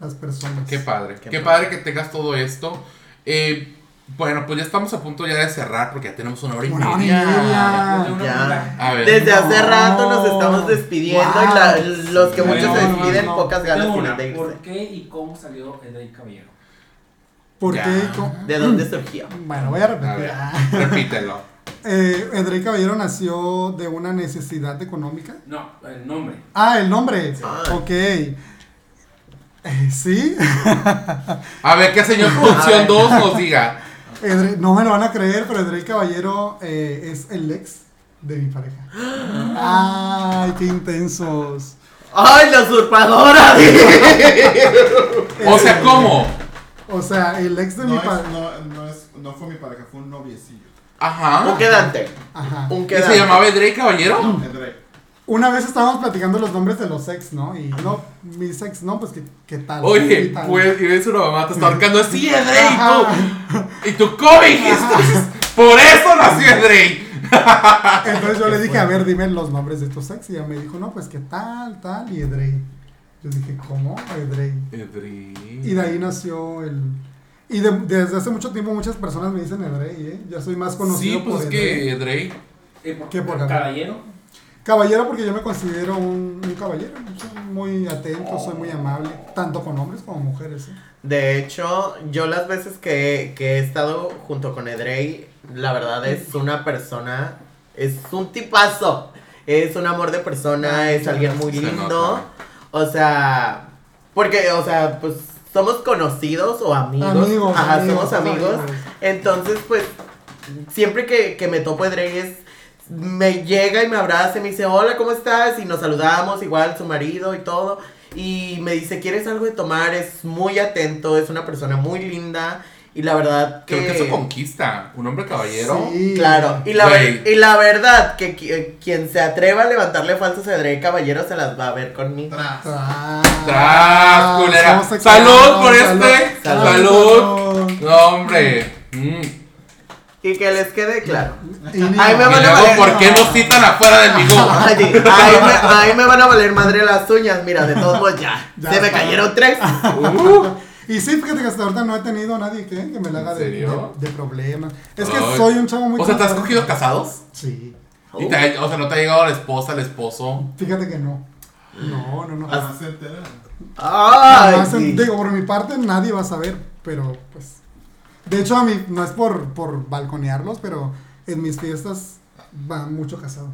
las personas. Qué padre. Qué, Qué padre. que tengas todo esto. Eh, bueno, pues ya estamos a punto ya de cerrar porque ya tenemos una hora y Una hora y media. media. Yo tengo una Ya. pregunta. A ver. Desde hace No. rato nos estamos despidiendo y la- Wow. los que Sí. muchos No, se no, no, despiden, no. pocas ganas Tengo tienen una. de irse. ¿Por qué y cómo salió Edrey Caballero? ¿Por Ya. qué? ¿Cómo? ¿De dónde surgió? Bueno, voy a A repetir. ver, Ah. repítelo. Eh, Edrey Caballero nació de una necesidad económica. No, el nombre. Ah, el nombre. Ok. Eh, sí. A ver, que señor producción 2 nos diga. Edrey- no me lo van a creer, pero Edrey Caballero eh, es el ex de mi pareja. Ay, qué intensos. ¡Ay, la usurpadora! O sea, ¿cómo? O sea, el ex de No, mi es, pareja. no, no, es, no fue mi pareja, fue un noviecillo. Un Ajá. quedante. Ajá. Un ¿Y se quedante. llamaba Edrey Caballero? André. Una vez estábamos platicando los nombres de los ex, ¿no? Y no, mis ex, no, pues que qué tal. ¿Qué Oye, tal? pues, y ves una mamá, te está ahorcando así, Edrey. y Ajá. tú- Y tú, ¿cómo dijiste? Por eso nació Edrey. Entonces yo le dije, a ver, dime los nombres de estos ex. Y ella me dijo, no, pues que tal, tal, y Edrey. Yo dije, ¿cómo? Edrey. Y de Edrey. ahí nació el... Y de- desde hace mucho tiempo muchas personas me dicen Edrey, ¿eh? Ya soy más conocido Sí, pues por es Edrey. que Edrey. Eh, por- ¿Qué por acá? Caballero. Caballero porque yo me considero un, un caballero. Soy muy atento, soy muy amable, tanto con hombres como mujeres. ¿eh? De hecho, yo las veces que, que he estado junto con Edrey, la verdad Mm. es una persona, es un tipazo, es un amor de persona, es alguien muy Se lindo. nota. O sea, porque, o sea, pues somos conocidos o amigos. Amigos, Ajá, amigos, somos amigos. amigos. Entonces, pues, siempre que, que me topo Edrey es... me llega y me abraza y me dice, hola, ¿cómo estás? Y nos saludamos, igual su marido y todo. Y me dice, ¿quieres algo de tomar? Es muy atento, es una persona muy linda. Y la verdad que... Creo que eso conquista. Un hombre caballero. Sí. Claro, y la, Güey. ver- y la verdad que qui- eh, quien se atreva a levantarle falsos a Caballero se las va a ver conmigo. Tras. Tras. Tras, Ah, culera. Vamos a Salud acabar, por Ah, salud. este. Salud. No, hombre. Mm. Y que les quede claro. Y ni- Ay, me Y vale luego, madre. ¿por qué nos citan afuera del Bigú? Ay, ahí, me, ahí me van a valer madre las uñas, mira, de todos modos ya. Ya se me está. cayeron tres. Y sí, fíjate que hasta ahorita no he tenido a nadie que, que me la haga ¿En de, serio? de- de problema. Es que Ay. soy un chavo muy O sea, ¿te has transparente. cogido casados? Sí. Y te ha- o sea, ¿no te ha llegado la esposa, el esposo? Fíjate que no. No, no, no. Jamás se entera. Ay, Jamás en- sí. Digo, por mi parte nadie va a saber, pero pues. De hecho, a mí no es por, por balconearlos, pero en mis fiestas va mucho casado.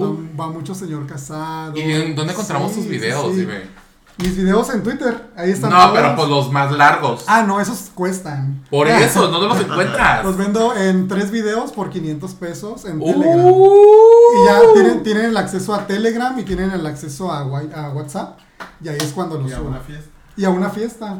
Va, va mucho señor casado. Uh, ¿Y en dónde encontramos Sí, sus sí, videos? sí. Dime. Mis videos en Twitter. Ahí están. No, todos. pero pues los más largos. Ah, no, esos cuestan. Por eso, ¿dónde los encuentras? Los vendo en tres videos por 500 pesos en Telegram. Uh. Y ya tienen, tienen el acceso a Telegram y tienen el acceso a, Wai- a WhatsApp. Y ahí es cuando los Y a subo. una fiesta. Y a una fiesta.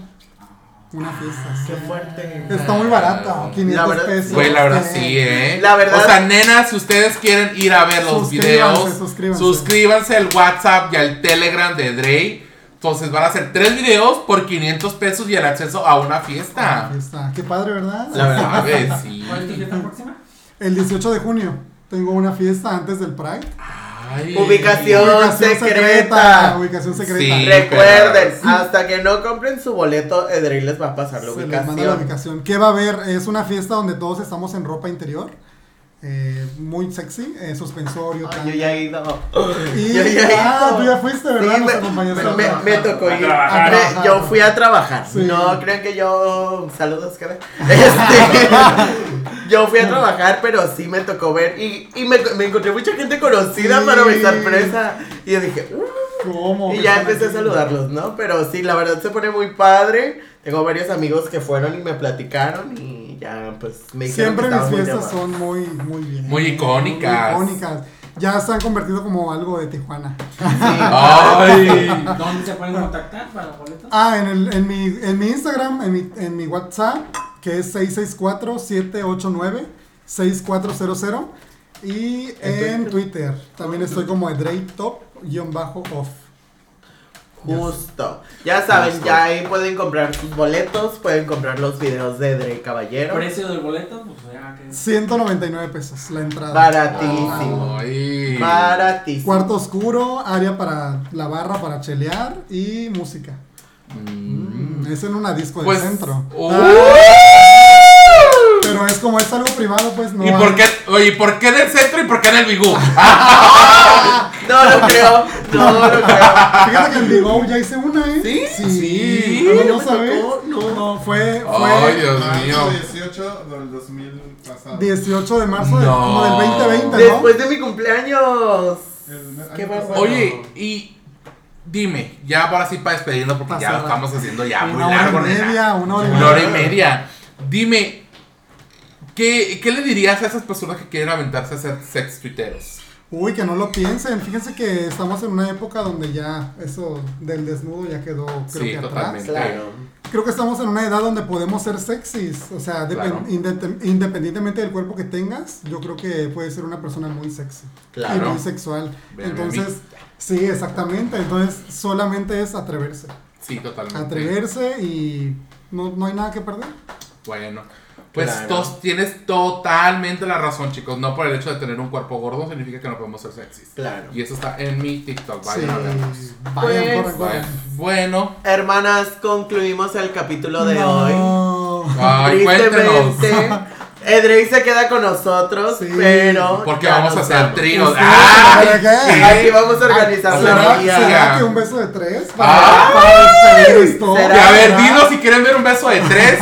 Una fiesta. sí. Qué fuerte. Está muy barata, 500 La verdad- pesos. Güey, la verdad sí, ¿eh? La verdad- O sea, nenas, si ustedes quieren ir a ver los Suscríbanse, videos, suscríbanse. suscríbanse al WhatsApp y al Telegram de Dre. Entonces van a hacer tres videos por 500 pesos y el acceso a una fiesta. Fiesta. Qué padre, ¿verdad? La verdad. ¿Sabes? Sí. ¿Cuál es tu fiesta próxima? El 18 de junio tengo una fiesta antes del Pride. Ay. Ubicación. secreta. Ubicación secreta. Sí, Recuerden, pero- hasta que no compren su boleto, Edrey les va a pasar la Se les manda la ubicación. ubicación. ¿Qué va a haber? Es una fiesta donde todos estamos en ropa interior. eh, muy sexy, eh, suspensorio. Ay, tanga. yo ya he ido. Y- yo ya he ah, ido. tú ya fuiste, ¿verdad? Sí, Nos me- acompañaste. me, me- me tocó A ir. trabajar. Me- A trabajar. yo fui a trabajar. Sí. No crean que yo. Saludos, cara. Este, yo fui a trabajar, pero sí me tocó ver. Y, y me, me encontré mucha gente conocida Sí. para mi sorpresa. Y yo dije. "Uh", ¿Cómo? y ya empecé a saludarlos, ¿no? Pero sí, la verdad se pone muy padre. Tengo varios amigos que fueron y me platicaron. Y ya, pues me dijeron Siempre que mis estaba muy fiestas de moda. son muy, muy bien. Muy icónicas. Muy icónicas. Ya se han convertido como algo de Tijuana. Ah, Ay. ¿Dónde se pueden contactar para los boletos? Ah, en, el, en, mi, en mi Instagram, en mi, en mi WhatsApp, que es 664-789-6400. Y en Twitter, también estoy como edreitop-off. Justo. Ya saben, ya ahí pueden comprar sus boletos, pueden comprar los videos de Dre Caballero. precio del boleto, pues ya que. 199 pesos la entrada. Baratísimo. Ah, Ay. Baratísimo. Cuarto oscuro, área para la barra para chelear y música. Mm, es en una disco Pues. del centro. Ah, uh. Pero es como es algo privado, pues no. ¿Y hay- por qué, oye, ¿por qué en el centro y por qué en el Bigú? No lo creo, no lo creo. Fíjate que en Vigo ya hice una, ¿eh? ¿Sí? Sí. Sí. Pero No no me sabes. tocó, no. No, fue, Ay, fue Dios Marzo mío. 18 del 2000 pasado. 18 de marzo, de- No. como del 2020, ¿no? Después de mi cumpleaños. El- ¿Qué año pasó? pasado. Oye, y dime, ya ahora sí para despedirnos porque Pasa ya lo rápido. estamos haciendo ya muy una hora largo, y nena. media, una hora y Una hora y media. media. Dime, ¿qué, qué le dirías a esas personas que quieren aventarse a ser sex tuiteros? Uy, que no lo piensen. Fíjense que estamos en una época donde ya eso del desnudo ya quedó, creo Sí, que atrás. totalmente. Claro. Creo que estamos en una edad donde podemos ser sexys. O sea, depen- Claro. indete- independientemente del cuerpo que tengas, yo creo que puedes ser una persona muy sexy. Y Claro. muy sexual. Ven a Entonces, mí. sí, exactamente. Entonces, solamente es atreverse. Sí, totalmente. Atreverse y no, no hay nada que perder. Bueno, pues Claro. tos- tienes totalmente la razón, chicos. No por el hecho de tener un cuerpo gordo significa que no podemos ser sexys. Claro. Y eso está en mi TikTok. Sí, Vayan a verlo. vayan, Pues, Bueno, corran, corran. Bueno, Hermanas, concluimos el capítulo de hoy. No. ay, cuéntenos. Tristemente, Edrey se queda con nosotros, Sí. pero. Porque ya vamos a nos hacer vamos. tríos. Ah, Ustedes, ¡Ay! ¿para qué? Aquí vamos a organizar la ¿Será, Claro, orgía. será Ah, ya. Ah. que un beso de tres? Para, ¡Ay! para despedir esto. Y ¿Será? a ver, dinos si quieren ver un beso de tres.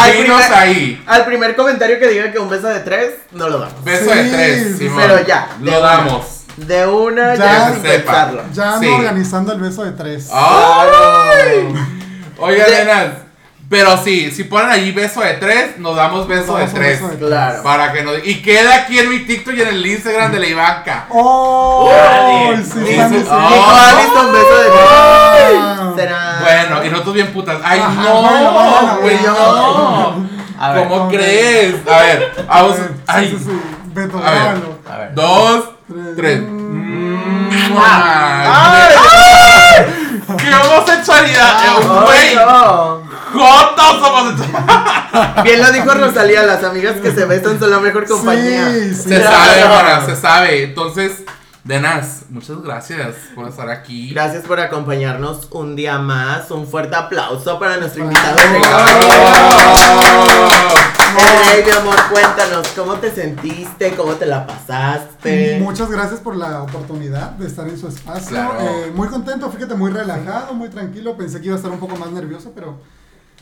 Ay, dinos primer- ahí. Al primer comentario que diga que un beso de tres, no lo damos. Beso de Sí, tres. Simón. pero ya, de Lo una. damos. De una Ya ya, sin se sepa. pensarlo. Ya ando Sí. Ah. organizando el beso de tres. ¡Ay! Oigan, De- nenas. Pero sí, si ponen ahí beso de tres, nos damos beso de Vamos a tres. beso de Claro. Para que no. Y queda aquí en mi TikTok y en el Instagram de la Ivanka. ¡Oh! Órale. Sí, Dices, están diciendo- Nico ¡Ah! Allison, beso de ¡Ay! Será. Bueno, y nosotros bien putas. ¡Ay, Ajá, bueno, bueno, no! güey, bueno. no! A ver, ¿Cómo ok. crees? A ver, vamos. Sí, sí, ¡Ay! sí. Beto, A ver. grábalo. A ver. Dos, Tres. Mm. tres. ¡Ay! Mm. ¡Ay! ¡Qué homosexualidad! Eh, Ay, ¡Güey! no. ¡Jotos homosexuales! Bien lo dijo Rosalía, las amigas que se besan son la mejor compañía. Sí, sí. Se Claro. sabe, Mara, se sabe. Entonces, Denas, muchas gracias por estar aquí. Gracias por acompañarnos un día más. Un fuerte aplauso para nuestro Bravo. invitado. ¡Bravo! Hey, mi amor, cuéntanos, ¿cómo te sentiste? ¿Cómo te la Este, pasaste? Muchas gracias por la oportunidad de estar en su espacio. Claro. Eh, muy contento, fíjate, muy relajado, muy tranquilo. Pensé que iba a estar un poco más nervioso, pero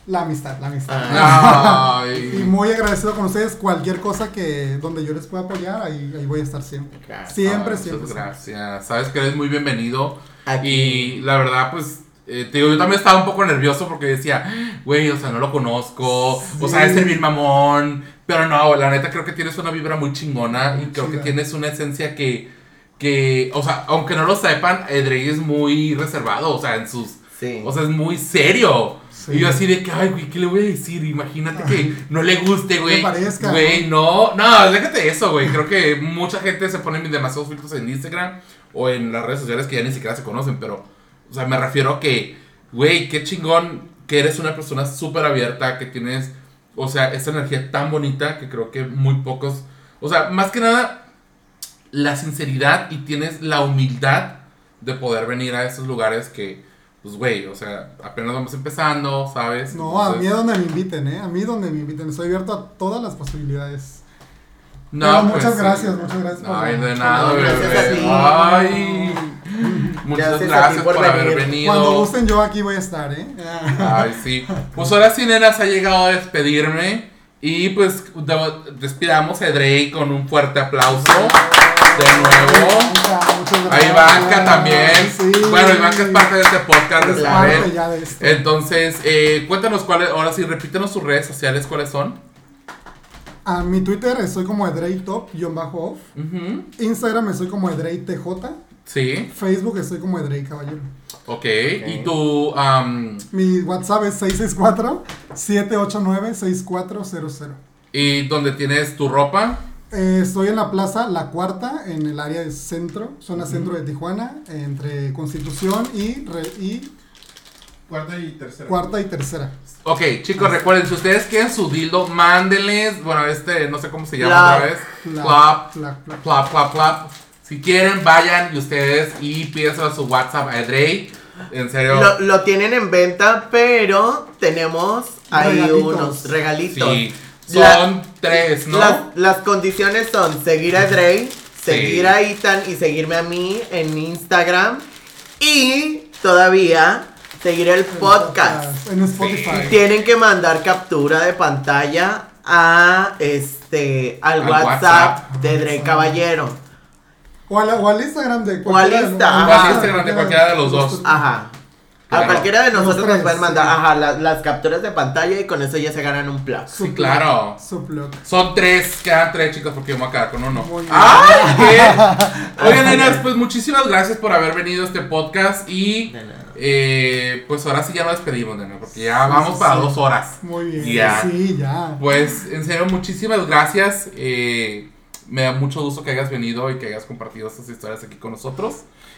la amistad, la amistad. Ah, Y Ay. muy agradecido con ustedes. Cualquier cosa que donde yo les pueda apoyar, ahí, ahí voy a estar siempre. Claro. Siempre, Ay, siempre. Muchas siempre. gracias. Sabes que eres muy bienvenido. Aquí. Y la verdad, pues, eh, te digo, yo también estaba un poco nervioso porque decía, güey, o sea, no lo conozco, o sea, es el bien mamón. Pero no, la neta, creo que tienes una vibra muy chingona y Muy creo que chida. tienes una esencia que, que, o sea, aunque no lo sepan, Edrey es muy reservado, o sea, en sus. Sí. O sea, es muy serio. Sí. Y yo así de que, ay, güey, ¿qué le voy a decir? Imagínate que no le guste, güey. Que parezca, Güey, no. No, déjate eso, güey. Creo que mucha gente se pone mis demasiados filtros en Instagram o en las redes sociales que ya ni siquiera se conocen, pero, o sea, me refiero a que, güey, qué chingón que eres una persona súper abierta, que tienes, o sea, esa energía tan bonita que creo que muy pocos, o sea, más que nada, la sinceridad y tienes la humildad de poder venir a esos lugares que, pues, güey, o sea, apenas vamos empezando, ¿sabes? No, a Entonces, mí es donde me inviten, ¿eh? A mí donde me inviten. Estoy abierto a todas las posibilidades. Pero muchas pues sí. gracias, muchas gracias por Ay, venir. de nada, No, gracias bebé. a ti. Ay, muchas Gracias a gracias, ti por, por haber venir. venido. Cuando gusten, yo aquí voy a estar, ¿eh? Ay, sí. Pues ahora sí, nenas, ha llegado a despedirme. Y pues de- despidamos a Drake con un fuerte aplauso. De nuevo. A Ah, Ivanka también. Bueno, Ivanka es parte de este podcast, de Es saber. parte ya de esto. Entonces, eh, cuéntanos cuáles, ahora sí, repítenos sus redes sociales, cuáles son. A mi Twitter estoy como edreitop-off. Ujú. Instagram estoy como edreiTJ. Sí, Facebook estoy como edrey caballero. ok. Y tu am, Mi WhatsApp es 664-789-6400. y donde tienes tu ropa. Eh, estoy en la plaza La Cuarta, en el área de centro, zona centro de Tijuana, entre Constitución y, Re- y Cuarta y tercera. Cuarta y Tercera. Ok, chicos, recuerden, si ustedes quieren su dildo, mándenles. Bueno, este, no sé cómo se llama Plop. otra vez. La- Plop. la- la- Plop, plop, plop. Si quieren, vayan y ustedes y pídanselo a su WhatsApp a Drake. En serio. Lo, lo tienen en venta, pero tenemos ahí Regalitos. unos regalitos. Sí. Son La- tres, ¿no? Las, las condiciones son seguir a Dre, seguir a Ethan y seguirme a mí en Instagram. Y todavía seguir el podcast. En Spotify. Tienen que mandar captura de pantalla a este al, Al WhatsApp, WhatsApp. de Dre Caballero. O, a la- o al Instagram de O al cualquiera de los- Insta, O al Instagram de cualquiera de los dos. Ajá. A Claro. cualquiera de nosotros Los nos pueden tres, mandar sí. ajá, la- las capturas de pantalla y con eso ya se ganan un plus. Sí, claro. Su blog. Son tres, quedan tres chicos porque yo me voy a quedar con uno. Muy bien. ¡Ay! ¿qué? Oigan, nenas, pues muchísimas gracias por haber venido a este podcast y De nada. eh, pues ahora sí ya nos despedimos, nena, porque ya Sí, vamos sí, para sí. dos horas. Muy bien. Ya. Sí, ya. Pues en serio, muchísimas gracias. eh, me da mucho gusto que hayas venido y que hayas compartido estas historias aquí con nosotros.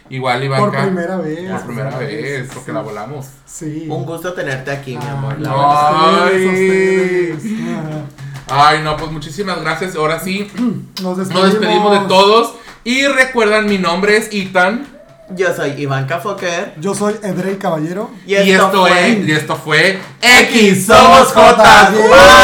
Igual, Por Ivanka. primera vez. por primera vez, porque la volamos. Sí. Ah, Un gusto tenerte aquí, mi amor. la no. verdad. Ay, Ay. ustedes, ustedes. Ay, no, pues muchísimas gracias. Ahora sí, Nos despedimos. nos despedimos de todos. Y recuerdan, mi nombre es Itan. Yo soy Ivanka Fokker. Yo soy Edrey Caballero. Y esto, fue- es, y esto fue X Somos J. Bye.